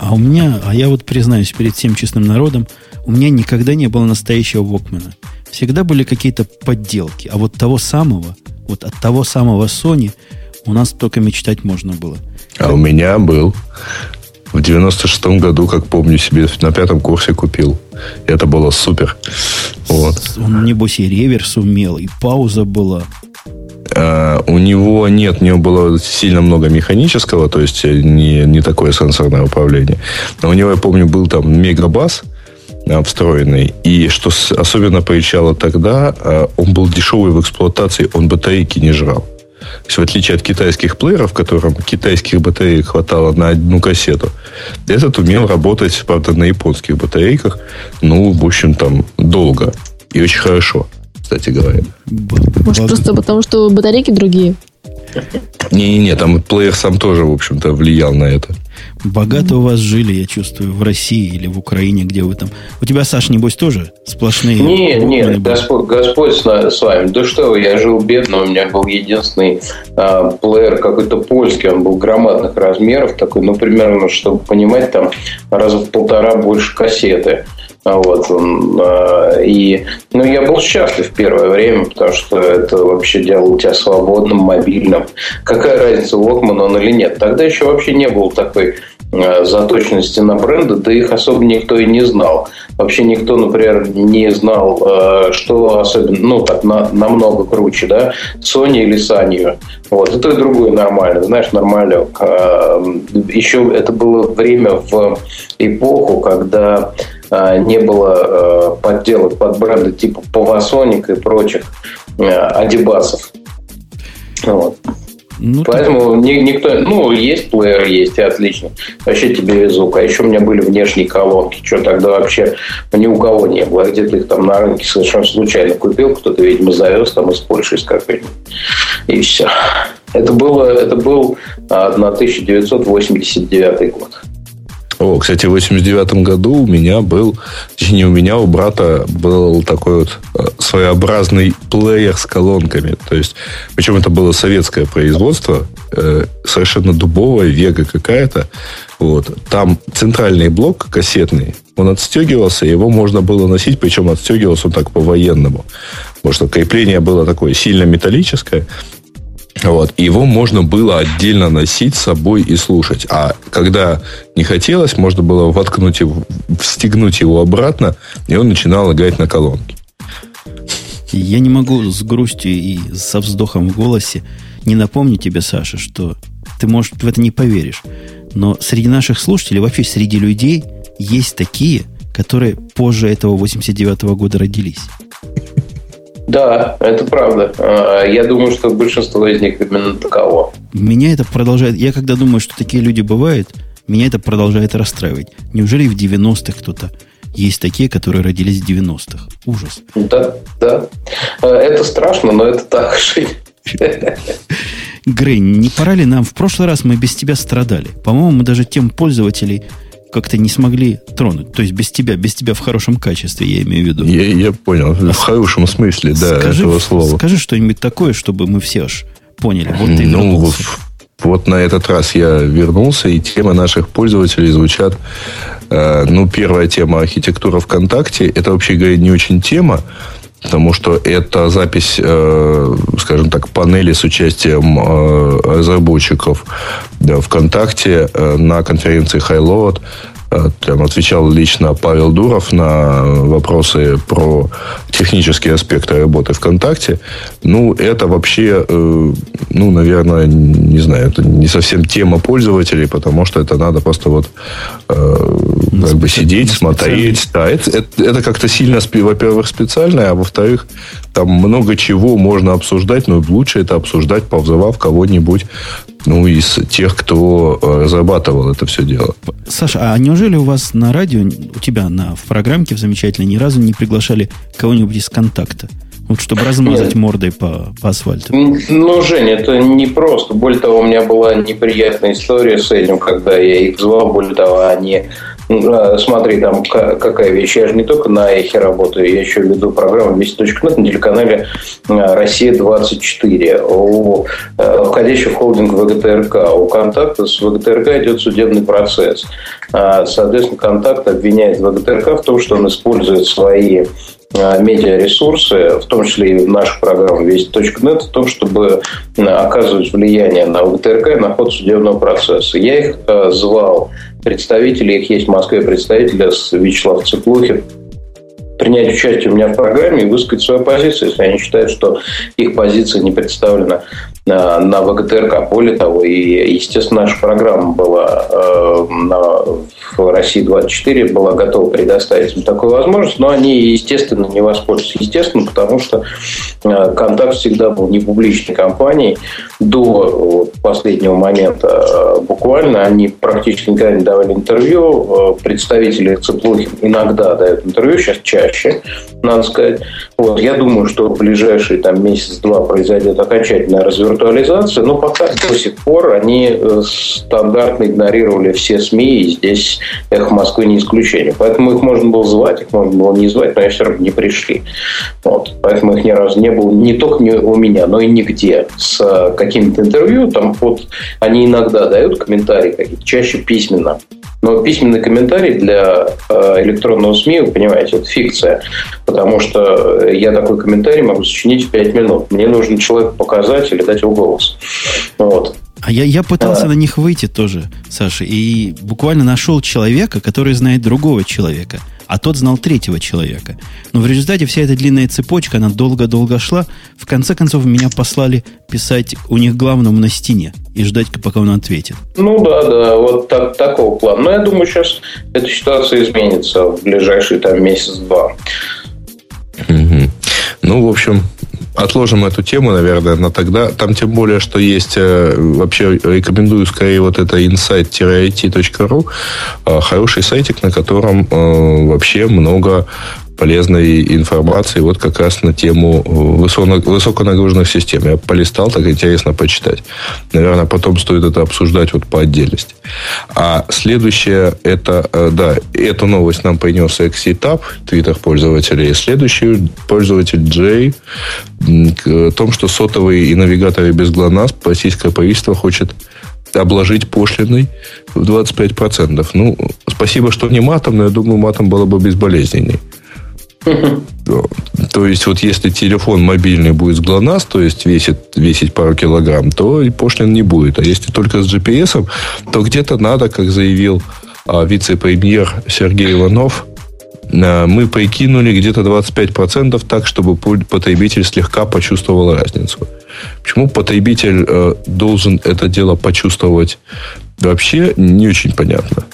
[SPEAKER 1] А у меня, а я вот признаюсь перед всем честным народом, у меня никогда не было настоящего Вокмена. Всегда были какие-то подделки. А вот того самого, вот от того самого Sony у нас только мечтать можно было.
[SPEAKER 4] А у меня был в 96-м году, как помню себе, на пятом курсе купил. Это было супер. Вот.
[SPEAKER 1] С- Он, небось, и реверс умел, и пауза была.
[SPEAKER 4] А, у него нет, у него было сильно много механического, то есть э, не, не такое сенсорное управление. Но у него, я помню, был там мегабас э, встроенный. И что с- особенно поичало тогда, э, он был дешевый в эксплуатации, он батарейки не жрал. То есть, в отличие от китайских плееров, которым китайских батареек хватало на одну кассету, этот умел работать, правда, на японских батарейках, ну, в общем, там, долго и очень хорошо, кстати говоря.
[SPEAKER 1] Б-
[SPEAKER 3] Может,
[SPEAKER 1] баг-
[SPEAKER 3] просто потому, что батарейки другие.
[SPEAKER 4] Не-не-не, там плеер сам тоже, в общем-то, влиял на это.
[SPEAKER 1] Богато у вас жили, я чувствую, в России или в Украине, где вы там. У тебя, Саш, небось, тоже сплошные...
[SPEAKER 2] Нет,
[SPEAKER 1] были
[SPEAKER 2] нет,
[SPEAKER 1] бы?
[SPEAKER 2] Господь, Господь с на- с вами. Да что вы, я жил бедно, у меня был единственный а, плеер какой-то польский, он был громадных размеров, такой, ну, примерно, чтобы понимать, там раза в полтора больше кассеты. А Вот он, а, и, ну, я был счастлив первое время, потому что это вообще делало тебя свободным, мобильным. Какая разница, Walkman он или нет? Тогда еще вообще не было такой э, заточенности на бренды, да их особо никто и не знал. Вообще никто, например, не знал, э, что особенно, ну, так, на- намного круче, да, Sony или Sanyo. Вот, и то, и другое нормально, знаешь, нормально. Э, Еще это было время в эпоху, когда э, не было э, подделок под бренды типа Panasonic и прочих э, адибасов. Вот.
[SPEAKER 5] Ну, так,
[SPEAKER 2] Поэтому ни- никто... Ну, есть плеер, есть, и отлично. Вообще тебе везут. А еще у меня были внешние колонки. Что тогда вообще ну, ни у кого не было. Я Где-то их там на рынке совершенно случайно купил. Кто-то, видимо, завез там из Польши, из какой-нибудь. И все. Это, было, это был а, 1989 год.
[SPEAKER 4] О, кстати, в 89 году у меня был, точнее, не у меня, у брата был такой вот э, своеобразный плеер с колонками. То есть, причем это было советское производство, э, совершенно дубовая вега какая-то. Вот. Там центральный блок кассетный, он отстегивался, его можно было носить, причем отстегивался он так по-военному. Потому что крепление было такое сильно металлическое. Вот. И Его можно было отдельно носить с собой и слушать. А когда не хотелось, можно было воткнуть его, встегнуть его обратно, и он начинал играть на колонке.
[SPEAKER 1] Я не могу с грустью и со вздохом в голосе не напомнить тебе, Саша, что ты, может, в это не поверишь, но среди наших слушателей, вообще среди людей, есть такие, которые позже этого 89 года родились.
[SPEAKER 2] Да, это правда. А, Я думаю, что большинство из них именно таково.
[SPEAKER 1] Меня это продолжает... Я когда думаю, что такие люди бывают, меня это продолжает расстраивать. Неужели в 90-х кто-то есть такие, которые родились в 90-х? Ужас.
[SPEAKER 2] Да, да. А, Это страшно, но это так жить.
[SPEAKER 1] Грей, не пора ли нам? В прошлый раз мы без тебя страдали. По-моему, мы даже тем пользователей как-то не смогли тронуть. То есть без тебя, без тебя в хорошем качестве, я имею в виду.
[SPEAKER 4] Я, я понял. В хорошем смысле, да, этого слова.
[SPEAKER 1] скажи что-нибудь такое, чтобы мы все аж поняли. Вот ты
[SPEAKER 4] ну, вот,
[SPEAKER 1] вернулся.
[SPEAKER 4] вот на этот раз я вернулся, и темы наших пользователей звучат. э, ну, первая тема архитектура ВКонтакте. Это вообще говоря не очень тема, потому что это запись, э, скажем так, панели с участием э, разработчиков да, ВКонтакте э, на конференции Highload. Э, Там отвечал лично Павел Дуров на вопросы про технические аспекты работы ВКонтакте. Ну, это вообще, э, ну, наверное, не знаю, это не совсем тема пользователей, потому что это надо просто вот э, как бы сидеть, смотреть. Да, это, это- это как-то сильно, спе- во-первых, специально, а во-вторых, там много чего можно обсуждать, но лучше это обсуждать, повзывав кого-нибудь ну, из тех, кто э, разрабатывал это все дело.
[SPEAKER 1] Саша, а неужели у вас на радио, у тебя на, в программке в замечательной, ни разу не приглашали кого-нибудь из контакта? Вот чтобы размазать
[SPEAKER 2] Нет.
[SPEAKER 4] Э,
[SPEAKER 1] мордой по, по асфальту.
[SPEAKER 2] Ну, Женя, это не просто. Более того, у меня была неприятная история с этим, когда я их звал, более того, они э, смотри, там ка- какая вещь. Я же не только на эхе работаю, я еще веду программу 200.net на телеканале э, «Россия-24». У э, входящий в холдинг ВГТРК. У «Контакта» с ВГТРК идет судебный процесс. А, Соответственно, «Контакт» обвиняет ВГТРК в том, что он использует свои э, медиаресурсы, в том числе и нашу программу «Вести.нет», в том, чтобы э, оказывать влияние на ВГТРК и на ход судебного процесса. Я их э, звал, представители, их есть в Москве представители, с- Вячеслав Цыплухин, принять участие у меня в программе и высказать свою позицию, если они считают, что их позиция не представлена э, на ВГТРК. Более того, и, естественно, наша программа была э, на, в России 24 была готова предоставить им такую возможность, но они, естественно, не воспользовались. Естественно, потому что э, контакт всегда был не публичной компанией до э, вот последнего момента. э, Буквально они практически никогда не давали интервью. Э, Представители Цыплухин иногда дают интервью, сейчас чаще чаще, надо сказать. Вот, я думаю, что в ближайшие там месяц-два произойдет окончательная развиртуализация, но пока до сих пор они э, стандартно игнорировали все СМИ, и здесь «Эхо Москвы» не исключение. Поэтому их можно было звать, их можно было не звать, но они все равно не пришли. Вот. Поэтому их ни разу не было не только не у меня, но и нигде. С э, каким-то интервью там вот они иногда дают комментарии какие-то, чаще письменно. Но письменный комментарий для э, электронного СМИ, вы понимаете, это фикция. Потому что я такой комментарий могу сочинить в 5 минут. Мне нужно человеку показать или дать его голос. Вот.
[SPEAKER 1] А я, я пытался
[SPEAKER 2] Да.
[SPEAKER 1] на них выйти тоже, Саша, и буквально нашел человека, который знает другого человека, а тот знал третьего человека. Но в результате вся эта длинная цепочка, она долго-долго шла. В конце концов, меня послали писать у них главному на стене и ждать, пока он ответит.
[SPEAKER 2] Ну да, да, вот так, такого плана. Но я думаю, сейчас эта ситуация изменится в ближайшие там месяц-два.
[SPEAKER 4] Мгм. Ну, в общем, отложим эту тему, наверное, на тогда. Там тем более, что есть, э, вообще рекомендую скорее вот это insight-it.ru, э, хороший сайтик, на котором э, вообще много полезной информации вот как раз на тему э, высоно- высоконагруженных систем. Я полистал, так интересно почитать. Наверное, потом стоит это обсуждать вот по отдельности. А следующее, это, э, да, эту новость нам принес Exitap, твиттер пользователей. Следующий пользователь Джей м, к- э, о том, что сотовые и навигаторы без ГЛОНАСС российское правительство хочет обложить пошлиной в 25%. Ну, спасибо, что не матом, но я думаю, матом было бы безболезненней. То есть, вот если телефон мобильный будет с ГЛОНАСС, то есть весит, весить пару килограмм, то и пошлин не будет. А если только с GPS, то где-то надо, как заявил а, вице-премьер Сергей Иванов, э, мы прикинули где-то 25% так, чтобы пу- потребитель слегка почувствовал разницу. Почему потребитель э, должен это дело почувствовать вообще, не очень понятно.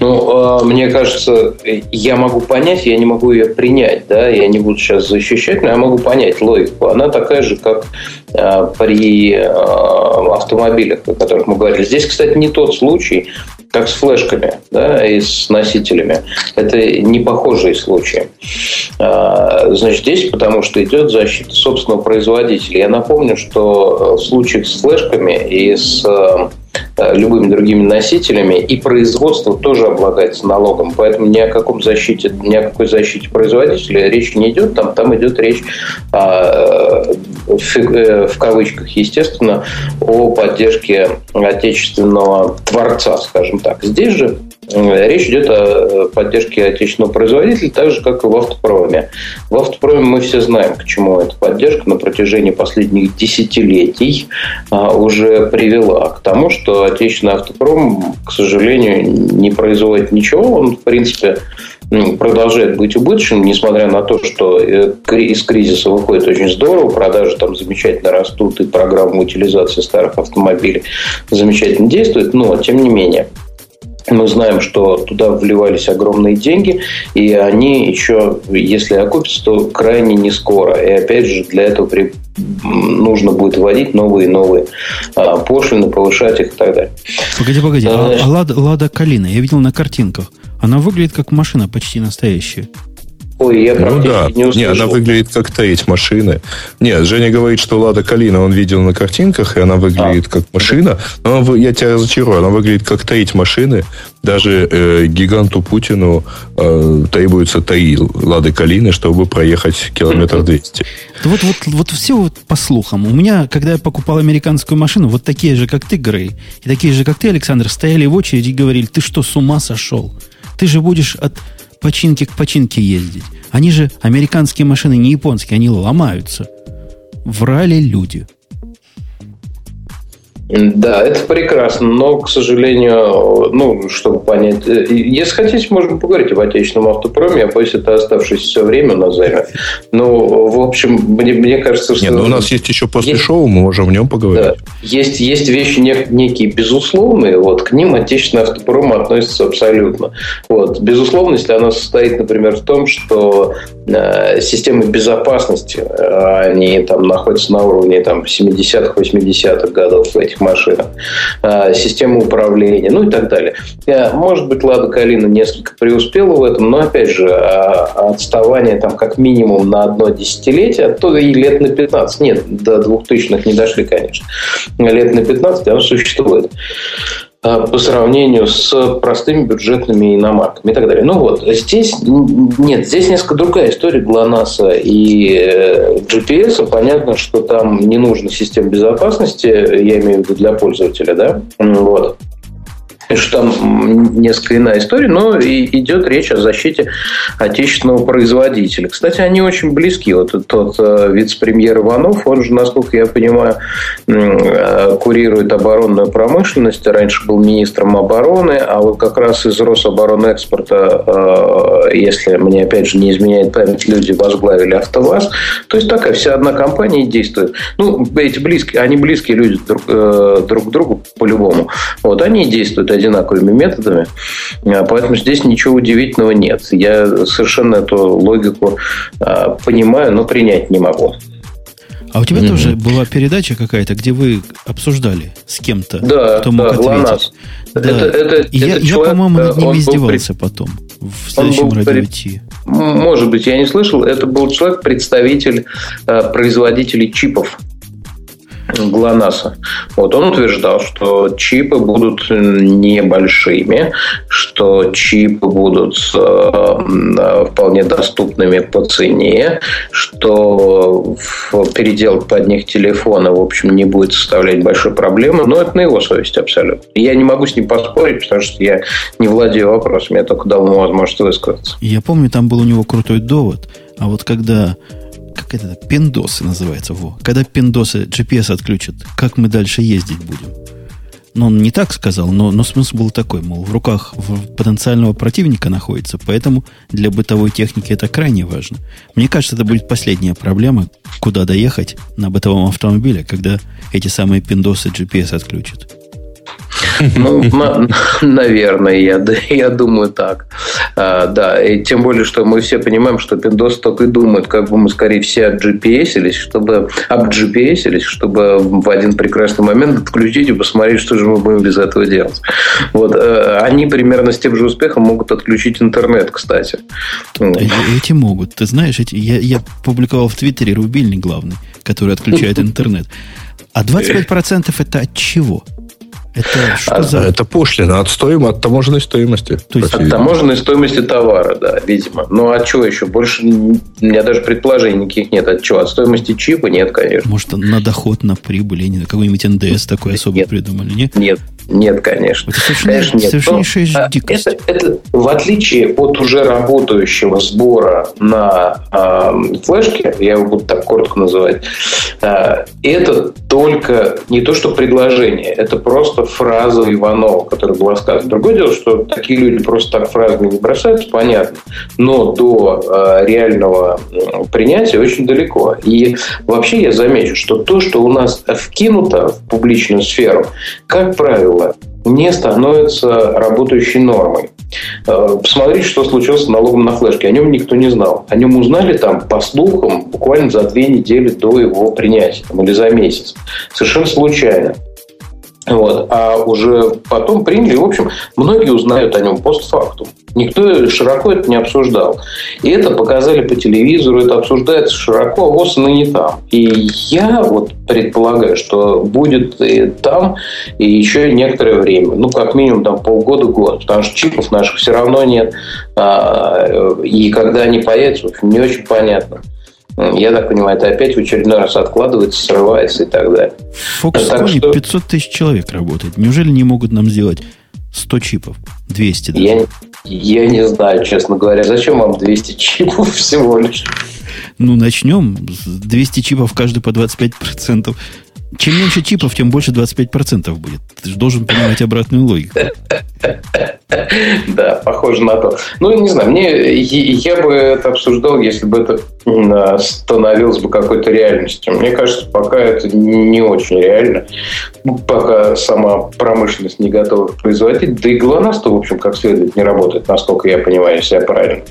[SPEAKER 2] Ну, э, мне кажется, э, я могу понять, я не могу ее принять, да, я не буду сейчас защищать, но я могу понять логику. Она такая же, как э, при э, автомобилях, о которых мы говорили. Здесь, кстати, не тот случай, как с флешками, да, и с носителями. Это не похожие случаи. Э, Значит, здесь потому что идет защита собственного производителя. Я напомню, что э, в случаях с флешками и с э, э, любыми другими носителями, и производство тоже облагается налогом. Поэтому ни о каком защите, ни о какой защите производителя речь не идет. Там, там идет речь а, э, в, э, в кавычках, естественно, о поддержке отечественного творца, скажем так. Здесь же э, речь идет о э, поддержке отечественного производителя, так же, как и в автопроме. В автопроме мы все знаем, к чему эта поддержка на протяжении последних десятилетий а, уже привела к тому, что отечественный автопром, к сожалению, не производит ничего. Он, в принципе, м, продолжает быть убыточным, несмотря на то, что э, кри- из кризиса выходит очень здорово, продажи там замечательно растут, и программа утилизации старых автомобилей замечательно действует, но тем не менее. Мы знаем, что туда вливались огромные деньги, и они еще, если окупятся, то крайне не скоро. И опять же, для этого при- м, нужно будет вводить новые и новые а, пошлины, повышать их и так далее.
[SPEAKER 1] Погоди, погоди, а,
[SPEAKER 2] Давай.
[SPEAKER 1] а Лада, Лада Калина, я видел на картинках. Она выглядит как машина почти настоящая.
[SPEAKER 2] Ой, я
[SPEAKER 4] Ну
[SPEAKER 2] практически
[SPEAKER 4] да,
[SPEAKER 2] не
[SPEAKER 4] не,
[SPEAKER 2] услышал.
[SPEAKER 4] она выглядит как треть машины. Нет, Женя говорит, что Лада Калина он видел на картинках, и она выглядит
[SPEAKER 2] А.
[SPEAKER 4] как машина. Но она вы- я тебя разочарую, она выглядит как треть машины. Даже э, гиганту Путину э, требуется три Лады Калины, чтобы проехать километр 200.
[SPEAKER 1] Да Вот, вот, вот все вот по слухам. У меня, когда я покупал американскую машину, вот такие же, как ты, Грей, и такие же, как ты, Александр, стояли в очереди и говорили, ты что, с ума сошел? Ты же будешь от починки к починке ездить. Они же, американские машины, не японские, они ломаются. Врали люди.
[SPEAKER 2] Да, это прекрасно, но, к сожалению, ну, чтобы понять, э, если хотите, можем поговорить об отечественном автопроме, я боюсь, это оставшееся все время у нас займет. Ну, в общем, мне, мне кажется, что...
[SPEAKER 4] Нет, ну у нас есть еще после
[SPEAKER 2] Есть.
[SPEAKER 4] шоу, мы можем о нем
[SPEAKER 2] Да.
[SPEAKER 4] поговорить.
[SPEAKER 2] Есть, есть вещи нек- некие безусловные, вот, к ним отечественный автопром относится абсолютно. Вот. Безусловность, она состоит, например, в том, что э, системы безопасности, э, они там находятся на уровне там, 70-х, 80-х годов этих. этих машин, систему управления, ну и так далее. Может быть, Лада Калина несколько преуспела в этом, но, опять же, а, отставание там как минимум на одно десятилетие, оттуда и лет на 15. Нет, до 2000-х не дошли, конечно. Лет на 15 оно существует а, по сравнению с простыми бюджетными иномарками и так далее. Ну вот, здесь нет, здесь несколько другая история ГЛОНАССа и э, GPS. Понятно, что там не нужно систем безопасности, я имею в виду для пользователя, да, вот что там несколько иная история, но и идет речь о защите отечественного производителя. Кстати, они очень близки. Вот тот вице-премьер Иванов, он же, насколько я понимаю, э, курирует оборонную промышленность, раньше был министром обороны, а вот как раз из Рособоронэкспорта, э, если мне опять же не изменяет память, люди возглавили АвтоВАЗ. То есть такая вся одна компания действует. Ну, эти близкие, они близкие люди друг, э, друг к другу по-любому. Вот они действуют одинаковыми методами. а, Поэтому здесь ничего удивительного нет. Я совершенно эту логику а, понимаю, но принять не могу.
[SPEAKER 1] А у тебя mm-hmm. тоже была передача какая-то, где вы обсуждали с кем-то,
[SPEAKER 2] да,
[SPEAKER 1] кто мог
[SPEAKER 2] да,
[SPEAKER 1] ответить. Да. Это, это, И это я, человек, я, по-моему, над
[SPEAKER 2] э,
[SPEAKER 1] ним издевался был... потом в следующем
[SPEAKER 2] был...
[SPEAKER 1] радио идти.
[SPEAKER 2] Может быть, я не слышал. Это был человек, представитель э, производителей чипов. ГЛОНАССа. Вот он утверждал, что чипы будут небольшими, что чипы будут э, вполне доступными по цене, что переделать под них телефона, в общем, не будет составлять большой проблемы. Но это на его совесть абсолютно. Я не могу с ним поспорить, потому что я не владею вопросом, я только дал ему возможность высказаться.
[SPEAKER 1] Я помню, там был у него крутой довод, а вот когда как это, пиндосы называется, во. Когда пиндосы GPS отключат, как мы дальше ездить будем? Ну, он не так сказал, но, но смысл был такой, мол, в руках потенциального противника находится, поэтому для бытовой техники это крайне важно. Мне кажется, это будет последняя проблема, куда доехать на бытовом автомобиле, когда эти самые пиндосы GPS отключат.
[SPEAKER 2] Ну, на, наверное, я, я думаю так. А, да, и тем более, что мы все понимаем, что Пиндос только и думает, как бы мы скорее все отGPSились, чтобы обGPSились, чтобы в один прекрасный момент отключить и посмотреть, что же мы будем без этого делать. Вот а, они примерно с тем же успехом могут отключить интернет, кстати.
[SPEAKER 1] Э, Эти могут. Ты знаешь, эти, я, я публиковал в Твиттере рубильник главный, который отключает интернет. А 25% это от чего? Это что а, за...
[SPEAKER 4] Это пошлина от, стоим... от таможенной стоимости.
[SPEAKER 2] То есть... От таможенной стоимости товара, да, видимо. Ну, от чего еще? Больше у меня даже предположений никаких нет. От чего? От стоимости чипа нет, конечно.
[SPEAKER 1] Может, на доход, на прибыль, или на какой-нибудь НДС такой особо нет, придумали, нет?
[SPEAKER 2] Нет, нет, конечно.
[SPEAKER 1] Это совершенно, конечно, нет. совершеннейшая Но, а, дикость.
[SPEAKER 2] Э, Это, это, в отличие от уже работающего сбора на э, флешке, я его буду так коротко называть, э, это только не то, что предложение, это просто просто фраза Иванова, которая была сказана. Другое дело, что такие люди просто так фразами не бросаются, понятно, но до э, реального э, принятия очень далеко. И вообще я замечу, что то, что у нас вкинуто в публичную сферу, как правило, не становится работающей нормой. Э, Посмотрите, что случилось с налогом на флешке. О нем никто не знал. О нем узнали там, по слухам, буквально за две недели до его принятия там, или за месяц. Совершенно случайно. Вот. А уже потом приняли. В общем, многие узнают о нем постфактум. Никто широко это не обсуждал. И это показали по телевизору, это обсуждается широко, а ВОЗ ныне там. И я вот предполагаю, что будет и там и еще некоторое время. Ну, как минимум там полгода-год. Потому что чипов наших все равно нет. а, И когда они появятся, в общем, не очень понятно. Я так понимаю, это опять в очередной раз откладывается, срывается и так далее.
[SPEAKER 1] В Foxconn что... 500 тысяч человек работает. Неужели не могут нам сделать 100 чипов? 200 даже?
[SPEAKER 2] Я, я не знаю, честно говоря. Зачем вам 200 чипов всего лишь?
[SPEAKER 1] Ну, начнем. 200 чипов каждый по 25%. Чем меньше чипов, тем больше 25% будет. Ты же должен понимать обратную логику.
[SPEAKER 2] Да, похоже на то. Ну, не знаю, мне я бы это обсуждал, если бы это а, становилось бы какой-то реальностью. Мне кажется, пока это не очень реально. Пока сама промышленность не готова производить. Да и ГЛОНАСС-то, в общем, как следует не работает, насколько я понимаю, если я правильно.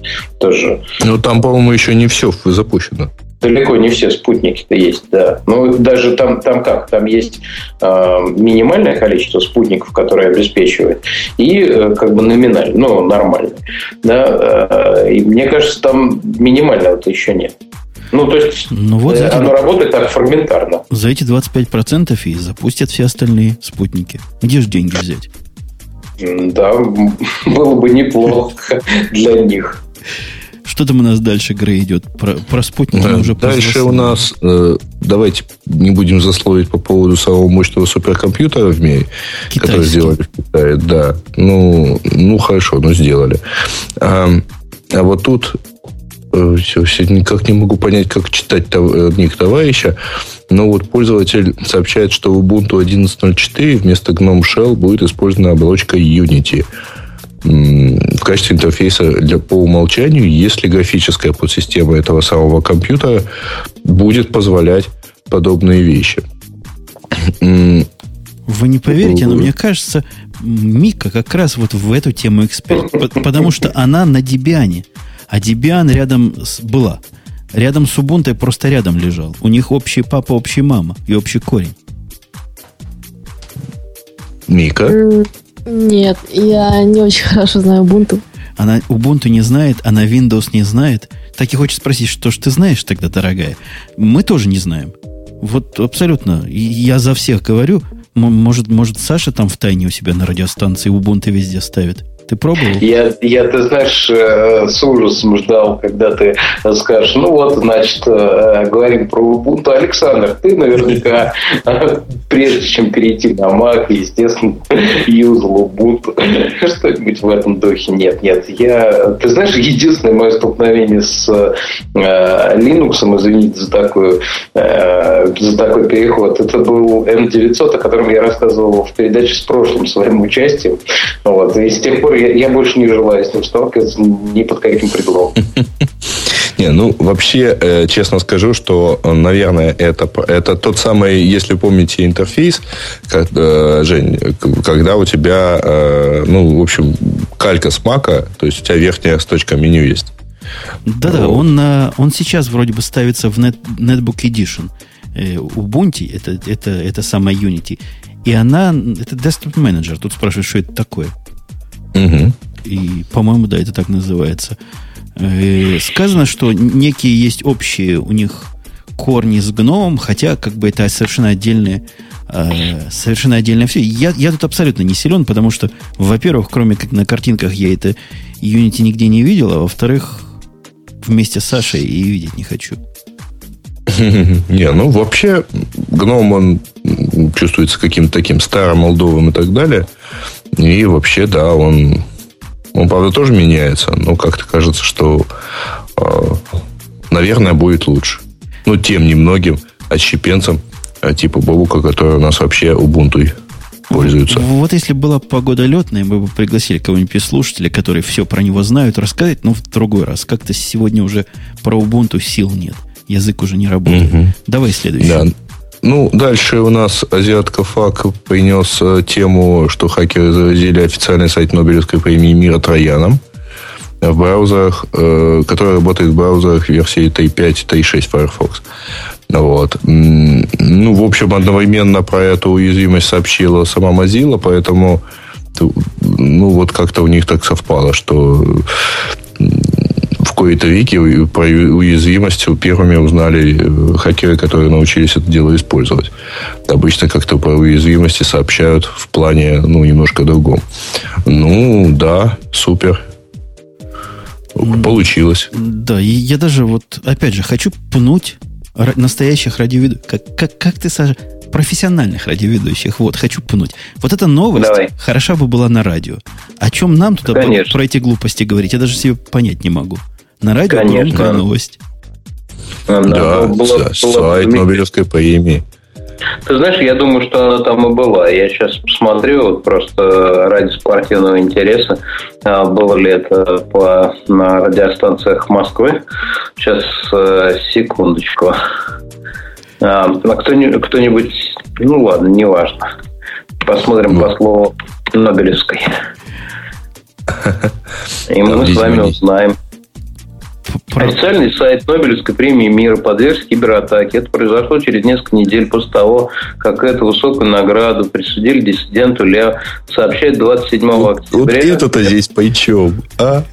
[SPEAKER 2] Тоже.
[SPEAKER 4] Ну, там, по-моему, еще не все запущено.
[SPEAKER 2] Далеко не все спутники-то есть, да. Но даже там, там как? Там есть э, минимальное количество спутников, которые обеспечивает, и э, как бы номинально, ну, нормально. Да? Э, и мне кажется, там минимального-то еще нет. Ну, то есть
[SPEAKER 1] Ну вот за
[SPEAKER 2] э,
[SPEAKER 1] эти,
[SPEAKER 2] оно работает так фрагментарно.
[SPEAKER 1] за эти 25% и запустят все остальные спутники. Где же деньги взять?
[SPEAKER 2] М, Да, м, было бы неплохо для них.
[SPEAKER 1] Что там у нас дальше, Грей, идет? Про, про спутники
[SPEAKER 4] Да,
[SPEAKER 1] мы уже
[SPEAKER 4] Дальше у
[SPEAKER 1] позаслали.
[SPEAKER 4] нас, э, давайте не будем засловить по поводу самого мощного суперкомпьютера в мире, который
[SPEAKER 1] Китайский.
[SPEAKER 4] сделали в Китае, да. Ну, ну хорошо, ну сделали. А, а вот тут э, всё- всё никак не могу понять, как читать тов- э, ник товарища, но вот пользователь сообщает, что в Ubuntu 11.04 вместо GNOME Shell будет использована оболочка Unity м, в качестве интерфейса для по умолчанию, если графическая подсистема этого самого компьютера будет позволять подобные вещи. М,
[SPEAKER 1] Вы не поверите, но мне кажется, Мика как раз вот в эту тему эксперт, по- потому что она на Дебиане. А Дебиан рядом с, была. Рядом с Убунтой просто рядом лежал. У них общий папа, общий мама и общий корень.
[SPEAKER 4] Мика,
[SPEAKER 3] М, Нет, я не очень хорошо знаю Бунту.
[SPEAKER 1] Она Ubuntu не знает, она Windows не знает. Так и хочет спросить, что ж ты знаешь тогда, дорогая? Мы тоже не знаем. Вот абсолютно. И Я за всех говорю. М- Может, может Саша там в тайне у себя на радиостанции Ubuntu везде ставит? Ты пробовал?
[SPEAKER 2] Я, я, ты знаешь, э, с ужасом ждал, когда ты скажешь, ну вот, значит, э, говорим про Ubuntu. Александр, ты наверняка, э, прежде чем перейти на Mac, естественно, юзал Ubuntu. Что-нибудь в этом духе. Нет, нет. Я, ты знаешь, единственное мое столкновение с э, Linux, извините за, такую, э, за такой переход, это был M900, о котором я рассказывал в передаче с прошлым своим участием. Вот. И с тех пор я, я больше не желаю с ним сталкиваться ни под каким предлогом.
[SPEAKER 4] не, ну вообще, э, честно скажу, что, э, наверное, это, п- это тот самый, если помните, интерфейс, как, э, Жень, э, к- когда у тебя, э, ну, в общем, калька с мака, то есть у тебя верхняя строчка меню есть.
[SPEAKER 1] Да-да,
[SPEAKER 4] Вот.
[SPEAKER 1] он, на- он сейчас вроде бы ставится в нет, Netbook Edition. Э, Ubuntu, это, это, это самая Unity. И она, это Desktop Manager. Тут спрашивают, что это такое.
[SPEAKER 4] Мгм.
[SPEAKER 1] И, по-моему, да, это так называется. Э, Сказано, что некие есть общие у них корни с гномом, хотя как бы это совершенно отдельное, э, совершенно отдельное все. Я, я тут абсолютно не силен, потому что, во-первых, кроме как на картинках я это Unity нигде не видел, а во-вторых, вместе с Сашей и видеть не хочу.
[SPEAKER 4] Не, ну вообще, гном, он м, чувствуется каким-то таким старым, молдовым и так далее. И вообще, да, он, он правда, тоже меняется, но как-то кажется, что, э, наверное, будет лучше. Ну, тем немногим отщепенцам, э, типа Бабука, который у нас вообще Убунтуй пользуется.
[SPEAKER 1] Вот если была погода летная, мы бы пригласили кого-нибудь слушателя, которые все про него знают, рассказать, но в другой раз. Как-то сегодня уже про Ubuntu сил нет. Язык уже не работает.
[SPEAKER 4] Мгм.
[SPEAKER 1] Давай следующий.
[SPEAKER 4] Да. Ну, дальше у нас азиатка ФАК принес э, тему, что хакеры завозили официальный сайт Нобелевской премии мира Трояном в браузерах, э, который работает в браузерах версии T5, T6 Firefox. Ну Вот. М, Ну, в общем, одновременно про эту уязвимость сообщила сама Mozilla, поэтому ту- ну, вот как-то у них так совпало, что м, в кои-то веке у- про ю- уязвимость первыми узнали э, хакеры, которые научились это дело использовать. Обычно как-то про уязвимости сообщают в плане, ну, немножко другом. Ну, да, супер. Получилось.
[SPEAKER 1] Да, и я даже вот, опять же, хочу пнуть ра- настоящих радиоведущих. Как, как, как ты, Саша, профессиональных радиоведущих. Вот, хочу пнуть. Вот эта новость
[SPEAKER 2] Давай.
[SPEAKER 1] хороша бы была на радио. О чем нам туда про-
[SPEAKER 2] Конечно.
[SPEAKER 1] про эти глупости говорить? Я даже себе понять не могу. На радио
[SPEAKER 2] Конечно.
[SPEAKER 1] громкая новость.
[SPEAKER 4] Да, са- сайт Нобелевской премии.
[SPEAKER 2] Ты знаешь, я думаю, что она там и была. Я сейчас посмотрю, вот просто ради спортивного интереса, а, было ли это по, на радиостанциях Москвы. Сейчас, э, секундочку. А, а кто-ни- кто-нибудь, ну ладно, неважно. Посмотрим
[SPEAKER 4] Ну.
[SPEAKER 2] по слову Нобелевской. И
[SPEAKER 4] Там,
[SPEAKER 2] мы с
[SPEAKER 4] видимо,
[SPEAKER 2] вами
[SPEAKER 4] не-
[SPEAKER 2] узнаем.
[SPEAKER 1] П- Про-
[SPEAKER 2] Официальный сайт Нобелевской премии мира подвергся кибератаке. Это произошло через несколько недель после того, как эту высокую награду присудили диссиденту Лео, сообщает 27
[SPEAKER 4] Вот
[SPEAKER 2] октября.
[SPEAKER 4] это-то здесь почем, а?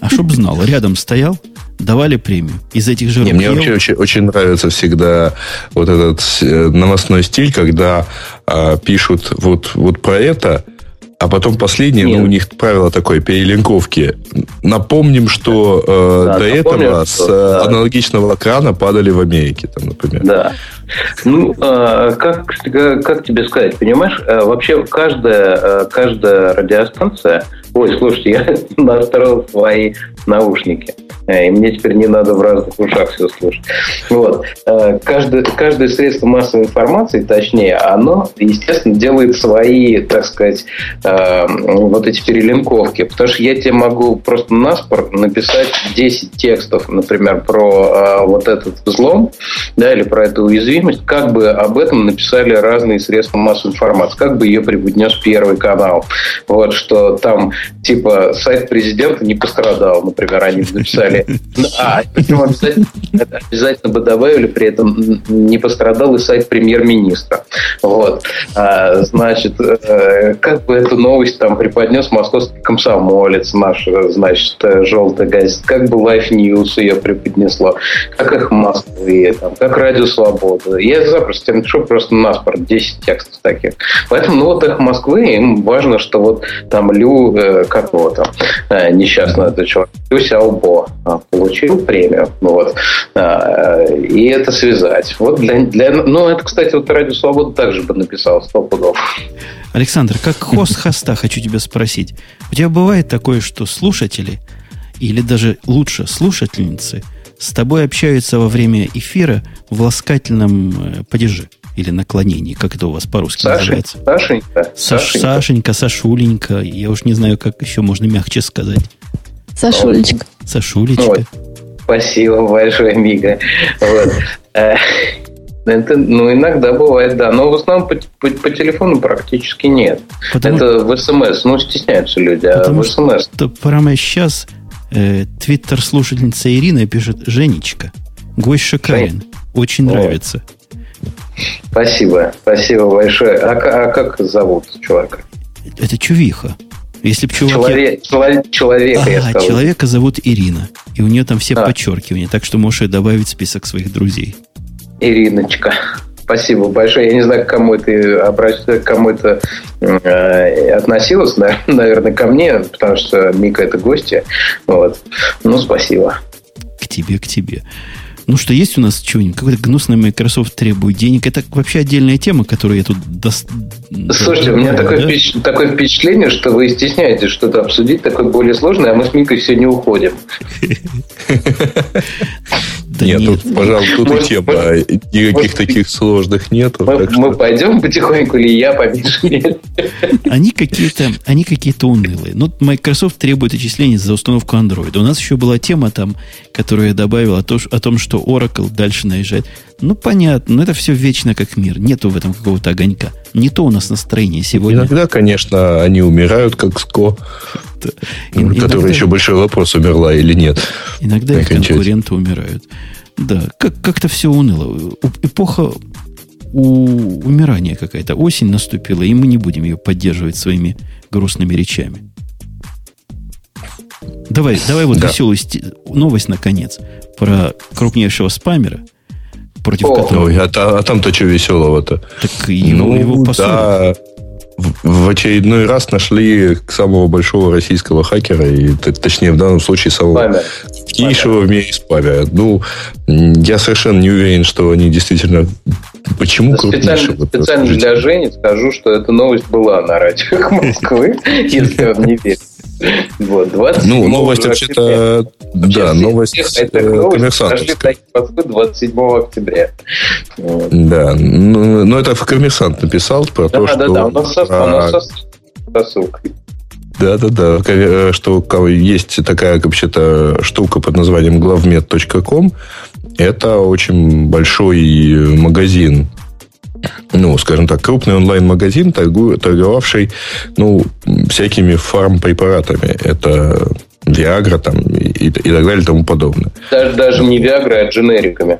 [SPEAKER 1] А чтоб знал, рядом стоял, давали премию. Из этих же
[SPEAKER 4] Не,
[SPEAKER 1] рук
[SPEAKER 4] мне
[SPEAKER 1] ел.
[SPEAKER 4] вообще очень, очень нравится всегда вот этот э, новостной стиль, когда а, пишут вот, вот про это, а потом последнее,
[SPEAKER 2] Нет.
[SPEAKER 4] ну, у них правило такое, перелинковки. Напомним, что э,
[SPEAKER 2] Да,
[SPEAKER 4] до
[SPEAKER 2] напомним,
[SPEAKER 4] этого
[SPEAKER 2] что,
[SPEAKER 4] с э,
[SPEAKER 2] да.
[SPEAKER 4] аналогичного экрана падали в Америке, там, например.
[SPEAKER 2] Да. Ну, э, как, как тебе сказать, понимаешь, э, вообще каждая, э, каждая радиостанция... Ой, слушайте, я настроил свои наушники. Э, И мне теперь не надо в разных ушах все слушать. Вот. Э, Каждое, каждое средство массовой информации, точнее, оно, естественно, делает свои, так сказать, э, вот эти перелинковки. Потому что я тебе могу просто наспор написать 10 текстов, например, про э, вот этот взлом, да, или про эту уязвимость, как бы об этом написали разные средства массовой информации, как бы ее преподнес Первый канал. Вот, что там, типа, сайт президента не пострадал, например, они бы написали. Ну, А, причем обязательно, это обязательно бы добавили, при этом м, не пострадал и сайт премьер-министра. Вот. А, значит, э, как бы эту новость там преподнес московский комсомолец наш, э, значит, э, желтая газета, как бы Life News ее преподнесло как их Москвы, там, как Радио Свобода. Я запросто им пишу просто наспорт 10 текстов таких. Поэтому, ну, вот их Москвы, им важно, что вот там Лю, э, как его там, э, несчастного этого человека, Лю Сяобо а, получил премию, ну, вот, А, э, и это связать. Вот для, для, ну, это, кстати, вот Радио Свобода также бы написал сто пудов.
[SPEAKER 1] Александр, как хост хоста хочу тебя спросить. У тебя бывает такое, что слушатели, или даже лучше слушательницы, с тобой общаются во время эфира в ласкательном э, падеже или наклонении, как это у вас по-русски
[SPEAKER 2] Саша,
[SPEAKER 1] называется?
[SPEAKER 2] Сашенька,
[SPEAKER 1] Саш,
[SPEAKER 2] Сашенька.
[SPEAKER 1] Сашенька, Сашуленька, я уж не знаю, как еще можно мягче сказать.
[SPEAKER 3] Сашулечка.
[SPEAKER 1] Сашулечка.
[SPEAKER 2] Спасибо большое, Мига. Вот. Э, это, ну, иногда бывает, да. Но в основном по, по- по телефону практически нет.
[SPEAKER 1] Потому
[SPEAKER 2] это в СМС. Ну, стесняются люди, а
[SPEAKER 1] Потому
[SPEAKER 2] в СМС.
[SPEAKER 1] что прямо сейчас э, твиттер-слушательница Ирина пишет «Женечка, гость шикарен, очень
[SPEAKER 2] Ой.
[SPEAKER 1] нравится».
[SPEAKER 2] Спасибо. Спасибо большое. А, к- а как зовут человека?
[SPEAKER 1] Это чувиха. Если бы чуваки...
[SPEAKER 2] Челове- чело- человека, я
[SPEAKER 1] Ага,
[SPEAKER 2] сказал.
[SPEAKER 1] человека зовут Ирина. И у нее там все
[SPEAKER 2] А.
[SPEAKER 1] подчеркивания. Так что можешь и добавить в список своих друзей.
[SPEAKER 2] Ириночка. Спасибо большое. Я не знаю, к кому это, обращ- к кому это э, относилось, на- наверное, ко мне, потому что Мика это гости. Вот. Ну, спасибо.
[SPEAKER 1] К тебе, к тебе. Ну что, есть у нас чего-нибудь? Какой-то гнусный Microsoft требует денег. Это вообще отдельная тема, которую я тут... дос-
[SPEAKER 2] Слушайте, у меня
[SPEAKER 1] добавил,
[SPEAKER 2] такое,
[SPEAKER 1] да?
[SPEAKER 2] впечат- такое впечатление, что вы стесняетесь что-то обсудить, такое более сложное, а мы с Микой сегодня уходим.
[SPEAKER 1] Да
[SPEAKER 4] нет,
[SPEAKER 1] нет.
[SPEAKER 4] тут, пожалуй, тут и
[SPEAKER 2] Может,
[SPEAKER 4] тема. э, Никаких
[SPEAKER 2] может,
[SPEAKER 4] таких сложных нету.
[SPEAKER 2] Мы,
[SPEAKER 4] так что-
[SPEAKER 2] мы пойдем потихоньку, или я поменьше лет?
[SPEAKER 1] Они какие-то, они какие-то унылые. Ну, Microsoft требует отчислений за установку Android. У нас еще была тема там, которую я добавил, о, то- о том, что Oracle дальше наезжает. Ну, понятно, но это все вечно как мир. Нету в этом какого-то огонька. Не то у нас настроение сегодня.
[SPEAKER 4] Иногда, конечно, они умирают, как СКО,
[SPEAKER 1] Ин- иногда-
[SPEAKER 4] который еще большой вопрос, умерла или нет.
[SPEAKER 1] Иногда их
[SPEAKER 4] Окончательно.
[SPEAKER 1] конкуренты умирают. Да, как- как-то все уныло. У- Эпоха у- умирания какая-то. Осень наступила, и мы не будем ее поддерживать своими грустными речами. Давай, давай вот
[SPEAKER 4] Да.
[SPEAKER 1] веселую сти- новость, наконец, про крупнейшего спамера, против
[SPEAKER 2] О.
[SPEAKER 1] которого
[SPEAKER 4] Ой, а, та- а там-то что веселого-то?
[SPEAKER 1] так его,
[SPEAKER 2] ну
[SPEAKER 1] его посадят.
[SPEAKER 4] Ну, да. В в очередной раз нашли самого большого российского хакера, и, т- точнее, в данном случае самого
[SPEAKER 2] Ладно.
[SPEAKER 4] крупнейшего в мире спамера. Ну, м, я совершенно не уверен, что они действительно... Почему крупнейшего?
[SPEAKER 2] Специально,
[SPEAKER 4] Вот
[SPEAKER 2] специально
[SPEAKER 4] расскажите.
[SPEAKER 2] для Жени скажу, что эта новость была на радио Москвы, если он не верит. Вот, 27
[SPEAKER 4] Ну, новость
[SPEAKER 2] октября.
[SPEAKER 4] вообще-то...
[SPEAKER 2] Вообще
[SPEAKER 4] Да,
[SPEAKER 2] все-
[SPEAKER 4] новость
[SPEAKER 2] всех
[SPEAKER 4] э,
[SPEAKER 2] этих новостей прошли
[SPEAKER 4] коммерсантовская.
[SPEAKER 2] так Москвы 27 октября. Вот.
[SPEAKER 4] Да, ну, ну, это в коммерсант написал про
[SPEAKER 2] Да,
[SPEAKER 4] то,
[SPEAKER 2] да,
[SPEAKER 4] что...
[SPEAKER 2] да, у нас со- у нас со- со ссылкой.
[SPEAKER 4] Да, да, да. Ков- э, Что ко- есть такая вообще-то штука под названием главмед.ком. Это очень большой э, магазин. Ну, скажем так, крупный онлайн-магазин, торгу- торговавший ну, всякими фармпрепаратами. Это Viagra там и, и, и так далее и тому подобное.
[SPEAKER 2] Даже, даже не Виагра, а дженериками.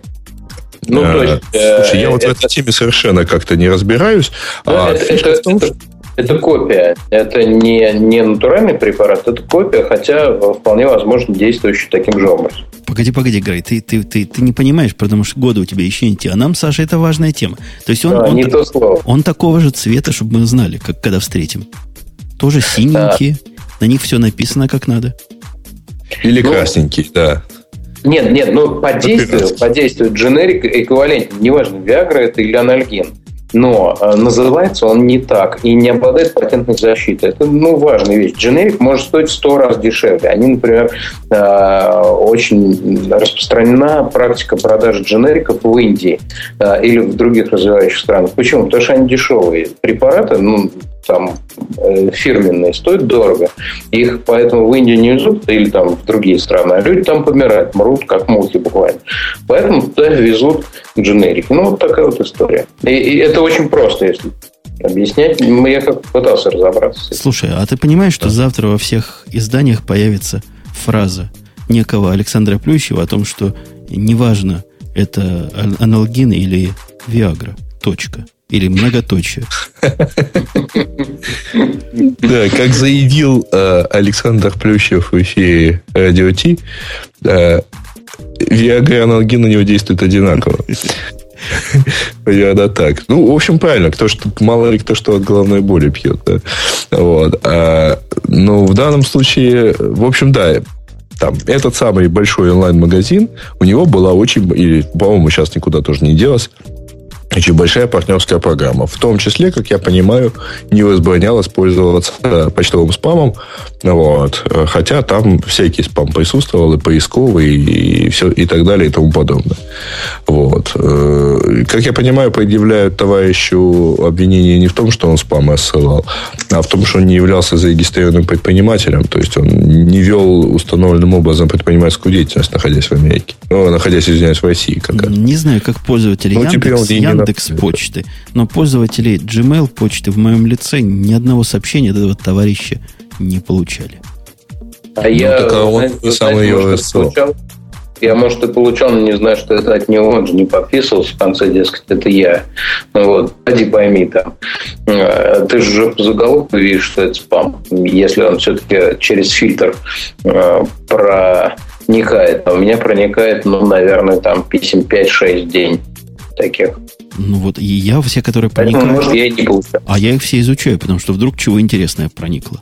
[SPEAKER 4] Ну, а, то есть, слушай, я вот это... в этой теме совершенно как-то не разбираюсь.
[SPEAKER 2] А э, это, это, том, это, что... это копия. Это не, не натуральный препарат, это копия, хотя вполне возможно действующий таким же образом.
[SPEAKER 1] Погоди, погоди, Грей, ты, ты, ты, ты не понимаешь, потому что года у тебя еще не те. А нам, Саша, это важная тема. То есть он,
[SPEAKER 2] да,
[SPEAKER 1] он,
[SPEAKER 2] Ну, не то слово.
[SPEAKER 1] он такого же цвета, чтобы мы знали, как когда встретим. Тоже синенькие, да. на них все написано как надо.
[SPEAKER 4] Или ну, красненький, да.
[SPEAKER 2] Нет, нет, ну по действию, по действию дженерик эквивалентен, неважно, Виагра это или анальгин. Но э, называется он не так и не обладает патентной защитой. Это ну, важная вещь. Дженерик может стоить сто раз дешевле. Они, например, э, очень распространена практика продажи дженериков в Индии э, или в других развивающих странах. Почему? Потому что они дешевые. Препараты, ну, там э, фирменные стоят дорого. Их поэтому в Индию не везут или там в другие страны. А люди там помирают, мрут, как мухи буквально. Поэтому туда везут дженерики. Ну, вот такая вот история. И, и это очень просто, если объяснять. Я как пытался разобраться.
[SPEAKER 1] Слушай, а ты понимаешь, что да. завтра во всех изданиях появится фраза некого Александра Плющева о том, что неважно, это аналгин или Виагра. Точка. Или многоточие.
[SPEAKER 4] Да, как заявил э, Александр Плющев в эфире Радио Ти, э, Виагра и аналгин на него действуют одинаково. Примерно так. Ну, в общем, правильно. Кто, что, мало ли кто что от головной боли пьет. Да? Вот. А, ну, в данном случае, в общем, да, там, этот самый большой онлайн-магазин, у него была очень, или, по-моему, сейчас никуда тоже не делась, очень большая партнерская программа. В том числе, как я понимаю, не возбранялось пользоваться э, почтовым спамом. Вот. Хотя там всякий спам присутствовал, и поисковый, и, все, и так далее, и тому подобное. Вот. Э, Как я понимаю, предъявляют товарищу обвинение не в том, что он спам рассылал, а в том, что он не являлся зарегистрированным предпринимателем. То есть, он не вел установленным образом предпринимательскую деятельность, находясь в Америке. Ну, находясь, извиняюсь, в России. Как
[SPEAKER 1] -то. не знаю, как пользователь ну, Яндекс, Яндекс Яндекс почты. Но пользователи Gmail почты в моем лице ни одного сообщения от этого товарища не получали.
[SPEAKER 2] А ну, я, так, а он знаете, сам ее может, получал. Я, может, и получал, но не знаю, что это от него. Он же не подписывался в конце, дескать, это я. Ну вот, поди пойми там. Э, Ты же уже по заголовку видишь, что это спам. Если он все-таки через фильтр э, проникает. А у меня проникает, ну, наверное, там писем 5-6 день таких.
[SPEAKER 1] Ну вот, и я все, которые
[SPEAKER 2] Поэтому, проникают... может, я и не получал.
[SPEAKER 1] А я их все изучаю, потому что вдруг чего интересное проникло.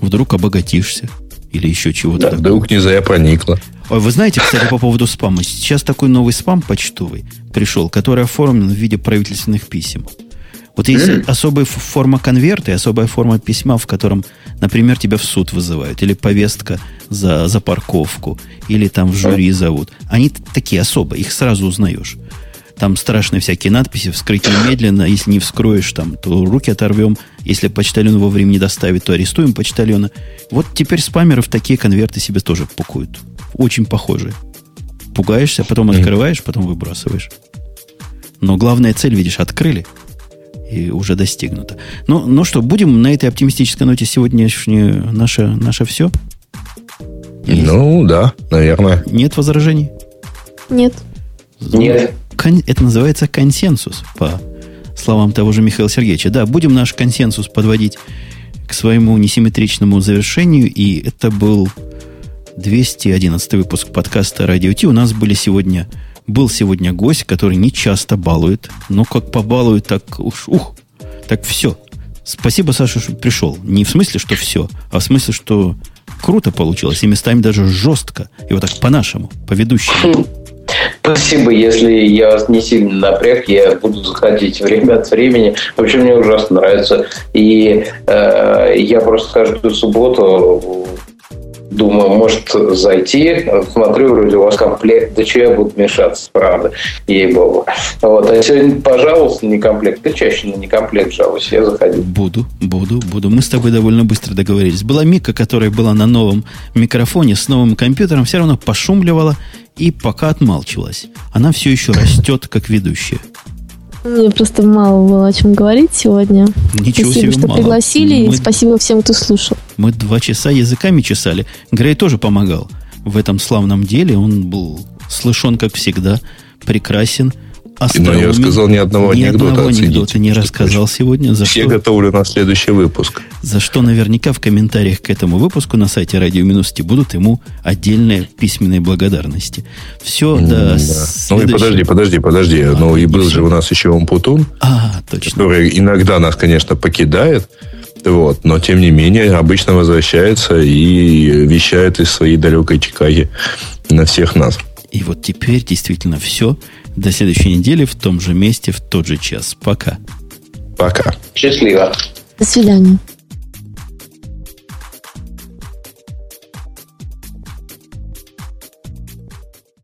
[SPEAKER 1] Вдруг обогатишься. Или еще чего-то.
[SPEAKER 4] Да, такого. вдруг не зря проникло.
[SPEAKER 1] Ой, вы знаете, кстати, по поводу спама. Сейчас такой новый спам почтовый пришел, который оформлен в виде правительственных писем. Вот есть mm. особая форма конверта и особая форма письма, в котором, например, тебя в суд вызывают, или повестка за, за парковку, или там в жюри mm. зовут. Они такие особо, их сразу узнаешь. Там страшные всякие надписи, вскрыть немедленно, если не вскроешь, там, то руки оторвем, если почтальон вовремя не доставит, то арестуем почтальона. Вот теперь спамеров такие конверты себе тоже пакуют. Очень похожие. Пугаешься, потом открываешь, потом выбрасываешь. Но главная цель, видишь, открыли и уже достигнута. Ну, ну что, будем на этой оптимистической ноте сегодняшнее наше, наше все?
[SPEAKER 4] Есть? Ну, да, наверное.
[SPEAKER 1] Нет возражений?
[SPEAKER 3] Нет.
[SPEAKER 2] Нет
[SPEAKER 1] кон, это называется консенсус, по словам того же Михаила Сергеевича. Да, будем наш консенсус подводить к своему несимметричному завершению. И это был 211 выпуск подкаста «Радио Ти». У нас были сегодня, был сегодня гость, который не часто балует. Но как побалует, так уж, ух, так все. Спасибо, Саша, что пришел. Не в смысле, что все, а в смысле, что круто получилось. И местами даже жестко. И вот так по-нашему, по-ведущему.
[SPEAKER 2] Спасибо, если я вас не сильно напряг, я буду заходить время от времени. Вообще мне ужасно нравится. И э, я просто каждую субботу думаю, может зайти, смотрю, вроде у вас комплект, да чего я буду мешаться, правда, ей-богу. Вот, а сегодня, пожалуйста, не комплект, ты чаще на не комплект жалуюсь, я заходил.
[SPEAKER 1] Буду, буду, буду. Мы с тобой довольно быстро договорились. Была Мика, которая была на новом микрофоне с новым компьютером, все равно пошумливала и пока отмалчивалась. Она все еще растет как ведущая.
[SPEAKER 3] Мне просто мало было о чем говорить сегодня.
[SPEAKER 1] Ничего
[SPEAKER 3] спасибо,
[SPEAKER 1] себе
[SPEAKER 3] что
[SPEAKER 1] мало.
[SPEAKER 3] пригласили, мы, и спасибо всем, кто слушал.
[SPEAKER 1] Мы два часа языками чесали. Грей тоже помогал. в этом славном деле. Он был слышен, как всегда, прекрасен.
[SPEAKER 4] Но
[SPEAKER 1] остроумен.
[SPEAKER 4] Ну, я рассказал ни одного
[SPEAKER 1] ни
[SPEAKER 4] анекдота.
[SPEAKER 1] одного
[SPEAKER 4] оцените,
[SPEAKER 1] анекдота не
[SPEAKER 4] что
[SPEAKER 1] рассказал сегодня, за
[SPEAKER 4] Все
[SPEAKER 1] что,
[SPEAKER 4] готовлю на следующий выпуск. Ну
[SPEAKER 1] за что наверняка в комментариях к этому выпуску на сайте Радио Минусти будут ему отдельные письменные благодарности. Все,
[SPEAKER 4] М,
[SPEAKER 1] до
[SPEAKER 4] да. Ну и
[SPEAKER 1] следующего-
[SPEAKER 4] подожди, подожди, подожди.
[SPEAKER 1] Ладно,
[SPEAKER 4] ну и
[SPEAKER 1] не
[SPEAKER 4] был
[SPEAKER 1] всё.
[SPEAKER 4] же у нас еще Умпутун,
[SPEAKER 1] А, точно.
[SPEAKER 4] который иногда нас, конечно, покидает. Вот, но тем не менее обычно возвращается и вещает из своей далекой Чикаги на всех нас.
[SPEAKER 1] И вот теперь действительно все. До следующей недели в том же месте, в тот же час. Пока.
[SPEAKER 4] Пока.
[SPEAKER 2] Счастливо.
[SPEAKER 3] До свидания.